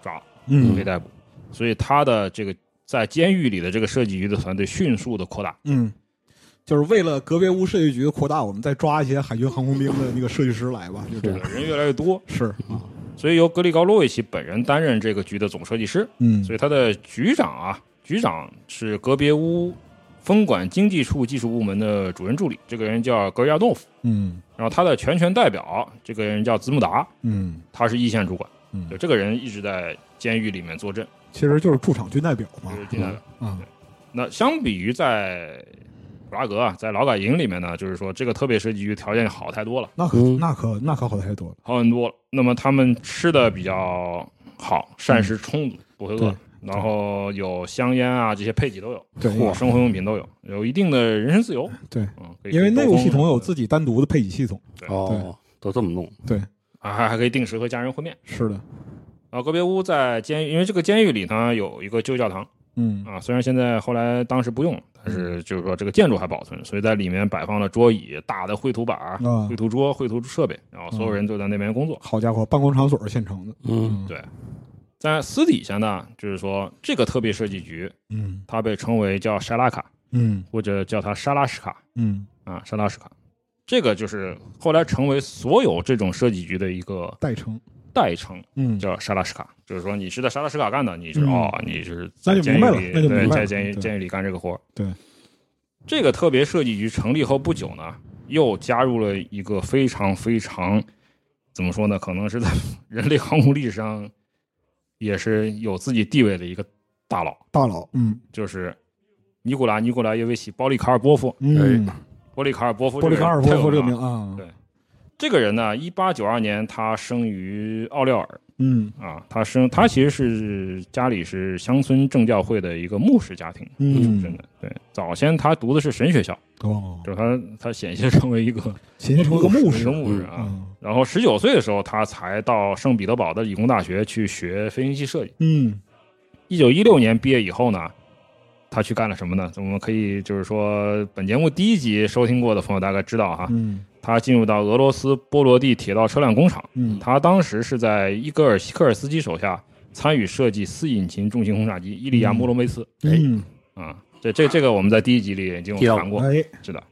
[SPEAKER 6] 抓、被
[SPEAKER 5] 嗯
[SPEAKER 6] 逮捕，所以他的这个在监狱里的这个设计局的团队迅速的扩大。
[SPEAKER 5] 嗯，就是为了格别乌设计局的扩大，我们再抓一些海军航空兵的那个设计师来吧，就这样。
[SPEAKER 6] 人越来越多，
[SPEAKER 5] 是啊，
[SPEAKER 6] 所以由格里高洛维奇本人担任这个局的总设计师，
[SPEAKER 5] 嗯
[SPEAKER 6] 所以他的局长啊，局长是格别乌分管经济处技术部门的主任助理，这个人叫格亚诺夫，
[SPEAKER 5] 嗯
[SPEAKER 6] 然后他的全权代表这个人叫子木达，
[SPEAKER 5] 嗯
[SPEAKER 6] 他是一线主管，
[SPEAKER 5] 嗯
[SPEAKER 6] 就这个人一直在监狱里面坐镇，
[SPEAKER 5] 其实就是驻场军代表嘛
[SPEAKER 6] 就，是进来的。
[SPEAKER 5] 嗯
[SPEAKER 6] 对那相比于在普拉格啊，在劳改营里面呢，就是说这个特别设计局条件好太多了，
[SPEAKER 5] 那可
[SPEAKER 4] 嗯
[SPEAKER 5] 那可那可好太多了。
[SPEAKER 6] 好很多了。那么他们吃的比较好，膳食充足，不会
[SPEAKER 5] 嗯对
[SPEAKER 6] 饿，然后有香烟啊这些配给都有，
[SPEAKER 5] 对，
[SPEAKER 6] 啊生活用品都有，有一定的人身自由。
[SPEAKER 5] 对，
[SPEAKER 6] 嗯，可以
[SPEAKER 5] 因为内部系统有
[SPEAKER 6] 自
[SPEAKER 5] 自己单独的配给系统。
[SPEAKER 4] 哦，都这么弄，
[SPEAKER 6] 啊，还还可以定时和家人会面。
[SPEAKER 5] 是的，
[SPEAKER 6] 然后格别屋在监狱，因为这个监狱里呢有一个旧教堂。
[SPEAKER 5] 嗯
[SPEAKER 6] 啊，虽然现在后来当时不用，但是就是说这个建筑还保存，所以在里面摆放了桌椅、大的绘图板儿、
[SPEAKER 5] 啊
[SPEAKER 6] 绘，图桌、绘图设备，然后所有人都在那边工作。
[SPEAKER 5] 好家伙，办公场所现成的。
[SPEAKER 4] 嗯，
[SPEAKER 6] 对在私底下呢，就是说这个特别设计局，
[SPEAKER 5] 嗯
[SPEAKER 6] 它被称为叫沙拉卡，
[SPEAKER 5] 嗯
[SPEAKER 6] 或者叫它沙拉什卡
[SPEAKER 5] 嗯，
[SPEAKER 6] 啊，沙拉什卡，这个就是后来成为所有这种设计局的一个
[SPEAKER 5] 代称。
[SPEAKER 6] 代称，
[SPEAKER 5] 嗯，
[SPEAKER 6] 叫沙拉什卡，就是说你是在沙拉什卡干的，你是、
[SPEAKER 5] 嗯
[SPEAKER 6] 哦，你是
[SPEAKER 5] 那
[SPEAKER 6] 在
[SPEAKER 5] 就
[SPEAKER 6] 监
[SPEAKER 5] 明白
[SPEAKER 6] 狱
[SPEAKER 5] 了
[SPEAKER 6] 里
[SPEAKER 5] 那就
[SPEAKER 6] 对
[SPEAKER 5] 明白
[SPEAKER 6] 在
[SPEAKER 5] 了
[SPEAKER 6] 监狱
[SPEAKER 5] 对
[SPEAKER 6] 监狱里干这个活儿。
[SPEAKER 5] 对，
[SPEAKER 6] 这个特别设计局成立后不久呢，又加入了一个非常非常怎么说呢？可能是在人类航空历史上也是有自己地位的一个大佬，
[SPEAKER 5] 大佬。嗯
[SPEAKER 6] 就是尼古拉尼古拉耶维奇鲍利卡尔波夫，
[SPEAKER 5] 嗯，
[SPEAKER 6] 波利卡尔波夫，
[SPEAKER 5] 波利卡尔波夫这个名
[SPEAKER 6] 名。
[SPEAKER 5] 啊，
[SPEAKER 6] 哎对这个人呢，一八九二年他生于奥廖尔，
[SPEAKER 5] 嗯
[SPEAKER 6] 啊，他生他其实是家里是乡村正教会的一个牧师家庭出身
[SPEAKER 5] 嗯，
[SPEAKER 6] 的。对，早先他读的是神学校，
[SPEAKER 5] 哦，
[SPEAKER 6] 就是他他险些成为一个
[SPEAKER 5] 秦成个牧
[SPEAKER 6] 一
[SPEAKER 5] 师
[SPEAKER 6] 个。牧师啊。
[SPEAKER 5] 嗯
[SPEAKER 6] 然后十九岁的时候，他才到圣彼得堡的理工大学去学飞行器设计。
[SPEAKER 5] 嗯
[SPEAKER 6] 一九一六年毕业以后呢，他去干了什么呢？我们可以就是说，本节目第一集收听过的朋友大概知道哈，
[SPEAKER 5] 嗯
[SPEAKER 6] 他进入到俄罗斯波罗的铁道车辆工厂。
[SPEAKER 5] 嗯
[SPEAKER 6] 他当时是在伊戈尔·希科尔斯基手下参与设计四引擎重型轰炸机伊利亚·莫罗梅茨。
[SPEAKER 5] 嗯，
[SPEAKER 6] 啊、这这这个我们在第一集里已经
[SPEAKER 4] 提
[SPEAKER 6] 有
[SPEAKER 4] 到
[SPEAKER 6] 谈过，
[SPEAKER 5] 哎，
[SPEAKER 6] 是的。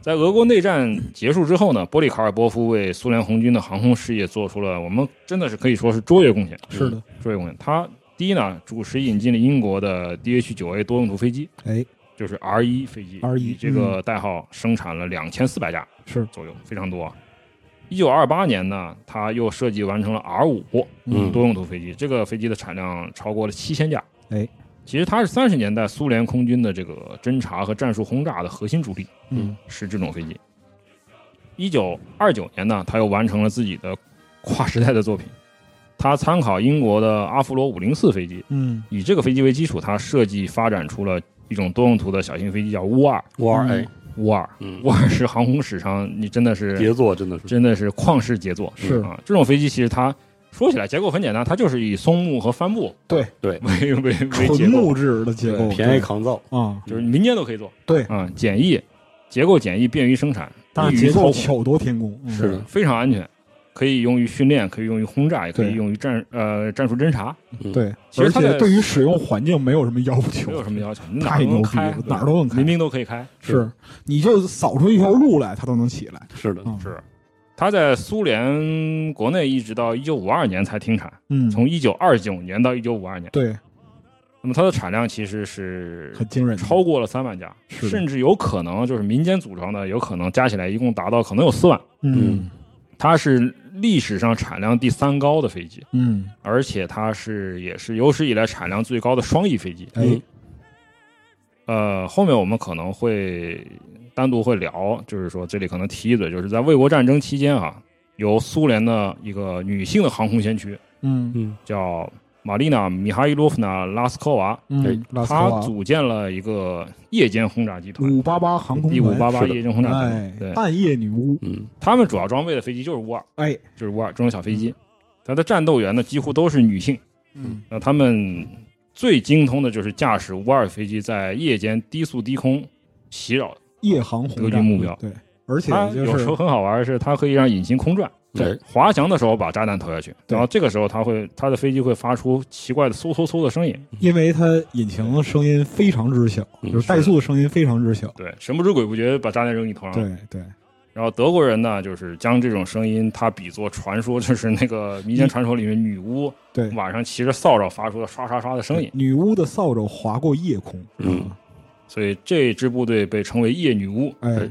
[SPEAKER 6] 在俄国内战结束之后呢，波利卡尔波夫为苏联红军的航空事业做出了我们真的是可以说是卓越贡献，
[SPEAKER 5] 是的，
[SPEAKER 6] 卓越贡献。他第一呢，主持引进了英国的 DH 九 A 多用途飞机，
[SPEAKER 5] 哎，
[SPEAKER 6] 就是 R 一飞机
[SPEAKER 5] R1
[SPEAKER 6] 以这个代号生产了两千四百架
[SPEAKER 5] 是
[SPEAKER 6] 左右，非常多啊。一九二八年呢，他又设计完成了 R 五
[SPEAKER 4] 嗯
[SPEAKER 6] 多用途飞机，这个飞机的产量超过了七千架。
[SPEAKER 5] 哎，
[SPEAKER 6] 其实它是三十年代苏联空军的这个侦察和战术轰炸的核心主力，
[SPEAKER 5] 嗯，
[SPEAKER 6] 是这种飞机。一九二九年呢，他又完成了自己的跨时代的作品，他参考英国的阿芙罗五零四飞机，
[SPEAKER 5] 嗯
[SPEAKER 6] 以这个飞机为基础，它设计发展出了一种多用途的小型飞机，叫乌二。
[SPEAKER 5] 嗯
[SPEAKER 4] 五二 A，
[SPEAKER 6] 乌二，
[SPEAKER 4] 嗯
[SPEAKER 6] 乌二是航空史上你真的是
[SPEAKER 4] 杰作真的是，
[SPEAKER 6] 真的是旷世杰作，
[SPEAKER 5] 是
[SPEAKER 6] 啊。这种飞机其实它说起来结构很简单，它就是以松木和帆布
[SPEAKER 5] 对
[SPEAKER 4] 对
[SPEAKER 6] 为为为结
[SPEAKER 5] 纯木
[SPEAKER 6] 构，
[SPEAKER 5] 质的结构，
[SPEAKER 4] 便宜扛造，
[SPEAKER 5] 啊，
[SPEAKER 6] 就是民间都可以做，
[SPEAKER 5] 对
[SPEAKER 6] 啊，简易，结构简易，便于生产，
[SPEAKER 5] 但是
[SPEAKER 6] 易于
[SPEAKER 5] 节奏
[SPEAKER 6] 操控
[SPEAKER 5] 巧夺天工。嗯
[SPEAKER 4] 是的，
[SPEAKER 6] 非常安全，可以用于训练，可以用于轰炸，也可以
[SPEAKER 5] 对
[SPEAKER 6] 用于战呃战术侦察，
[SPEAKER 5] 对，
[SPEAKER 6] 其实
[SPEAKER 5] 而
[SPEAKER 6] 它
[SPEAKER 5] 且
[SPEAKER 6] 的
[SPEAKER 5] 对于使用环境没有什么要求
[SPEAKER 6] 没，有什么要求，你
[SPEAKER 5] 太
[SPEAKER 6] 哪儿都能
[SPEAKER 5] 牛逼
[SPEAKER 6] 开
[SPEAKER 5] 了，，哪儿都能开
[SPEAKER 6] 民。兵都可以开，
[SPEAKER 5] 是，你就扫出一条路来，它都能起来。
[SPEAKER 4] 是的，
[SPEAKER 5] 嗯
[SPEAKER 6] 是，它在苏联国内一直到一九五二年才停产，
[SPEAKER 5] 嗯，
[SPEAKER 6] 从一九二九年到一九五二年，
[SPEAKER 5] 对，
[SPEAKER 6] 那么它的产量其实是
[SPEAKER 5] 很惊人的，
[SPEAKER 6] 超过了三万架，
[SPEAKER 5] 嗯是的
[SPEAKER 6] 甚至有可能就是民间组成的，有可能加起来一共达到可能有四万。
[SPEAKER 5] 嗯
[SPEAKER 6] 它是历史上产量第三高的飞机，
[SPEAKER 5] 嗯，
[SPEAKER 6] 而且它是也是有史以来产量最高的双翼飞机。
[SPEAKER 5] 哎，
[SPEAKER 6] 呃，后面我们可能会单独会聊，就是说这里可能提一嘴，就是在卫国战争期间啊，由苏联的一个女性的航空先驱
[SPEAKER 5] 嗯
[SPEAKER 4] 嗯
[SPEAKER 6] 叫玛丽娜·米哈伊洛夫娜·拉斯科娃，
[SPEAKER 5] 嗯，拉斯科
[SPEAKER 6] 她
[SPEAKER 5] 娃
[SPEAKER 6] 组建了一个夜间轰炸集团，
[SPEAKER 5] 五八八航空
[SPEAKER 6] 第五八八
[SPEAKER 4] 是的
[SPEAKER 6] 夜间轰炸集
[SPEAKER 5] 哎
[SPEAKER 6] 团。对，
[SPEAKER 5] 暗夜女巫，
[SPEAKER 4] 嗯
[SPEAKER 6] 他们主要装备的飞机就是乌二，
[SPEAKER 5] 哎，
[SPEAKER 6] 就是乌二这种小飞机，它的战斗员呢几乎都是女性。
[SPEAKER 5] 嗯
[SPEAKER 6] 那他们最精通的就是驾驶无二飞机在夜间低速低空袭扰。
[SPEAKER 5] 夜航轰
[SPEAKER 6] 德
[SPEAKER 5] 炸
[SPEAKER 6] 军目标
[SPEAKER 5] 对，而且
[SPEAKER 6] 它
[SPEAKER 5] 就
[SPEAKER 6] 有时
[SPEAKER 5] 是
[SPEAKER 6] 候很好玩的是，它可以让引擎空转，
[SPEAKER 4] 对，
[SPEAKER 6] 滑翔的时候把炸弹投下去，
[SPEAKER 5] 对
[SPEAKER 6] 然后这个时候它会它的飞机会发出奇怪的嗖嗖嗖的声音，
[SPEAKER 5] 因为它引擎的声音非常之小，
[SPEAKER 4] 嗯
[SPEAKER 5] 就是怠速的声音非常之小，
[SPEAKER 6] 对，神不知鬼不觉把炸弹扔你头上。
[SPEAKER 5] 对对，
[SPEAKER 6] 然后德国人呢，就是将这种声音，他比作传说，就是那个民间传说里面女巫
[SPEAKER 5] 嗯对
[SPEAKER 6] 晚上骑着扫帚发出的刷刷刷的声音，
[SPEAKER 5] 女巫的扫帚划过夜空，啊
[SPEAKER 4] 嗯
[SPEAKER 6] 所以这支部队被称为夜女巫。
[SPEAKER 5] 哎
[SPEAKER 6] 对，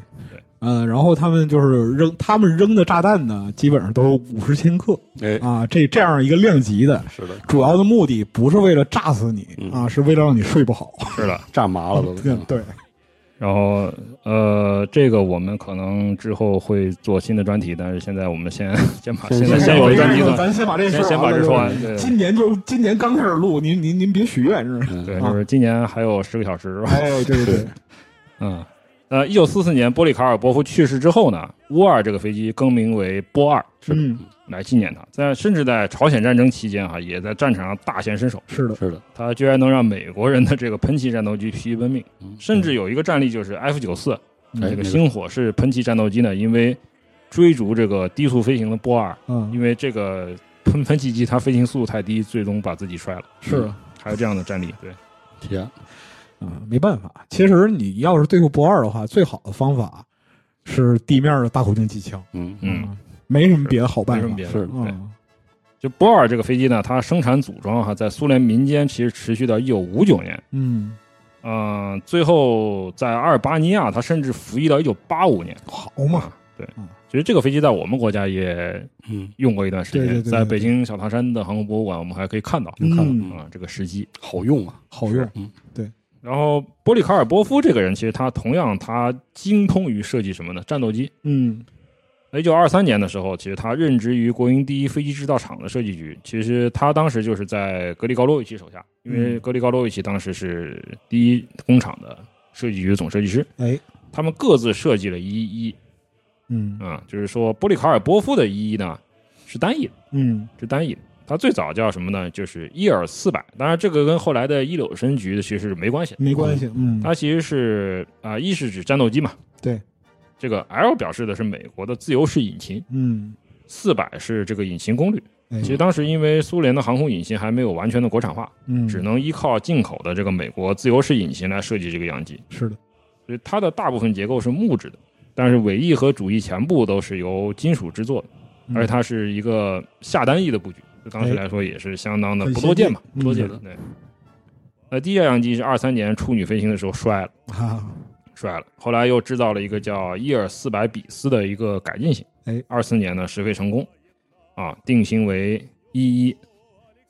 [SPEAKER 5] 嗯，然后他们就是扔，他们扔的炸弹呢，基本上都五十千克
[SPEAKER 4] 哎
[SPEAKER 5] 啊，这这样一个量级的，
[SPEAKER 4] 是的，
[SPEAKER 5] 主要的目的不是为了炸死你
[SPEAKER 4] 嗯
[SPEAKER 5] 啊，是为了让你睡不好。
[SPEAKER 6] 是的。
[SPEAKER 4] 炸麻了都
[SPEAKER 5] 对
[SPEAKER 6] 嗯
[SPEAKER 5] 对，
[SPEAKER 6] 然后呃，这个我们可能之后会做新的专题，但是现在我们先 先把现在
[SPEAKER 5] 先
[SPEAKER 6] 先有专题的，
[SPEAKER 5] 咱先把这事
[SPEAKER 6] 先
[SPEAKER 5] 儿
[SPEAKER 6] 先把这说完。。对
[SPEAKER 5] 今年就今年刚开始录，您您您别许愿 是吧？
[SPEAKER 6] 对，就是今年还有十个小时是吧？
[SPEAKER 5] 哎，对对对，
[SPEAKER 6] 嗯。呃，一九四四年，波利卡尔波夫去世之后呢，乌二这个飞机更名为波二，
[SPEAKER 5] 嗯，
[SPEAKER 6] 来纪念他。在甚至在朝鲜战争期间哈、啊也在战场上大显身手。
[SPEAKER 5] 是的，
[SPEAKER 4] 是的，
[SPEAKER 6] 他居然能让美国人的这个喷气战斗机疲于奔命，
[SPEAKER 4] 嗯
[SPEAKER 6] 甚至有一个战例就是 F 九四
[SPEAKER 4] 哎
[SPEAKER 6] 这
[SPEAKER 4] 那
[SPEAKER 6] 个星火式喷气战斗机呢，因为追逐这个低速飞行的波二，因
[SPEAKER 5] 嗯，
[SPEAKER 6] 为这个喷喷气机它飞行速度太低，最终把自己摔了。
[SPEAKER 5] 是的
[SPEAKER 6] 还有这样的战例，对，
[SPEAKER 4] 天
[SPEAKER 5] 啊，没办法。其实你要是对付博二的话，最好的方法是地面的大口径机枪，
[SPEAKER 4] 嗯
[SPEAKER 6] 嗯，，
[SPEAKER 5] 没什么别的好
[SPEAKER 6] 没
[SPEAKER 5] 办
[SPEAKER 6] 什
[SPEAKER 5] 法
[SPEAKER 6] 么。别的。
[SPEAKER 4] 是
[SPEAKER 5] 嗯
[SPEAKER 6] 对，就波二这个飞机呢，它生产组装哈，在苏联民间其实持续到一九五九年，
[SPEAKER 5] 嗯，
[SPEAKER 6] 嗯、最后在阿尔巴尼亚，它甚至服役到一九八五年。
[SPEAKER 5] 好嘛，
[SPEAKER 6] 对
[SPEAKER 5] 嗯，
[SPEAKER 6] 其实这个飞机在我们国家也
[SPEAKER 4] 嗯，
[SPEAKER 6] 用过一段时
[SPEAKER 5] 对对对
[SPEAKER 6] 间，
[SPEAKER 5] 对
[SPEAKER 6] 在北京小汤山的航空博物馆，我们还可以看到
[SPEAKER 4] 能看到
[SPEAKER 5] 嗯
[SPEAKER 6] 啊这个时机。
[SPEAKER 4] 好用
[SPEAKER 6] 嗯
[SPEAKER 4] 啊，
[SPEAKER 5] 好用，
[SPEAKER 6] 然后波利卡尔波夫这个人，其实他同样他精通于设计什么呢？战斗机。
[SPEAKER 5] 嗯
[SPEAKER 6] 一九二三年的时候，其实他任职于国营第一飞机制造厂的设计局。其实他当时就是在格里高洛维奇手下，因为
[SPEAKER 5] 嗯
[SPEAKER 6] 格里高洛维奇当时是第一工厂的设计局总设计师。
[SPEAKER 5] 哎，
[SPEAKER 6] 他们各自设计了一一
[SPEAKER 5] 嗯
[SPEAKER 6] 啊，就是说波利卡尔波夫的一一呢是单翼的，
[SPEAKER 5] 嗯
[SPEAKER 6] 是单翼的。它最早叫什么呢？就是伊尔四百。当然，这个跟后来的伊柳申局的其实是没关系的。
[SPEAKER 5] 没关系，嗯
[SPEAKER 6] 它其实是啊、一是指战斗机嘛，
[SPEAKER 5] 对，
[SPEAKER 6] 这个 L 表示的是美国的自由式引擎，
[SPEAKER 5] 嗯，
[SPEAKER 6] 四百是这个引擎功率。
[SPEAKER 5] 哎
[SPEAKER 6] 其实当时因为苏联的航空引擎还没有完全的国产化，
[SPEAKER 5] 嗯，
[SPEAKER 6] 只能依靠进口的这个美国自由式引擎来设计这个样机，
[SPEAKER 5] 是的，
[SPEAKER 6] 所以它的大部分结构是木质的，但是尾翼和主翼前部都是由金属制作的，
[SPEAKER 5] 嗯哎
[SPEAKER 6] 而且它是一个下单翼的布局，对当时来说也是相当的不多见嘛，
[SPEAKER 5] 很先进
[SPEAKER 6] 不多见
[SPEAKER 5] 嗯
[SPEAKER 6] 对。那第一架样机是二三年处女飞行的时候摔了。
[SPEAKER 5] 哈，
[SPEAKER 6] 摔了。后来又制造了一个叫伊尔四百比斯的一个改进型，
[SPEAKER 5] 哎
[SPEAKER 6] 二四年呢试飞成功，啊，定性为一一。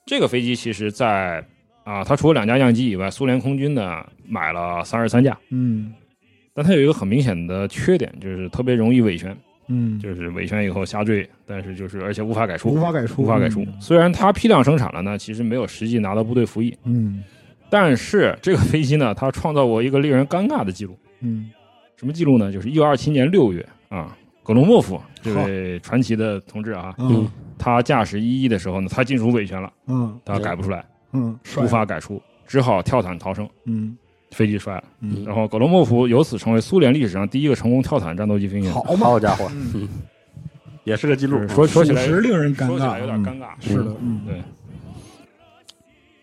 [SPEAKER 6] 这个飞机其实在啊，它除了两架样机以外，苏联空军呢买了三十三架，
[SPEAKER 5] 嗯
[SPEAKER 6] 但它有一个很明显的缺点，就是特别容易尾旋，
[SPEAKER 5] 嗯，
[SPEAKER 6] 就是尾旋以后下坠，但是就是而且无法改出
[SPEAKER 5] 无。法改嗯出，
[SPEAKER 6] 无法改出。虽然它批量生产了呢，其实没有实际拿到部队服役。
[SPEAKER 5] 嗯
[SPEAKER 6] 但是这个飞机呢，它创造过一个令人尴尬的记录。
[SPEAKER 5] 嗯
[SPEAKER 6] 什么记录呢？就是一九二七年六月啊，格隆莫夫这位传奇的同志啊，
[SPEAKER 5] 嗯
[SPEAKER 6] 他驾驶一一的时候呢，他进入尾旋了，
[SPEAKER 5] 嗯
[SPEAKER 6] 他改不出来，
[SPEAKER 5] 嗯，
[SPEAKER 6] 无法改出，只好跳伞逃生，
[SPEAKER 5] 嗯
[SPEAKER 6] 飞机摔了。
[SPEAKER 5] 嗯
[SPEAKER 6] 然后格隆莫夫由此成为苏联历史上第一个成功跳伞战斗机飞行员。
[SPEAKER 5] 好嘛，
[SPEAKER 4] 好家伙，嗯，也是个记录
[SPEAKER 6] 就是，说说起来，
[SPEAKER 5] 属实
[SPEAKER 6] 说
[SPEAKER 5] 令人尴
[SPEAKER 6] 起
[SPEAKER 5] 尬，
[SPEAKER 6] 来有点尴尬。
[SPEAKER 5] 是的，嗯
[SPEAKER 6] 对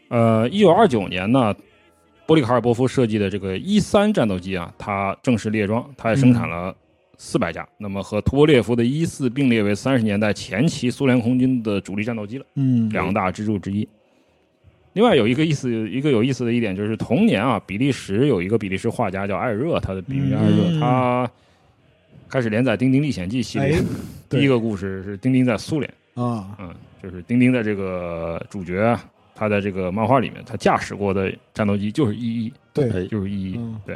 [SPEAKER 6] 呃，一九二九年呢，波利卡尔波夫设计的这个一三战斗机啊，它正式列装，它也生
[SPEAKER 5] 嗯
[SPEAKER 6] 产了四百架，那么和图波列夫的一四并列为三十年代前期苏联空军的主力战斗机了，
[SPEAKER 5] 嗯，
[SPEAKER 6] 两大支柱之一。另外有一个意思，一个有意思的一点就是，同年啊，比利时有一个比利时画家叫艾热，他的笔名叫艾
[SPEAKER 5] 嗯
[SPEAKER 6] 热，他开始连载《丁丁历险记》系列
[SPEAKER 5] 哎。
[SPEAKER 6] 第一个故事是丁丁在苏联。
[SPEAKER 5] 啊，
[SPEAKER 6] 嗯，就是丁丁的这个主角，啊他在这个漫画里面他驾驶过的战斗机就是 E
[SPEAKER 5] 对，
[SPEAKER 4] 哎
[SPEAKER 6] 一，就是 E 一、
[SPEAKER 5] 嗯
[SPEAKER 6] 对。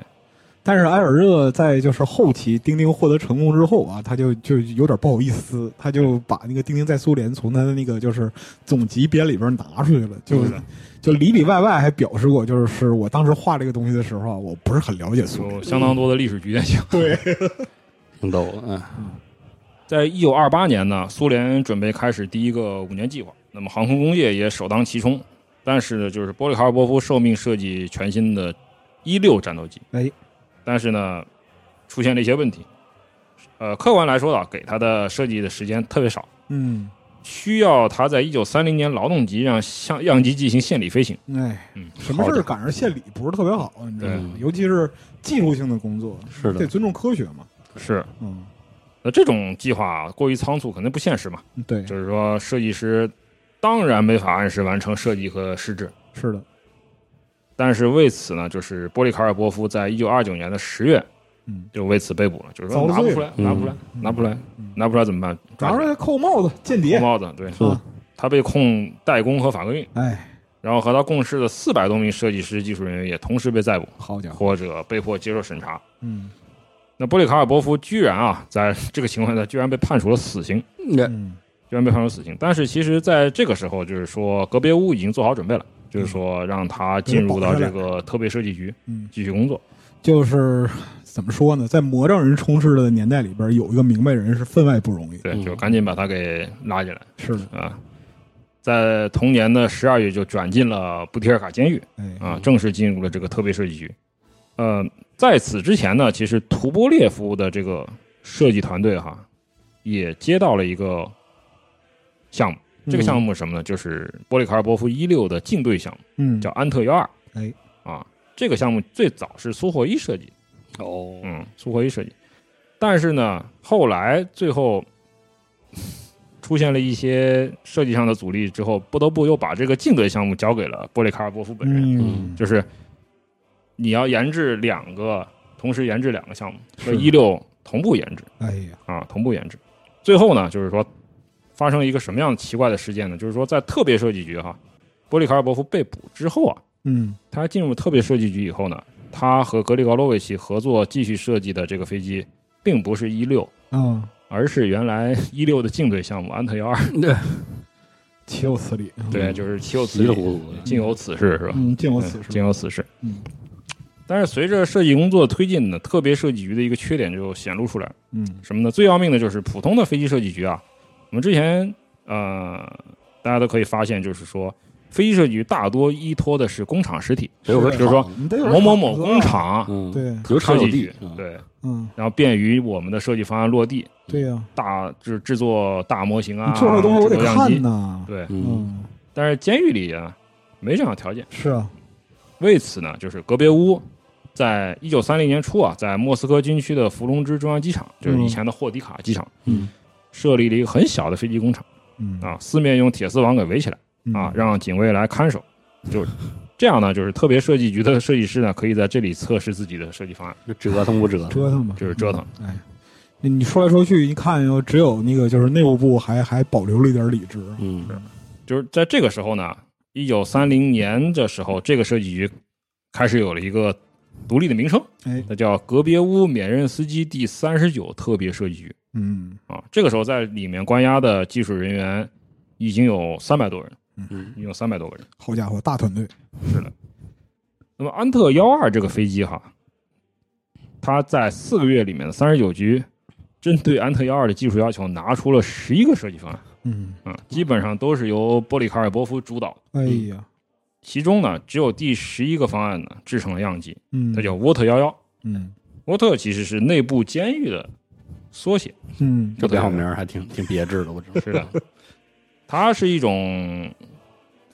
[SPEAKER 5] 但是埃尔热在就是后期钉钉获得成功之后啊，他就就有点不好意思，他就把那个钉钉在苏联从他的那个就是总级别里边拿出去了，就
[SPEAKER 6] 嗯
[SPEAKER 5] 就里里外外还表示过，就是我当时画这个东西的时候啊，我不是很了解苏联，
[SPEAKER 6] 有相当多的历史局限性。
[SPEAKER 4] 挺逗的，嗯，
[SPEAKER 6] 在一九二八年呢，苏联准备开始第一个五年计划，那么航空工业也首当其冲。但是呢，就是波利卡尔波夫受命设计全新的一六战斗机，
[SPEAKER 5] 哎，
[SPEAKER 6] 但是呢，出现了一些问题。呃，客观来说啊，给他的设计的时间特别少，
[SPEAKER 5] 嗯，
[SPEAKER 6] 需要他在一九三零年劳动节让向样机进行献礼飞行。
[SPEAKER 5] 哎，
[SPEAKER 6] 嗯，
[SPEAKER 5] 什么事儿赶上献礼不是特别好，你知道吗？尤其是技术性的工作，
[SPEAKER 4] 是
[SPEAKER 5] 得
[SPEAKER 4] 的，
[SPEAKER 5] 尊重科学嘛，
[SPEAKER 6] 是。
[SPEAKER 5] 嗯，
[SPEAKER 6] 那这种计划过于仓促，肯定不现实嘛。
[SPEAKER 5] 对，
[SPEAKER 6] 就是说，设计师当然没法按时完成设计和试制，
[SPEAKER 5] 是的，
[SPEAKER 6] 但是为此呢，就是波利卡尔波夫在一九二九年的十月
[SPEAKER 5] 嗯，
[SPEAKER 6] 就为此被捕了，就是
[SPEAKER 5] 遭
[SPEAKER 6] 说拿不
[SPEAKER 5] 罪
[SPEAKER 6] 出来，
[SPEAKER 4] 嗯
[SPEAKER 6] 拿不出来，拿不出来，拿不出来怎么办？
[SPEAKER 5] 拿
[SPEAKER 6] 抓
[SPEAKER 5] 出
[SPEAKER 6] 起来
[SPEAKER 5] 来扣帽子，间谍
[SPEAKER 6] 扣，帽子，对
[SPEAKER 4] 是的，
[SPEAKER 6] 他被控代工和法规，
[SPEAKER 5] 哎，
[SPEAKER 6] 然后和他共事的四百多名设计师、技术人员也同时被逮捕
[SPEAKER 5] 好家伙，
[SPEAKER 6] 或者被迫接受审查。
[SPEAKER 5] 嗯
[SPEAKER 6] 那波利卡尔波夫居然啊，在这个情况下居然被判处了死刑，
[SPEAKER 4] 嗯
[SPEAKER 5] 嗯
[SPEAKER 6] 居然被判处死刑。但是其实在这个时候，就是说格别乌已经做好准备了，就是说让他进入到这个特别设计局
[SPEAKER 5] 嗯，
[SPEAKER 6] 继续工作。
[SPEAKER 5] 就是怎么说呢，在魔杖人充斥的年代里边，有一个明白人是分外不容易，
[SPEAKER 6] 对，
[SPEAKER 4] 嗯
[SPEAKER 6] 就赶紧把他给拉进来
[SPEAKER 5] 是的，
[SPEAKER 6] 啊。在同年的十二月就转进了布提尔卡监狱，
[SPEAKER 5] 哎，
[SPEAKER 6] 啊，正式进入了这个特别设计局。呃，在此之前呢，其实图波列夫的这个设计团队哈，也接到了一个项目。这个项目是什么呢？就是波利卡尔波夫一六的竞对项目，
[SPEAKER 5] 嗯，
[SPEAKER 6] 叫安特幺二。
[SPEAKER 5] 哎，
[SPEAKER 6] 啊，这个项目最早是苏霍伊设计的，
[SPEAKER 4] 哦，
[SPEAKER 6] 嗯，苏霍伊设计。但是呢，后来最后 出现了一些设计上的阻力之后，不得不又把这个竞对项目交给了波利卡尔波夫本人。
[SPEAKER 5] 嗯，
[SPEAKER 6] 就是 你要研制两个，同时研制两个项目，和
[SPEAKER 5] 是
[SPEAKER 6] 一六同步研制
[SPEAKER 5] 哎呀，
[SPEAKER 6] 啊，同步研制。最后呢，就是说发生了一个什么样奇怪的事件呢？就是说在特别设计局哈，波利卡尔伯夫被捕之后啊，
[SPEAKER 5] 嗯
[SPEAKER 6] 他进入特别设计局以后呢，他和格里高洛维奇合作继续设计的这个飞机，并不是一六，
[SPEAKER 5] 啊，
[SPEAKER 6] 而是原来 一六的竞对项目安特幺二。
[SPEAKER 4] 对，
[SPEAKER 5] 岂有此理，啊
[SPEAKER 6] 对，就是岂有此
[SPEAKER 4] 稀里
[SPEAKER 6] 理，
[SPEAKER 4] 糊涂的，
[SPEAKER 6] 竟有此事是吧？
[SPEAKER 5] 嗯，见我此
[SPEAKER 6] 仅
[SPEAKER 5] 事，
[SPEAKER 6] 有此事。
[SPEAKER 5] 嗯，
[SPEAKER 6] 但是随着设计工作推进呢，特别设计局的一个缺点就显露出来了，
[SPEAKER 5] 嗯
[SPEAKER 6] 什么呢？最要命的就是普通的飞机设计局啊，我们之前呃，大家都可以发现，就是说飞机设计局大多依托的是工厂实体，
[SPEAKER 4] 得有个
[SPEAKER 6] 比
[SPEAKER 4] 厂
[SPEAKER 6] 如说
[SPEAKER 5] 你得有
[SPEAKER 6] 某某某
[SPEAKER 5] 厂子啊
[SPEAKER 6] 工，厂
[SPEAKER 4] 嗯，
[SPEAKER 5] 对，
[SPEAKER 4] 有厂
[SPEAKER 6] 设
[SPEAKER 4] 有
[SPEAKER 6] 计
[SPEAKER 4] 地
[SPEAKER 6] 局，，
[SPEAKER 4] 嗯，
[SPEAKER 6] 对，
[SPEAKER 5] 嗯，
[SPEAKER 6] 然后便于我们的设计方案落地，
[SPEAKER 5] 对呀，
[SPEAKER 6] 大制制作大模型啊，
[SPEAKER 5] 你做这个东西我得
[SPEAKER 6] 制作样机
[SPEAKER 5] 看呐，
[SPEAKER 6] 对，
[SPEAKER 4] 嗯，
[SPEAKER 5] 嗯，
[SPEAKER 6] 但是监狱里啊，没这样的条件。
[SPEAKER 5] 是啊，
[SPEAKER 6] 为此呢，就是格别乌在一九三零年初啊，在莫斯科军区的伏龙芝中央机场，
[SPEAKER 5] 嗯
[SPEAKER 6] 就是以前的霍迪卡机场，
[SPEAKER 4] 嗯，
[SPEAKER 6] 设立了一个很小的飞机工厂
[SPEAKER 5] 嗯
[SPEAKER 6] 啊，四面用铁丝网给围起来啊，，让警卫来看守，就这样呢，就是特别设计局的设计师呢，可以在这里测试自己的设计方案，
[SPEAKER 4] 这折腾不折腾？
[SPEAKER 5] 折腾吧，
[SPEAKER 6] 就是折腾。
[SPEAKER 5] 哎，你你说来说去，一看又只有那个就是内务部还还保留了一点理智，
[SPEAKER 4] 嗯，
[SPEAKER 6] 就是在这个时候呢，一九三零年的时候，这个设计局开始有了一个独立的名称，
[SPEAKER 5] 哎，
[SPEAKER 6] 那叫格别乌免任斯基第三十九特别设计局。
[SPEAKER 5] 嗯
[SPEAKER 6] 啊，这个时候在里面关押的技术人员已经有三百多人，
[SPEAKER 4] 嗯
[SPEAKER 6] 已经有三百多个人。
[SPEAKER 5] 好家伙，大团队，
[SPEAKER 6] 那么安特幺二这个飞机哈，它在四个月里面的三十九局，针对安特幺二的技术要求，拿出了十一个设计方案，
[SPEAKER 5] 嗯，
[SPEAKER 6] 啊，基本上都是由波利卡尔波夫主导。
[SPEAKER 5] 哎呀，
[SPEAKER 6] 其中呢，只有第十一个方案呢制成了样机，
[SPEAKER 5] 嗯，
[SPEAKER 6] 它叫沃特幺幺。
[SPEAKER 5] 嗯
[SPEAKER 6] 沃特其实是内部监狱的缩写，
[SPEAKER 5] 嗯
[SPEAKER 4] 这编号名儿还挺挺别致的，我知 道。
[SPEAKER 6] 是的，它是一种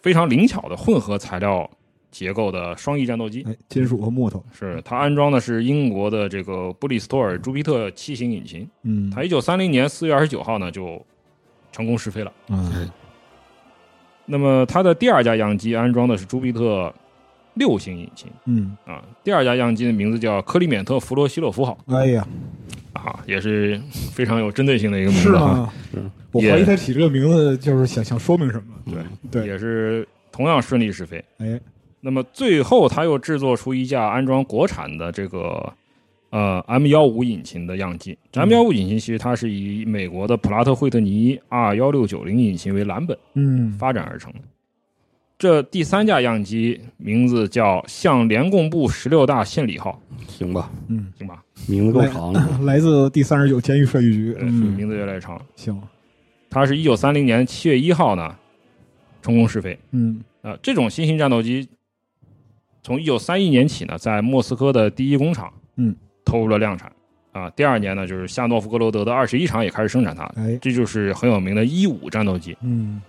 [SPEAKER 6] 非常灵巧的混合材料结构的双翼战斗机。
[SPEAKER 5] 哎，金属和木头，
[SPEAKER 6] 是它安装的是英国的这个布里斯托尔朱ピ特七型引擎。
[SPEAKER 5] 嗯，
[SPEAKER 6] 它一九三零年四月二十九号呢就成功试飞了。
[SPEAKER 5] 嗯
[SPEAKER 6] 那么它的第二架样机安装的是朱ピ特六型引擎
[SPEAKER 5] 嗯，
[SPEAKER 6] 啊，第二架样机的名字叫克里缅特弗罗西洛夫号
[SPEAKER 5] 哎呀，
[SPEAKER 6] 啊，也是非常有针对性的一个名
[SPEAKER 5] 是
[SPEAKER 6] 字啊哈，
[SPEAKER 5] 吗？我怀疑他起这个名字就是想想说明什么，对
[SPEAKER 6] 也是同样顺利试飞。
[SPEAKER 5] 哎，
[SPEAKER 6] 那么最后，他又制作出一架安装国产的这个呃 M 幺五引擎的样机。M 幺五引擎其实它是以美国的普拉特惠特尼 R 幺六九零引擎为蓝本
[SPEAKER 5] 嗯，
[SPEAKER 6] 发展而成的。这第三架样机名字叫向联共部十六大献礼号，
[SPEAKER 4] 行吧，
[SPEAKER 5] 嗯，
[SPEAKER 6] 行吧？
[SPEAKER 4] 名字够长 的，
[SPEAKER 5] 来自第三十九监狱设计局。
[SPEAKER 6] 对，
[SPEAKER 5] 嗯，
[SPEAKER 6] 名字越来越长。
[SPEAKER 5] 行，
[SPEAKER 6] 它是一九三零年七月一号呢成功试飞。
[SPEAKER 5] 嗯
[SPEAKER 6] 啊、这种新型战斗机从一九三一年起呢，在莫斯科的第一工厂，
[SPEAKER 5] 嗯，
[SPEAKER 6] 投入了量产。啊、第二年呢，就是夏诺夫格罗德的二十一厂也开始生产它，
[SPEAKER 5] 哎，
[SPEAKER 6] 这就是很有名的一五战斗机。
[SPEAKER 5] 嗯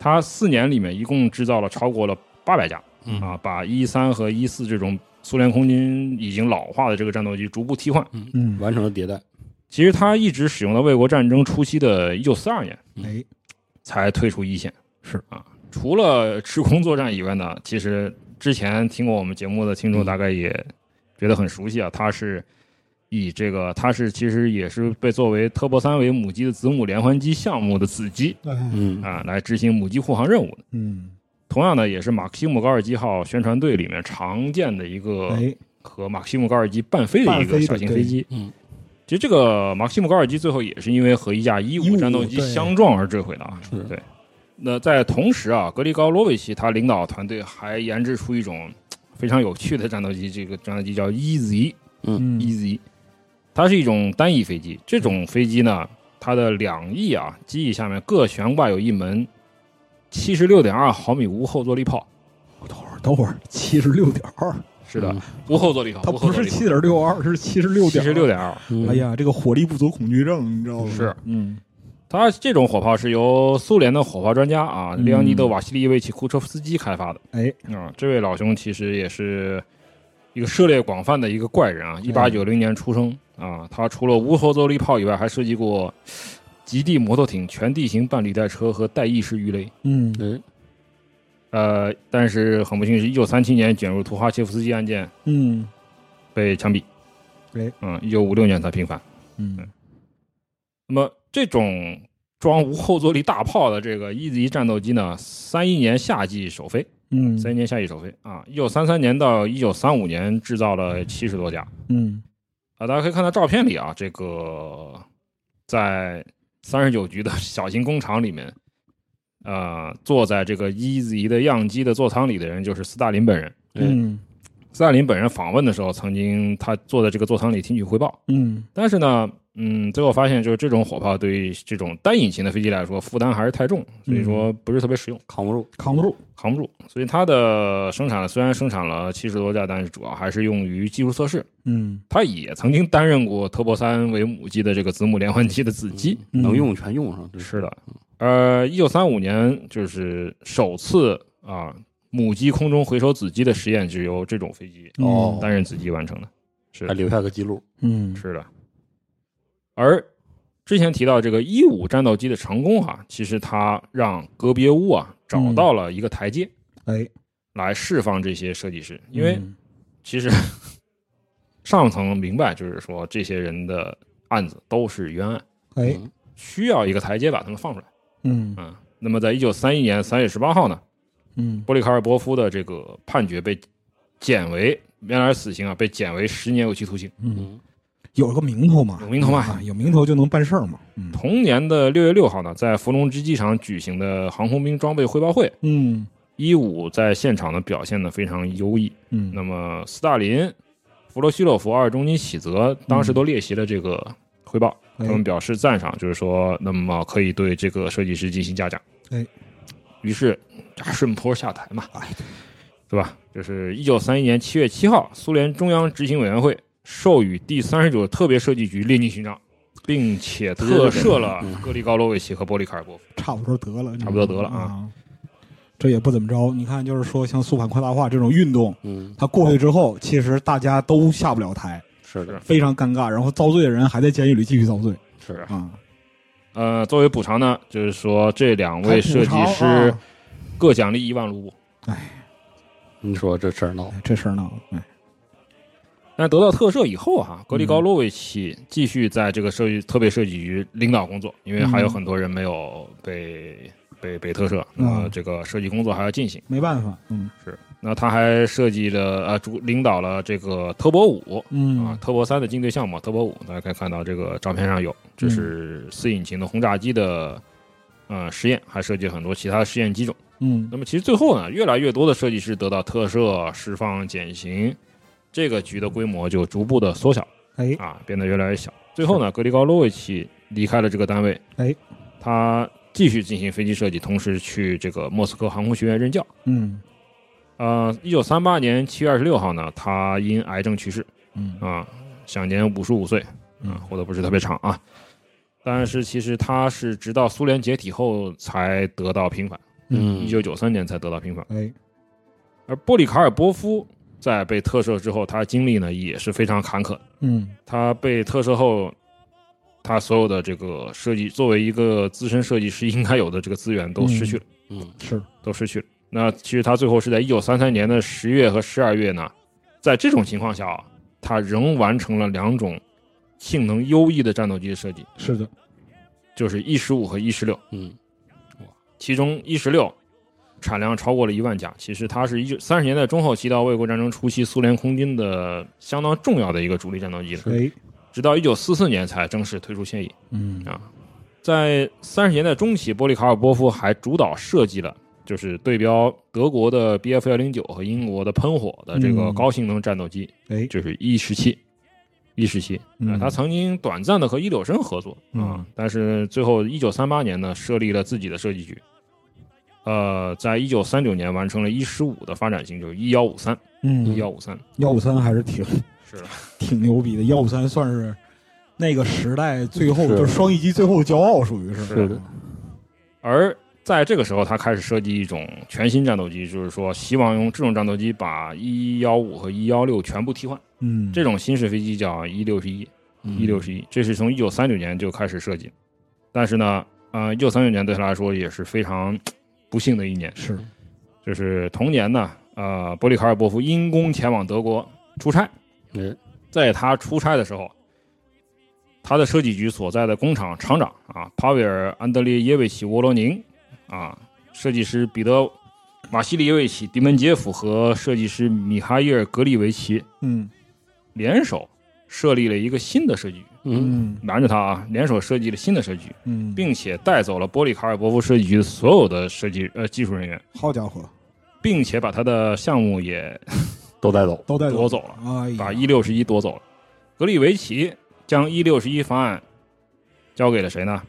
[SPEAKER 6] 它四年里面一共制造了超过了八百架，
[SPEAKER 4] 嗯
[SPEAKER 6] 啊，把一三和一四这种苏联空军已经老化的这个战斗机逐步替换。
[SPEAKER 5] 嗯，
[SPEAKER 4] 完成了迭代。
[SPEAKER 6] 其实它一直使用到卫国战争初期的1942年
[SPEAKER 5] 哎，
[SPEAKER 6] 才退出一线。
[SPEAKER 5] 是
[SPEAKER 6] 啊，除了吃空作战以外呢，其实之前听过我们节目的听
[SPEAKER 5] 嗯
[SPEAKER 6] 众大概也觉得很熟悉啊，它是以这个它是其实也是被作为特波三维母机的子母连环机项目的子机
[SPEAKER 5] 哎，
[SPEAKER 4] 嗯，
[SPEAKER 6] 啊，来执行母机护航任务的。
[SPEAKER 5] 嗯，
[SPEAKER 6] 同样呢，也是马克西姆高尔基号宣传队里面常见的一个
[SPEAKER 5] 哎，
[SPEAKER 6] 和马克西姆高尔基伴飞的一个小型飞机。
[SPEAKER 4] 嗯，
[SPEAKER 6] 其实这个马克西姆高尔基最后也是因为和一架一五战斗机
[SPEAKER 5] 对
[SPEAKER 6] 相撞而坠毁的啊。
[SPEAKER 4] 是
[SPEAKER 6] 对。那在同时啊，格里高罗维奇他领导团队还研制出一种嘖非常有趣的战斗机，这个战斗机叫 E EZ
[SPEAKER 5] 嗯，
[SPEAKER 6] EZ，它是一种单翼飞机。这种飞机呢，它的两翼啊机翼下面各悬挂有一门七十六点二毫米无后坐力炮。
[SPEAKER 5] 等会儿，等会儿，七十六点二，
[SPEAKER 6] 是的
[SPEAKER 4] 嗯，
[SPEAKER 6] 无后坐力炮，
[SPEAKER 5] 它
[SPEAKER 6] 无后
[SPEAKER 5] 不
[SPEAKER 6] 坐
[SPEAKER 5] 是
[SPEAKER 6] 力炮
[SPEAKER 5] 七点六二，是七十六
[SPEAKER 6] 七
[SPEAKER 5] 点
[SPEAKER 6] 十六。点二。
[SPEAKER 4] 嗯
[SPEAKER 5] 哎，呀，这个火力不足恐惧症，你知道吗？
[SPEAKER 6] 是，
[SPEAKER 5] 嗯
[SPEAKER 6] 它这种火炮是由苏联的火炮专家啊，
[SPEAKER 5] 嗯
[SPEAKER 6] 列昂尼德·瓦西利维奇·库车夫斯基开发的。
[SPEAKER 5] 哎，
[SPEAKER 6] 啊，这位老兄其实也是一个涉猎广泛的一个怪人啊，一八九零年出生啊。他除了无后坐力炮以外，还设计过极地摩托艇、全地形半履带车和带翼式鱼雷。
[SPEAKER 5] 嗯，
[SPEAKER 4] 哎，
[SPEAKER 6] 呃，但是很不幸，是一九三七年卷入图哈切夫斯基案件
[SPEAKER 5] 嗯
[SPEAKER 6] 被枪毙。
[SPEAKER 5] 哎，
[SPEAKER 6] 嗯，一九五六年才平反。
[SPEAKER 5] 嗯
[SPEAKER 6] 那么这种装无后坐力大炮的这个 E Z 战斗机呢，三一年夏季首飞，
[SPEAKER 5] 嗯
[SPEAKER 6] 三一年夏季首飞啊，一九三三年到一九三五年制造了七十多架
[SPEAKER 5] 嗯
[SPEAKER 6] 啊，大家可以看到照片里啊，这个在三十九局的小型工厂里面，呃，坐在这个 E Z 的样机的座舱里的人就是斯大林本人。
[SPEAKER 5] 嗯
[SPEAKER 6] 斯大林本人访问的时候，曾经他坐在这个座舱里听取汇报，
[SPEAKER 5] 嗯，
[SPEAKER 6] 但是呢，嗯，最后发现就是这种火炮对于这种单引擎的飞机来说负担还是太重，所以说不是特别实用，
[SPEAKER 4] 扛不住。
[SPEAKER 5] 扛不住。
[SPEAKER 6] 扛不住。所以它的生产虽然生产了七十多架，但是主要还是用于技术测试。
[SPEAKER 5] 嗯
[SPEAKER 6] 它也曾经担任过特波三为母机的这个子母连环机的子机。
[SPEAKER 5] 嗯
[SPEAKER 4] 能用全用上，这
[SPEAKER 6] 是的，呃，一九三五年就是首次啊母机空中回收子机的实验，是由这种飞机
[SPEAKER 5] 哦
[SPEAKER 6] 担任子机完成的。是
[SPEAKER 4] 还留下个记录。
[SPEAKER 5] 嗯
[SPEAKER 6] 是的。而之前提到这个一五战斗机的成功啊，其实它让格别乌啊找到了一个台阶
[SPEAKER 5] 哎，
[SPEAKER 6] 来释放这些设计师，因为
[SPEAKER 5] 嗯
[SPEAKER 6] 其实 上层明白，就是说这些人的案子都是冤案，
[SPEAKER 5] 哎
[SPEAKER 4] 嗯，
[SPEAKER 6] 需要一个台阶把他们放出来。
[SPEAKER 5] 嗯
[SPEAKER 6] 嗯，那么在一九三一年三月十八号呢，
[SPEAKER 5] 嗯
[SPEAKER 6] 波利卡尔波夫的这个判决被减为原来是死刑啊，被减为十年有期徒刑。
[SPEAKER 5] 嗯，有个名头嘛，
[SPEAKER 6] 有名头嘛
[SPEAKER 5] 啊有名头就能办事儿嘛。嗯
[SPEAKER 6] 同年的六月六号呢，在伏龙芝机场举行的航空兵装备汇报会，
[SPEAKER 5] 嗯
[SPEAKER 6] 一五在现场的表现呢非常优异。
[SPEAKER 5] 嗯，
[SPEAKER 6] 那么斯大林、弗罗西洛夫、阿尔中金喜泽当时都列席了这个汇报，
[SPEAKER 5] 哎
[SPEAKER 6] 他们表示赞赏，就是说，那么可以对这个设计师进行嘉奖。
[SPEAKER 5] 哎，
[SPEAKER 6] 于是啊顺坡下台嘛，对吧？就是一九三一年七月七号，苏联中央执行委员会授予第三十九特别设计局列宁勋章。并且特赦了格里高罗维奇和波利卡尔波夫。
[SPEAKER 5] 差不多得了，
[SPEAKER 6] 差不多得了啊
[SPEAKER 5] 啊。这也不怎么着，你看，就是说像肃反扩大化这种运动，
[SPEAKER 4] 嗯，
[SPEAKER 5] 它过去之后，其实大家都下不了台，
[SPEAKER 4] 是的，
[SPEAKER 5] 非常尴尬，然后遭罪的人还在监狱里继续遭罪
[SPEAKER 4] 是的，
[SPEAKER 5] 啊。
[SPEAKER 6] 呃，作为补偿呢，就是说这两
[SPEAKER 5] 还
[SPEAKER 6] 位设
[SPEAKER 5] 补
[SPEAKER 6] 计
[SPEAKER 5] 偿
[SPEAKER 6] 师
[SPEAKER 5] 啊
[SPEAKER 6] 各奖励一万卢布。
[SPEAKER 4] 你说这事儿闹的，
[SPEAKER 5] 哎这事儿闹的，哎，
[SPEAKER 6] 但得到特赦以后哈、格里高洛维奇继续在这个设计特别设计局领导工作，因为还有很多人没有被、被被特赦，那么这个设计工作还要进行。
[SPEAKER 5] 没办法，嗯，
[SPEAKER 6] 那他还设计了呃主领导了这个特博五啊
[SPEAKER 5] 嗯，
[SPEAKER 6] 特博三的竞对项目特博五，大家可以看到这个照片上有，这是四引擎的轰炸机的呃实验，还设计了很多其他的实验机种。
[SPEAKER 5] 嗯
[SPEAKER 6] 那么其实最后呢，越来越多的设计师得到特赦、释放、减刑，这个局的规模就逐步的缩小
[SPEAKER 5] 哎
[SPEAKER 6] 啊，变得越来越小。最后呢，格里高洛维奇离开了这个单位，
[SPEAKER 5] 哎，
[SPEAKER 6] 他继续进行飞机设计，同时去这个莫斯科航空学院任教。
[SPEAKER 5] 嗯
[SPEAKER 6] 呃，一九三八年七月二十六号呢，他因癌症去世
[SPEAKER 5] 嗯
[SPEAKER 6] 啊，享年五十五岁啊，活得不是特别长啊。但是其实他是直到苏联解体后才得到平反，
[SPEAKER 5] 嗯
[SPEAKER 6] 一九九三年才得到平反。
[SPEAKER 5] 哎
[SPEAKER 6] 而波里卡尔波夫在被特赦之后，他的经历呢也是非常坎坷。
[SPEAKER 5] 嗯
[SPEAKER 6] 他被特赦后，他所有的这个设计，作为一个资深设计师应该有的这个资源都失去了，
[SPEAKER 4] 嗯
[SPEAKER 5] 是
[SPEAKER 6] 都失去了。那其实他最后是在一九三三年的十月和十二月呢，在这种情况下啊，他仍完成了两种性能优异的战斗机的设计，
[SPEAKER 5] 是的，
[SPEAKER 6] 就是 E 十五和 E 十六。
[SPEAKER 4] 嗯
[SPEAKER 6] 其中 E 十六产量超过了一万架。其实它是一三十年代中后期到卫国战争初期苏联空军的相当重要的一个主力战斗机了，
[SPEAKER 5] 哎
[SPEAKER 6] 直到一九四四年才正式退出现役。
[SPEAKER 5] 嗯
[SPEAKER 6] 在三十年代中期，波利卡尔波夫还主导设计了。就是对标德国的 Bf 幺零九和英国的喷火的这个
[SPEAKER 5] 嗯
[SPEAKER 6] 高性能战斗机，
[SPEAKER 5] 哎
[SPEAKER 6] 就是 E 十七，E 十七啊，
[SPEAKER 5] 嗯
[SPEAKER 6] 他曾经短暂的和伊柳申合作啊、
[SPEAKER 5] 嗯
[SPEAKER 6] 但是最后一九三八年呢，设立了自己的设计局，呃，在一九三九年完成了 E 十五的发展型，就是 E 幺五三，
[SPEAKER 5] 嗯
[SPEAKER 6] 一幺五三
[SPEAKER 5] 幺五三还是挺
[SPEAKER 6] 是的
[SPEAKER 5] 挺牛逼的，幺五三算是那个时代最后
[SPEAKER 4] 是
[SPEAKER 5] 就是双翼机最后的骄傲，属于是
[SPEAKER 4] 是的，
[SPEAKER 6] 而在这个时候，他开始设计一种全新战斗机，就是说希望用这种战斗机把 E 幺五和 E 幺六全部替换。
[SPEAKER 5] 嗯
[SPEAKER 6] 这种新式飞机叫 E 六十一，
[SPEAKER 4] 嗯
[SPEAKER 6] 一六十一，这是从一九三九年就开始设计，但是呢，呃，一九三九年对他来说也是非常嘖不幸的一年，
[SPEAKER 5] 是
[SPEAKER 6] 就是同年呢，呃，伯里卡尔波夫因公前往德国出差，
[SPEAKER 4] 哎
[SPEAKER 5] 嗯
[SPEAKER 6] 在他出差的时候，他的设计局所在的工厂厂长啊，帕维尔·安德烈耶维奇·沃罗宁啊，设计师彼得·马西里耶维奇·迪门杰夫和设计师米哈伊尔·格里维奇
[SPEAKER 5] 嗯
[SPEAKER 6] 联手设立了一个新的设计局。
[SPEAKER 4] 嗯
[SPEAKER 5] 嗯
[SPEAKER 6] 拦着他啊，联手设计了新的设计局，
[SPEAKER 5] 嗯，
[SPEAKER 6] 并且带走了波利卡尔波夫设计局的所有的设计呃技术人员，
[SPEAKER 5] 好家伙，
[SPEAKER 6] 并且把他的项目也
[SPEAKER 4] 都带走，
[SPEAKER 5] 都带
[SPEAKER 6] 夺走了，
[SPEAKER 5] 哎呀，
[SPEAKER 6] 把 E 六十一夺走了。格里维奇将 E 六十一方案交给了谁呢？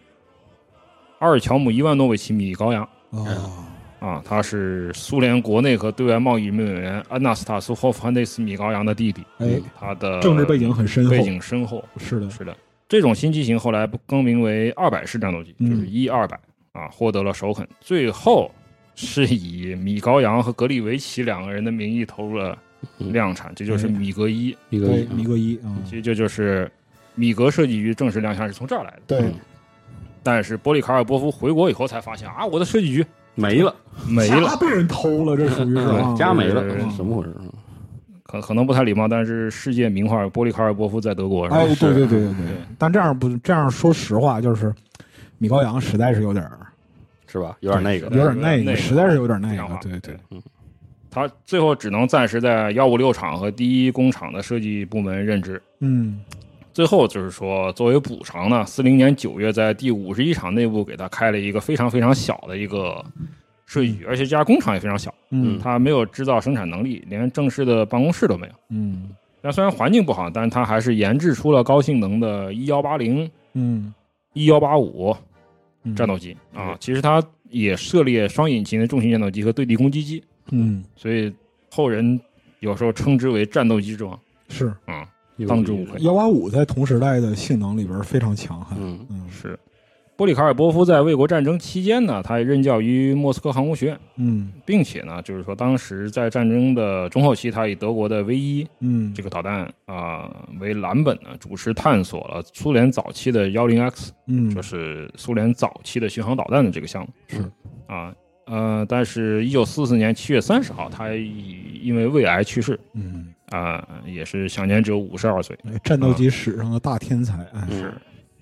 [SPEAKER 6] 阿尔乔姆·伊万诺维奇·米高扬
[SPEAKER 5] 啊，
[SPEAKER 6] 啊，他是苏联国内和对外贸易委员安纳斯塔苏霍夫汉内斯·米高扬的弟弟，
[SPEAKER 5] 哎，
[SPEAKER 6] 他的
[SPEAKER 5] 政治背景很深厚，
[SPEAKER 6] 背景深厚，
[SPEAKER 5] 是的，
[SPEAKER 6] 是的，这种新机型后来更名为二百式战斗机，就
[SPEAKER 5] 嗯
[SPEAKER 6] 是一二百啊，获得了首肯。最后是以米高扬和格里维奇两个人的名义投入了
[SPEAKER 5] 嗯
[SPEAKER 6] 量产，这就是米格一。
[SPEAKER 4] 一个
[SPEAKER 5] 对
[SPEAKER 4] 一，
[SPEAKER 5] 米格一啊，
[SPEAKER 6] 其实这就是米格设计局正式亮相是从这儿来的。
[SPEAKER 5] 对，
[SPEAKER 6] 但是波利卡尔波夫回国以后才发现啊，我的设计局
[SPEAKER 4] 没了，
[SPEAKER 6] 没
[SPEAKER 5] 家
[SPEAKER 6] 了，
[SPEAKER 5] 被人偷了，这属于是啊，
[SPEAKER 4] 家没了
[SPEAKER 6] 嗯，
[SPEAKER 4] 怎么回事？啊
[SPEAKER 6] 可可能不太礼貌，但是世界名画波利卡尔波夫在德国是吧
[SPEAKER 5] 哎，对对对对对，但这样不这样，说实话就是。米高扬实在是有点儿，
[SPEAKER 4] 是吧？有点那
[SPEAKER 5] 有
[SPEAKER 4] 个，
[SPEAKER 5] 点儿那
[SPEAKER 6] 那个
[SPEAKER 5] 个，实在是有点儿那
[SPEAKER 6] 这样
[SPEAKER 5] 个
[SPEAKER 6] 吧，
[SPEAKER 5] 对对，
[SPEAKER 6] 他最后只能暂时在幺五六厂和第一工厂的设计部门任职。
[SPEAKER 5] 嗯
[SPEAKER 6] 最后就是说，作为补偿呢，四零年九月在第五十一厂内部给他开了一个非常非常小的一个设计局，而且这家工厂也非常小，
[SPEAKER 5] 嗯
[SPEAKER 6] 它没有制造生产能力，连正式的办公室都没有。
[SPEAKER 5] 嗯
[SPEAKER 6] 但虽然环境不好，但它还是研制出了高性能的一幺八零、
[SPEAKER 5] 嗯，
[SPEAKER 6] 一幺八五
[SPEAKER 5] 嗯
[SPEAKER 6] 战斗机啊。其实它也涉猎双引擎的重型战斗机和对地攻击机，
[SPEAKER 5] 嗯
[SPEAKER 6] 所以后人有时候称之为战斗机之王
[SPEAKER 5] 是
[SPEAKER 6] 啊、
[SPEAKER 4] 一个
[SPEAKER 6] 当之无愧。
[SPEAKER 5] 幺八五在同时代的性能里边非常强悍，
[SPEAKER 4] 嗯
[SPEAKER 5] 嗯
[SPEAKER 6] 是，波利卡尔波夫在卫国战争期间呢，他也任教于莫斯科航空学院，
[SPEAKER 5] 嗯
[SPEAKER 6] 并且呢，就是说当时在战争的中后期，他以德国的 V 一
[SPEAKER 5] 嗯，
[SPEAKER 6] 这个导弹啊、为蓝本呢，主持探索了苏联早期的幺零 X，
[SPEAKER 5] 嗯
[SPEAKER 6] 就是苏联早期的巡航导弹的这个项目。
[SPEAKER 5] 是
[SPEAKER 6] 啊。呃，但是，一九四四年七月三十号，他以因为胃癌去世，
[SPEAKER 5] 嗯，
[SPEAKER 6] 啊、也是享年只有五十二岁。
[SPEAKER 5] 哎战斗机史上的大天才，哎，
[SPEAKER 4] 嗯
[SPEAKER 6] 是，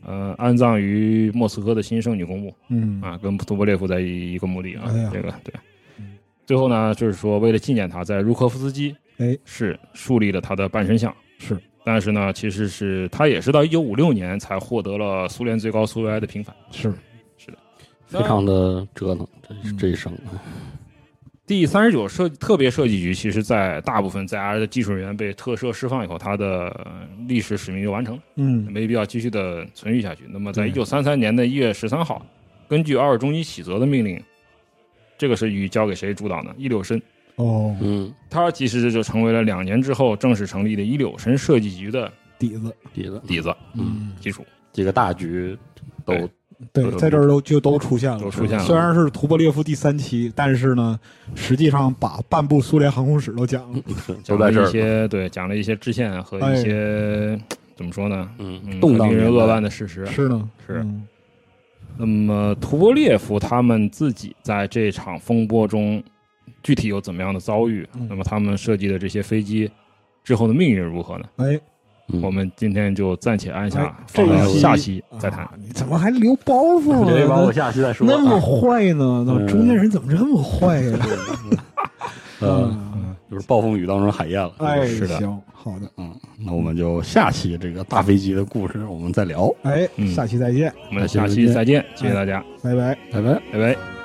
[SPEAKER 6] 呃，安葬于莫斯科的新圣女公墓。
[SPEAKER 5] 嗯
[SPEAKER 6] 啊，跟图波列夫在一一个墓地啊
[SPEAKER 5] 哎呀，
[SPEAKER 6] 这个对
[SPEAKER 5] 嗯。
[SPEAKER 6] 最后呢，就是说为了纪念他，在茹科夫斯基
[SPEAKER 5] 哎
[SPEAKER 6] 是树立了他的半身像，
[SPEAKER 5] 是，
[SPEAKER 6] 但是呢，其实是他也是到一九五六年才获得了苏联最高苏维埃的平反。
[SPEAKER 5] 是
[SPEAKER 4] 非常的折腾，这
[SPEAKER 5] 嗯
[SPEAKER 4] 这一生。
[SPEAKER 6] 第三十九设特别设计局，其实在大部分在 R 的技术人员被特赦释放以后，它的呃历史使命就完成了，
[SPEAKER 5] 嗯
[SPEAKER 6] 没必要继续的存续下去。那么，在一
[SPEAKER 5] 对
[SPEAKER 6] 九三三年的一月十三号，根据阿尔中伊启泽的命令，这个是与交给谁主导呢？伊柳申，
[SPEAKER 5] 哦
[SPEAKER 4] 嗯，
[SPEAKER 6] 他其实就成为了两年之后正式成立的伊柳申设计局的
[SPEAKER 5] 底子
[SPEAKER 4] 底子
[SPEAKER 6] 底子
[SPEAKER 5] 嗯
[SPEAKER 6] 基础。
[SPEAKER 4] 几个大 局都
[SPEAKER 6] 对
[SPEAKER 5] 对
[SPEAKER 6] 都，
[SPEAKER 5] 在这儿都就都出现了，
[SPEAKER 6] 都出现了
[SPEAKER 5] 虽然是图波列夫第三期，但是呢，实际上把半部苏联航空史都讲了。
[SPEAKER 6] 讲
[SPEAKER 4] 都在
[SPEAKER 6] 了
[SPEAKER 4] 这儿
[SPEAKER 6] 一些对，讲了一些支线和一些、怎么说呢？
[SPEAKER 4] 嗯
[SPEAKER 6] 嗯，
[SPEAKER 4] 动荡
[SPEAKER 6] 令
[SPEAKER 4] 年
[SPEAKER 6] 人
[SPEAKER 4] 代
[SPEAKER 6] 扼腕的事实。
[SPEAKER 5] 是呢，
[SPEAKER 6] 是
[SPEAKER 5] 嗯
[SPEAKER 6] 那么图波列夫他们自己在这场风波中具体有怎么样的遭遇？
[SPEAKER 5] 嗯
[SPEAKER 6] 那么他们设计的这些飞机之后的命运如何呢？
[SPEAKER 5] 哎，
[SPEAKER 4] 嗯
[SPEAKER 6] 我们今天就暂且按下
[SPEAKER 5] 哎，
[SPEAKER 6] 放
[SPEAKER 5] 这
[SPEAKER 6] 到
[SPEAKER 5] 一期
[SPEAKER 6] 下期再谈
[SPEAKER 5] 啊。你怎么还留包袱啊
[SPEAKER 4] 这一把我
[SPEAKER 5] 呢？
[SPEAKER 4] 下期再说。
[SPEAKER 5] 嗯那么
[SPEAKER 4] 啊
[SPEAKER 5] 坏呢？怎么中
[SPEAKER 6] 嗯
[SPEAKER 5] 间人怎么这么坏呀？
[SPEAKER 4] 呃，
[SPEAKER 5] 嗯，
[SPEAKER 4] 就是暴风雨当中海燕了。
[SPEAKER 5] 哎，
[SPEAKER 6] 是的
[SPEAKER 5] 行，好的，
[SPEAKER 4] 嗯，那我们就下期这个大飞机的故事我们再聊，
[SPEAKER 5] 哎，
[SPEAKER 6] 嗯
[SPEAKER 5] 下期再见，嗯
[SPEAKER 6] 我们下期再见，谢谢大家，
[SPEAKER 5] 拜拜。
[SPEAKER 4] 拜拜。
[SPEAKER 6] 拜拜。